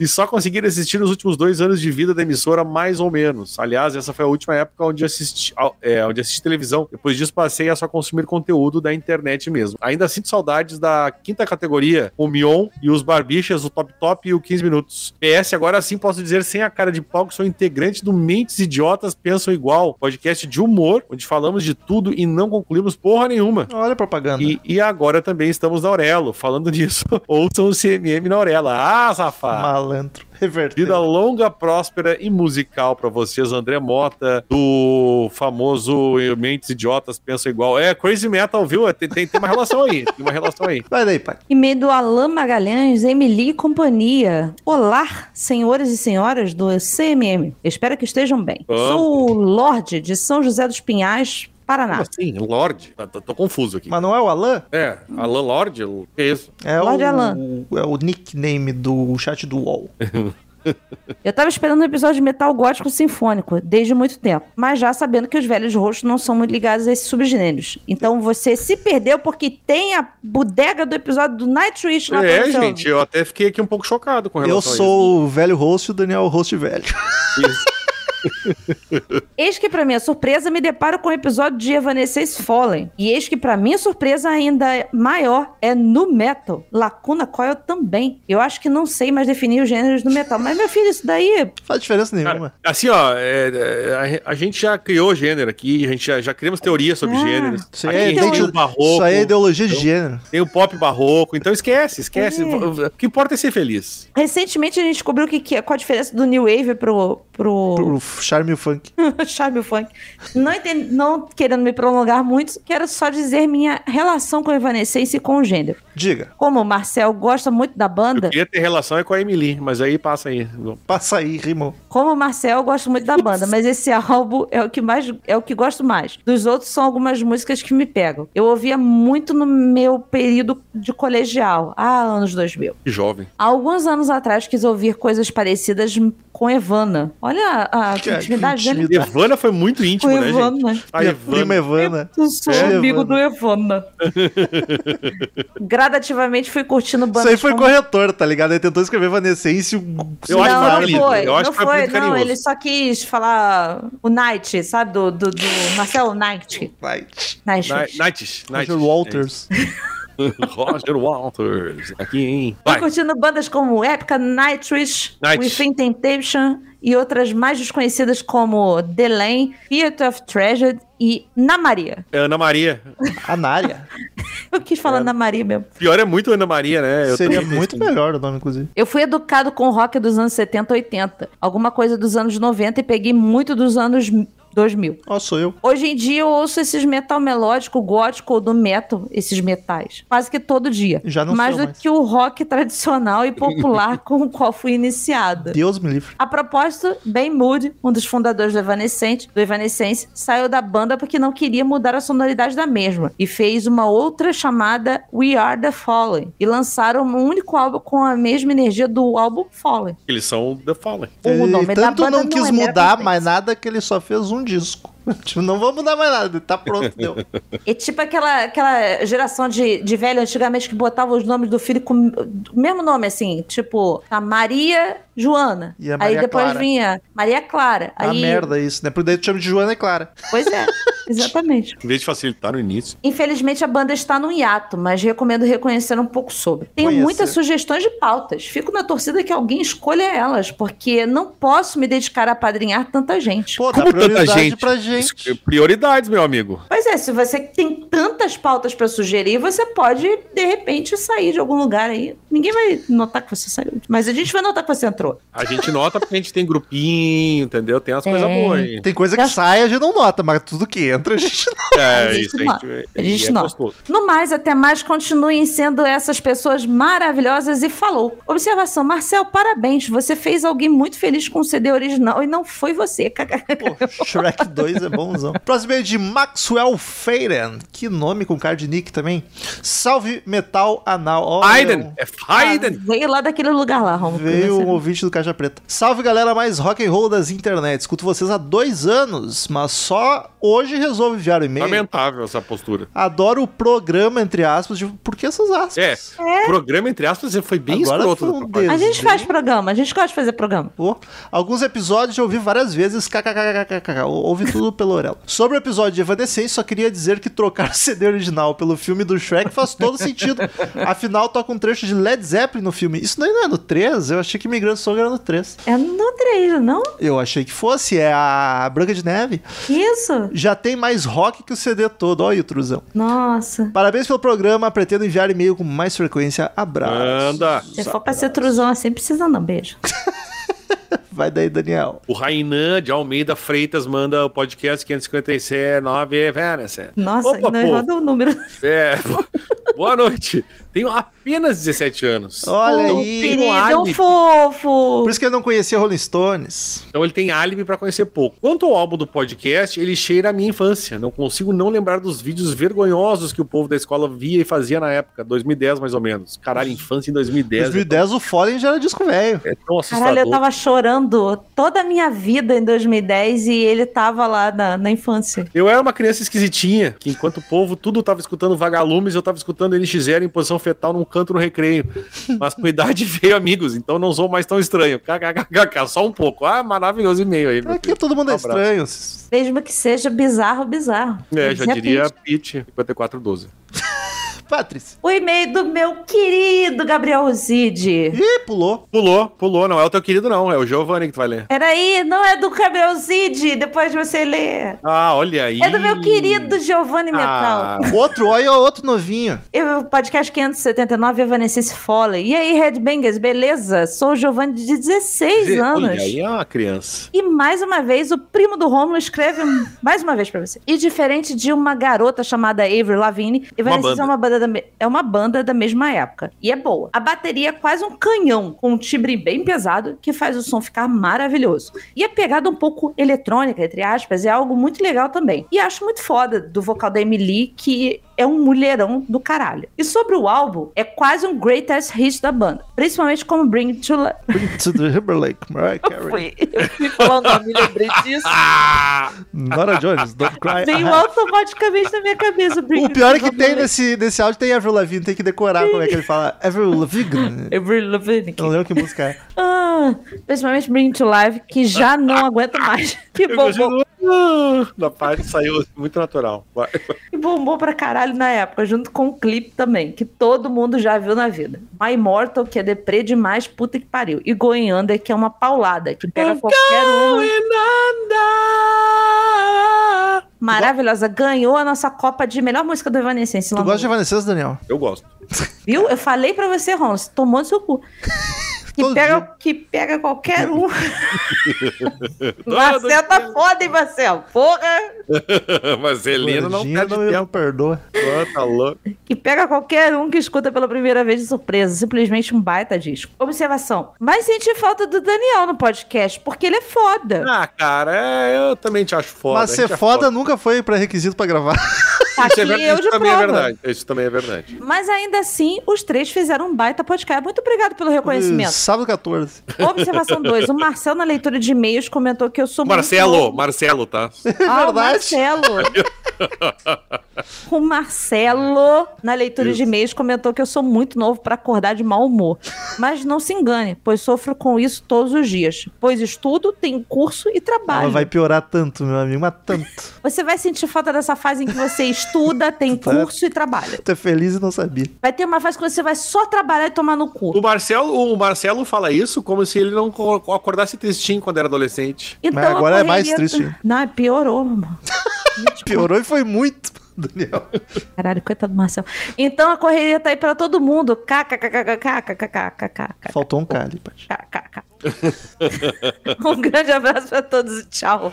Speaker 3: E só conseguir assistir nos últimos dois anos de vida da emissora, mais ou menos. Aliás, essa foi a última época onde assisti, ao- é, onde assisti televisão. Depois disso, passei a só consumir conteúdo da internet mesmo. Ainda sinto saudades da quinta categoria, o Mion e os Barbichas, o Top Top e o 15 Minutos. PS, agora sim posso dizer sem a cara de pau que sou integrante do Mentes Idiotas Pensam Igual, podcast de humor, onde falamos de tudo e não concluímos porra nenhuma.
Speaker 2: Olha a propaganda.
Speaker 3: E, e agora também estamos na Aurelo. Falando nisso, ouçam o CMM na Aurela. Ah, safado!
Speaker 2: Malandro. Revertido.
Speaker 3: Vida longa, próspera e musical pra vocês, André Mota, do famoso Mentes Idiotas Pensam Igual. É, Crazy Metal, viu? Tem, tem, tem uma relação aí, tem uma relação aí.
Speaker 2: Vai daí, pai.
Speaker 4: E-mail do Alain Magalhães, Emily e companhia. Olá, senhores e senhoras do CMM. Espero que estejam bem.
Speaker 3: Vamos.
Speaker 4: Sou o Lorde de São José dos Pinhais,
Speaker 3: Como
Speaker 4: Paraná.
Speaker 3: assim? Lorde? Tá- Tô, tô confuso aqui.
Speaker 2: Mas não é o Alan?
Speaker 3: É, Alan Lorde? O que é isso?
Speaker 2: É
Speaker 4: Lorde
Speaker 2: o,
Speaker 4: Alan.
Speaker 2: É o nickname do chat do UOL.
Speaker 4: Eu tava esperando um episódio de metal gótico sinfônico, desde muito tempo. Mas já sabendo que os velhos roxos não são muito ligados a esses subgêneros. Então você se perdeu porque tem a bodega do episódio do Nightwish lá pra
Speaker 3: É,
Speaker 4: você
Speaker 3: gente, eu até fiquei aqui um pouco chocado com relação
Speaker 2: Eu
Speaker 3: a
Speaker 2: sou o velho host e o Daniel é o host velho.
Speaker 3: isso.
Speaker 4: Eis que, pra minha surpresa, me deparo com o episódio de Evanescence Fallen. E eis que, pra minha surpresa ainda maior, é no metal. Lacuna Coil também. Eu acho que não sei mais definir os gêneros do metal. Mas, meu filho, isso daí...
Speaker 2: Não faz diferença nenhuma.
Speaker 3: Cara, assim, ó, é, é, a, a gente já criou gênero aqui, a gente já, já criamos teorias sobre
Speaker 4: Ah,
Speaker 3: gêneros.
Speaker 2: Isso aí, é
Speaker 3: Aqui a gente tem
Speaker 2: ideolo-
Speaker 3: o barroco,
Speaker 2: isso aí é ideologia de gênero.
Speaker 3: tem o pop barroco, então esquece, esquece. O que importa é ser feliz.
Speaker 4: Recentemente, a gente descobriu que, que, qual a diferença do New Wave pro... pro...
Speaker 2: O charme e o funk.
Speaker 4: Chave funk. Não, entendi, não querendo me prolongar muito, quero só dizer minha relação com Evanescence e com o gênero.
Speaker 2: Diga,
Speaker 4: Como o Marcel gosta muito da banda,
Speaker 3: Eu queria ter relação é com a Emily, mas aí passa aí.
Speaker 2: passa aí, rimou.
Speaker 4: Como o Marcel, eu gosto muito da banda, mas esse álbum é o que mais é o que gosto mais. Dos outros são algumas músicas que me pegam. Eu ouvia muito no meu período de colegial, há anos 2000.
Speaker 3: Que jovem.
Speaker 4: Há alguns anos atrás quis ouvir coisas parecidas com Evana. Olha a, a
Speaker 2: Que- que
Speaker 4: intimidade dele
Speaker 2: intimidade.
Speaker 3: Evana foi muito
Speaker 4: com
Speaker 3: íntimo, né, gente?
Speaker 4: Evana.
Speaker 3: A
Speaker 2: Minha
Speaker 3: Evana.
Speaker 2: prima Evana.
Speaker 4: Eu sou
Speaker 2: É,
Speaker 4: amigo do Evana. Gradativamente fui curtindo bandas
Speaker 2: Isso aí foi
Speaker 4: como
Speaker 2: corretor, tá ligado? Ele tentou escrever Evanescence. e o-
Speaker 3: Eu acho que
Speaker 4: não, não
Speaker 3: foi apelido.
Speaker 4: foi.
Speaker 3: Eu acho
Speaker 4: não
Speaker 3: que foi
Speaker 4: foi,
Speaker 3: apelido
Speaker 4: não.
Speaker 3: carinhoso.
Speaker 4: Ele só quis falar o Knight, sabe? Do, do, do Marcelo Knight.
Speaker 2: Vai.
Speaker 4: Knight.
Speaker 3: Na- Nights, Nights.
Speaker 2: Roger Walters.
Speaker 3: é Roger Walters. Aqui, hein?
Speaker 4: Tô
Speaker 3: Vai.
Speaker 4: curtindo bandas como Epica, Nightwish,
Speaker 3: Night-
Speaker 4: Within Temptation e outras mais desconhecidas como The Lane, Theater of Treasure e Na Maria.
Speaker 3: É Ana Maria.
Speaker 2: Anária.
Speaker 4: Eu quis falar Na Maria mesmo.
Speaker 3: Pior é muito Ana Maria, né? Eu
Speaker 2: Seria
Speaker 3: também
Speaker 2: muito
Speaker 3: penso-
Speaker 2: melhor o nome, inclusive.
Speaker 4: Eu fui educado com rock dos anos 70, 80, alguma coisa dos anos 90 e peguei muito dos anos 2000.
Speaker 2: Ó, sou eu.
Speaker 4: Hoje em dia eu ouço esses metal melódico, gótico ou do metal, esses metais, quase que todo dia.
Speaker 2: Já não
Speaker 4: mais
Speaker 2: sou
Speaker 4: do
Speaker 2: mais.
Speaker 4: que o rock tradicional e popular com o qual fui iniciada.
Speaker 2: Deus me livre.
Speaker 4: A propósito, Ben Mood, um dos fundadores do Evanescence, do Evanescence, saiu da banda porque não queria mudar a sonoridade da mesma e fez uma outra chamada We Are the Fallen e lançaram um único álbum com a mesma energia do álbum Fallen.
Speaker 3: Eles são The Fallen.
Speaker 4: O nome
Speaker 2: ele
Speaker 4: da
Speaker 2: tanto
Speaker 4: banda
Speaker 2: não quis
Speaker 4: é
Speaker 2: mudar
Speaker 4: Evanescence.
Speaker 2: mais nada que ele só fez um disco. Tipo, não vou mudar mais nada. Tá pronto, deu.
Speaker 4: É tipo aquela, aquela geração de, de velho antigamente que botava os nomes do filho com o mesmo nome, assim, tipo a Maria Joana.
Speaker 2: E a
Speaker 4: aí
Speaker 2: Maria
Speaker 4: depois
Speaker 2: Clara.
Speaker 4: vinha Maria Clara.
Speaker 2: Ah,
Speaker 4: aí...
Speaker 2: merda isso, né? Por daí tu chama de Joana e Clara.
Speaker 4: Pois é, exatamente.
Speaker 3: Em vez de facilitar no início.
Speaker 4: Infelizmente a banda está num hiato, mas recomendo reconhecer um pouco sobre. Tenho
Speaker 2: Conhecer.
Speaker 4: muitas sugestões de pautas. Fico na torcida que alguém escolha elas, porque não posso me dedicar a padrinhar tanta gente.
Speaker 2: Pô, dá
Speaker 3: Como tanta
Speaker 2: prioridade
Speaker 3: gente?
Speaker 2: pra gente.
Speaker 3: Isso- é Prioridades, meu amigo.
Speaker 4: Pois é, se você tem tantas pautas para sugerir, você pode de repente sair de algum lugar aí. Ninguém vai notar que você saiu, mas a gente vai notar que você entrou.
Speaker 3: A gente nota porque a gente tem grupinho, entendeu? Tem as coisas
Speaker 4: Tem.
Speaker 3: boas. aí.
Speaker 2: Tem coisa que
Speaker 4: Eu-
Speaker 2: sai, a gente não nota, mas tudo que entra, a gente não.
Speaker 3: É,
Speaker 4: A gente
Speaker 3: isso a
Speaker 4: nota.
Speaker 3: gente,
Speaker 4: A gente
Speaker 3: e é
Speaker 4: nota.
Speaker 3: gostoso.
Speaker 4: No mais, até mais, continuem sendo essas pessoas maravilhosas e falou. Observação, Marcel, parabéns, você fez alguém muito feliz com o CD original e não foi você.
Speaker 2: Pô, Shrek 2 é bonzão. Próximo é de Maxwell Feiren. Que nome com cara de nick também. Salve Metal Anal. Olha,
Speaker 3: Hayden. É Hayden.
Speaker 4: Ah, veio lá daquele lugar lá, Romulo.
Speaker 2: Veio um ouvinte do Caixa Preta. Salve galera mais rock and roll das internet. Escuto vocês há dois anos, mas só hoje resolvo enviar o
Speaker 3: Tá
Speaker 2: e-mail.
Speaker 3: É Lamentável essa postura.
Speaker 2: Adoro o programa, entre aspas, de por que essas
Speaker 3: É,
Speaker 2: aspas?
Speaker 3: programa, entre aspas, foi bem
Speaker 2: Agora
Speaker 3: escroto.
Speaker 2: foi
Speaker 3: da
Speaker 2: um
Speaker 3: propaganda.
Speaker 4: A gente
Speaker 2: Bem-
Speaker 4: faz programa, a gente gosta de fazer programa.
Speaker 2: Pô, Alguns episódios eu ouvi várias vezes, kkkkk, ouvi tudo pelo orelha. Sobre o episódio de Evanescence, só queria dizer que trocar o CD original pelo filme do Shrek faz todo sentido. Afinal, toca um trecho de Led Zeppelin no filme. Isso daí não é no 3? Eu achei que Migrante Song era no 3.
Speaker 4: É no treino, não?
Speaker 2: Eu achei que fosse, é a Branca de Neve.
Speaker 4: Isso?
Speaker 2: Já tem mais rock que o CD todo, olha aí o truzão.
Speaker 4: Nossa.
Speaker 2: Parabéns pelo programa, pretendo enviar e-mail com mais frequência. Abraço.
Speaker 3: Anda.
Speaker 4: Se for pra ser truzão assim, precisa não, beijo.
Speaker 2: Vai daí, Daniel.
Speaker 3: O Rainan de Almeida Freitas manda o podcast 559 Venice.
Speaker 4: Nossa,
Speaker 3: é Opa,
Speaker 4: não
Speaker 3: pô.
Speaker 4: errou o número.
Speaker 3: É, boa noite. Tenho apenas 17 anos.
Speaker 2: Olha
Speaker 3: Não
Speaker 2: aí.
Speaker 3: tenho
Speaker 4: Querido, é um
Speaker 3: álibi.
Speaker 4: fofo.
Speaker 2: Por isso que eu não conhecia Rolling Stones.
Speaker 3: Então ele tem álibi pra conhecer pouco. Quanto ao álbum do podcast, ele cheira a minha infância. Não consigo não lembrar dos vídeos vergonhosos que o povo da escola via e fazia na época, 2010 mais ou menos. Caralho, infância em 2010.
Speaker 2: 2010 o Fallen já era disco velho.
Speaker 3: É tão assustador.
Speaker 4: Caralho, eu tava chorando toda a minha vida em 2010 e ele tava lá na, na infância.
Speaker 3: Eu era uma criança esquisitinha, que enquanto o povo tudo tava escutando vagalumes, eu tava escutando NX0 em posição fetal num canto no recreio. Mas com idade veio, amigos, então não sou mais tão estranho. KKKK, só um pouco. Ah, maravilhoso e-mail aí. meu
Speaker 2: Aqui todo mundo é
Speaker 3: Um abraço.
Speaker 2: estranho.
Speaker 4: Mesmo que seja bizarro, bizarro.
Speaker 3: filho. É, já
Speaker 4: De
Speaker 3: diria
Speaker 4: repente.
Speaker 3: Pete, 5412.
Speaker 2: Patrícia.
Speaker 4: O e-mail do meu querido Gabriel Roside.
Speaker 2: Ih, pulou.
Speaker 3: Pulou, pulou, não é o teu querido não, é o Giovanni que tu vai ler.
Speaker 4: Peraí, não é do Gabriel Zid, depois você lê.
Speaker 3: Ah, olha aí.
Speaker 4: É do meu querido Giovanni
Speaker 3: Ah,
Speaker 4: Metal.
Speaker 2: Outro, olha outro novinho.
Speaker 4: Eu, podcast 579, Evanescence Foley. E aí, Headbangers, beleza? Sou o Giovanni de 16 anos.
Speaker 3: Olha aí, é uma criança.
Speaker 4: E mais uma vez, o primo do Romulo escreve um- mais uma vez pra você. E diferente de uma garota chamada Avery Lavigne, Evanescence
Speaker 3: banda.
Speaker 4: é uma banda da me- é uma banda da mesma época. E é boa. A bateria é quase um canhão, com um timbre bem pesado, que faz o som ficar maravilhoso. E a pegada um pouco eletrônica, entre aspas, é algo muito legal também. E acho muito foda do vocal da Emily, que é um mulherão do caralho. E sobre o álbum, é quase um greatest hit da banda. Principalmente como Bring It to Life.
Speaker 2: To the Timberlake, Mariah Carey.
Speaker 4: Foi. Eu fui falar o nome, lembrei disso.
Speaker 2: Nora Jones, Don't Cry.
Speaker 4: Veio
Speaker 2: Ah,
Speaker 4: automaticamente na minha cabeça.
Speaker 2: O pior é que tem nesse, nesse áudio tem Avril Lavigne, tem que decorar como é que ele fala. Avril Lavigne.
Speaker 4: Every Loving.
Speaker 2: Eu não lembro que música é.
Speaker 4: Ah, principalmente Bring It to Life, que já não aguento mais. Que bom, bom.
Speaker 3: Ah, Na parte saiu muito natural. Vai.
Speaker 4: E bombou pra caralho na época, junto com um clipe também, que todo mundo já viu na vida. My Mortal, que é deprê demais, puta que pariu. E Going Under, que é uma paulada, que pega qualquer um. Maravilhosa. Ganhou a nossa Copa de Melhor Música do Evanescence.
Speaker 2: Tu
Speaker 4: lá no-
Speaker 2: gosta de Evanescence, Daniel?
Speaker 3: Eu gosto.
Speaker 4: Viu? Eu falei pra você, Ron, você tomou no seu cu. Que pega, que pega qualquer um. Marcelo tá foda, hein, Marcelo? Porra!
Speaker 3: Marcelino não
Speaker 2: Gordinho é
Speaker 3: perde tempo.
Speaker 2: perdoa.
Speaker 3: Ah, Tá louco.
Speaker 4: que pega qualquer um que escuta pela primeira vez de surpresa. Simplesmente um baita disco. Observação. Mas senti falta do Daniel no podcast, porque ele é foda.
Speaker 3: Ah, cara, é, eu também te acho foda.
Speaker 2: Mas
Speaker 3: a gente
Speaker 2: ser
Speaker 3: é
Speaker 2: foda nunca foi pré-requisito pra gravar.
Speaker 4: Tá
Speaker 3: Isso, é
Speaker 4: aqui
Speaker 3: ver-
Speaker 4: eu
Speaker 3: isso
Speaker 4: de
Speaker 3: também
Speaker 4: prova.
Speaker 3: é verdade. Isso também é verdade.
Speaker 4: Mas ainda assim, os três fizeram um baita podcast. Muito obrigado pelo reconhecimento.
Speaker 2: Sábado 14.
Speaker 4: Observação 2. O Marcel, na leitura de e-mails, comentou que eu sou muito
Speaker 3: Marcelo, Marcelo, tá?
Speaker 4: Ah, o
Speaker 2: Verdade.
Speaker 4: Marcelo. o Marcelo, na leitura de e-mails, comentou que eu sou muito novo pra acordar de mau humor. Mas não se engane, pois sofro com isso todos os dias. Pois estudo, tenho curso e trabalho.
Speaker 2: Ela vai piorar tanto, meu amigo, mas tanto.
Speaker 4: Você vai sentir falta dessa fase em que você estuda, tem
Speaker 2: Tá.
Speaker 4: curso e trabalha.
Speaker 2: Tu é feliz e não sabia.
Speaker 4: Vai ter uma fase que você vai só trabalhar e tomar no cu.
Speaker 3: O Marcelo, o Marcelo fala isso como se ele não co- acordasse tristinho quando era adolescente.
Speaker 4: Então,
Speaker 2: Mas agora
Speaker 4: a
Speaker 2: é mais
Speaker 4: correria-
Speaker 2: triste, hein?
Speaker 4: Não, piorou, mano.
Speaker 2: Piorou e foi muito, Daniel.
Speaker 4: Caralho, coitado do Marcelo. Então a correria tá aí pra todo mundo. KKKKKKKKKKKK.
Speaker 2: Faltou um cali, Paty.
Speaker 4: KKK. um grande abraço pra todos e tchau.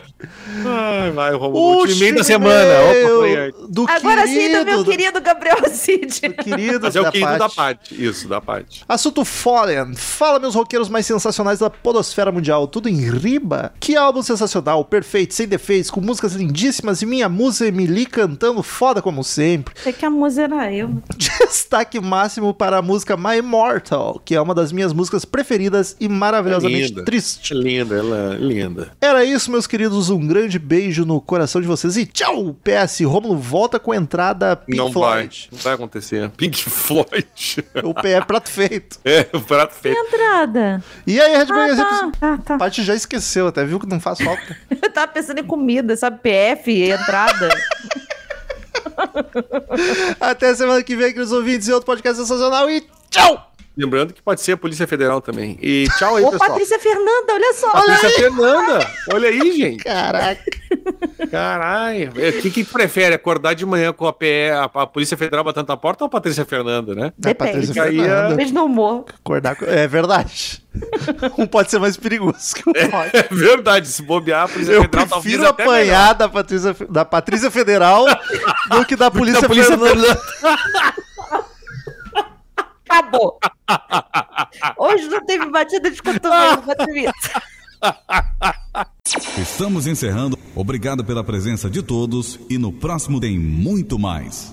Speaker 3: Ai, vai, Romulo. Último e-mail da semana. Opa, foi aí.
Speaker 2: do
Speaker 4: Agora sim, do
Speaker 2: querido,
Speaker 4: meu querido Gabriel Cid.
Speaker 2: do querido
Speaker 3: Mas é o
Speaker 2: da
Speaker 3: querido da
Speaker 2: Paty.
Speaker 3: parte. Isso, da parte.
Speaker 2: Assunto Fallen. Fala, meus roqueiros mais sensacionais da podosfera mundial. Tudo em riba? Que álbum sensacional, perfeito, sem defeitos, com músicas lindíssimas e minha musa Emily cantando foda como sempre.
Speaker 4: Você É que a musa era eu.
Speaker 2: Destaque máximo para a música My Immortal, que é uma das minhas músicas preferidas e maravilhosamente
Speaker 3: Linda.
Speaker 2: triste.
Speaker 3: Linda, ela é linda.
Speaker 2: Era isso, meus queridos. Um grande beijo no coração de vocês e tchau! PS, Rômulo volta com a entrada Pink
Speaker 3: não
Speaker 2: Floyd.
Speaker 3: vai. Não vai acontecer. Pink Floyd.
Speaker 2: O pé é prato feito.
Speaker 3: é, o prato feito.
Speaker 4: Entrada.
Speaker 2: E aí, Red Bull,
Speaker 4: Ah,
Speaker 2: exemplo,
Speaker 4: tá.
Speaker 2: a
Speaker 4: tá, tá.
Speaker 2: parte já esqueceu, até viu que não faz falta.
Speaker 4: Eu tava pensando em comida, sabe? PF, entrada.
Speaker 2: até semana que vem, queridos ouvintes, e outro podcast sensacional e tchau!
Speaker 3: Lembrando que pode ser a Polícia Federal também. E tchau aí,
Speaker 4: Ô,
Speaker 3: pessoal.
Speaker 4: Patrícia Fernanda, olha só.
Speaker 3: Patrícia Fernanda. Olha aí, gente.
Speaker 2: Caraca. tá
Speaker 3: Caralho. O que, que prefere? Acordar de manhã com a, PE, a, a Polícia Federal batendo na porta ou a Patrícia Fernanda, né?
Speaker 2: Né,
Speaker 4: Depende.
Speaker 2: Patrícia
Speaker 3: Fica aí né? a-
Speaker 2: Fernanda,
Speaker 4: Beijo no humor.
Speaker 2: acordar com- É verdade. Um pode ser mais perigoso que o
Speaker 3: É
Speaker 2: outro.
Speaker 3: verdade. Se bobear, a Polícia
Speaker 2: Eu
Speaker 3: Federal talvez
Speaker 2: prefiro
Speaker 3: até melhor.
Speaker 2: apanhar da Patrícia, da Patrícia Federal do que da Polícia,
Speaker 3: Polícia
Speaker 2: Fernanda.
Speaker 4: Acabou. Hoje não teve batida de cotovelo, batida.
Speaker 13: Estamos encerrando. Obrigado pela presença de todos e no próximo tem muito mais.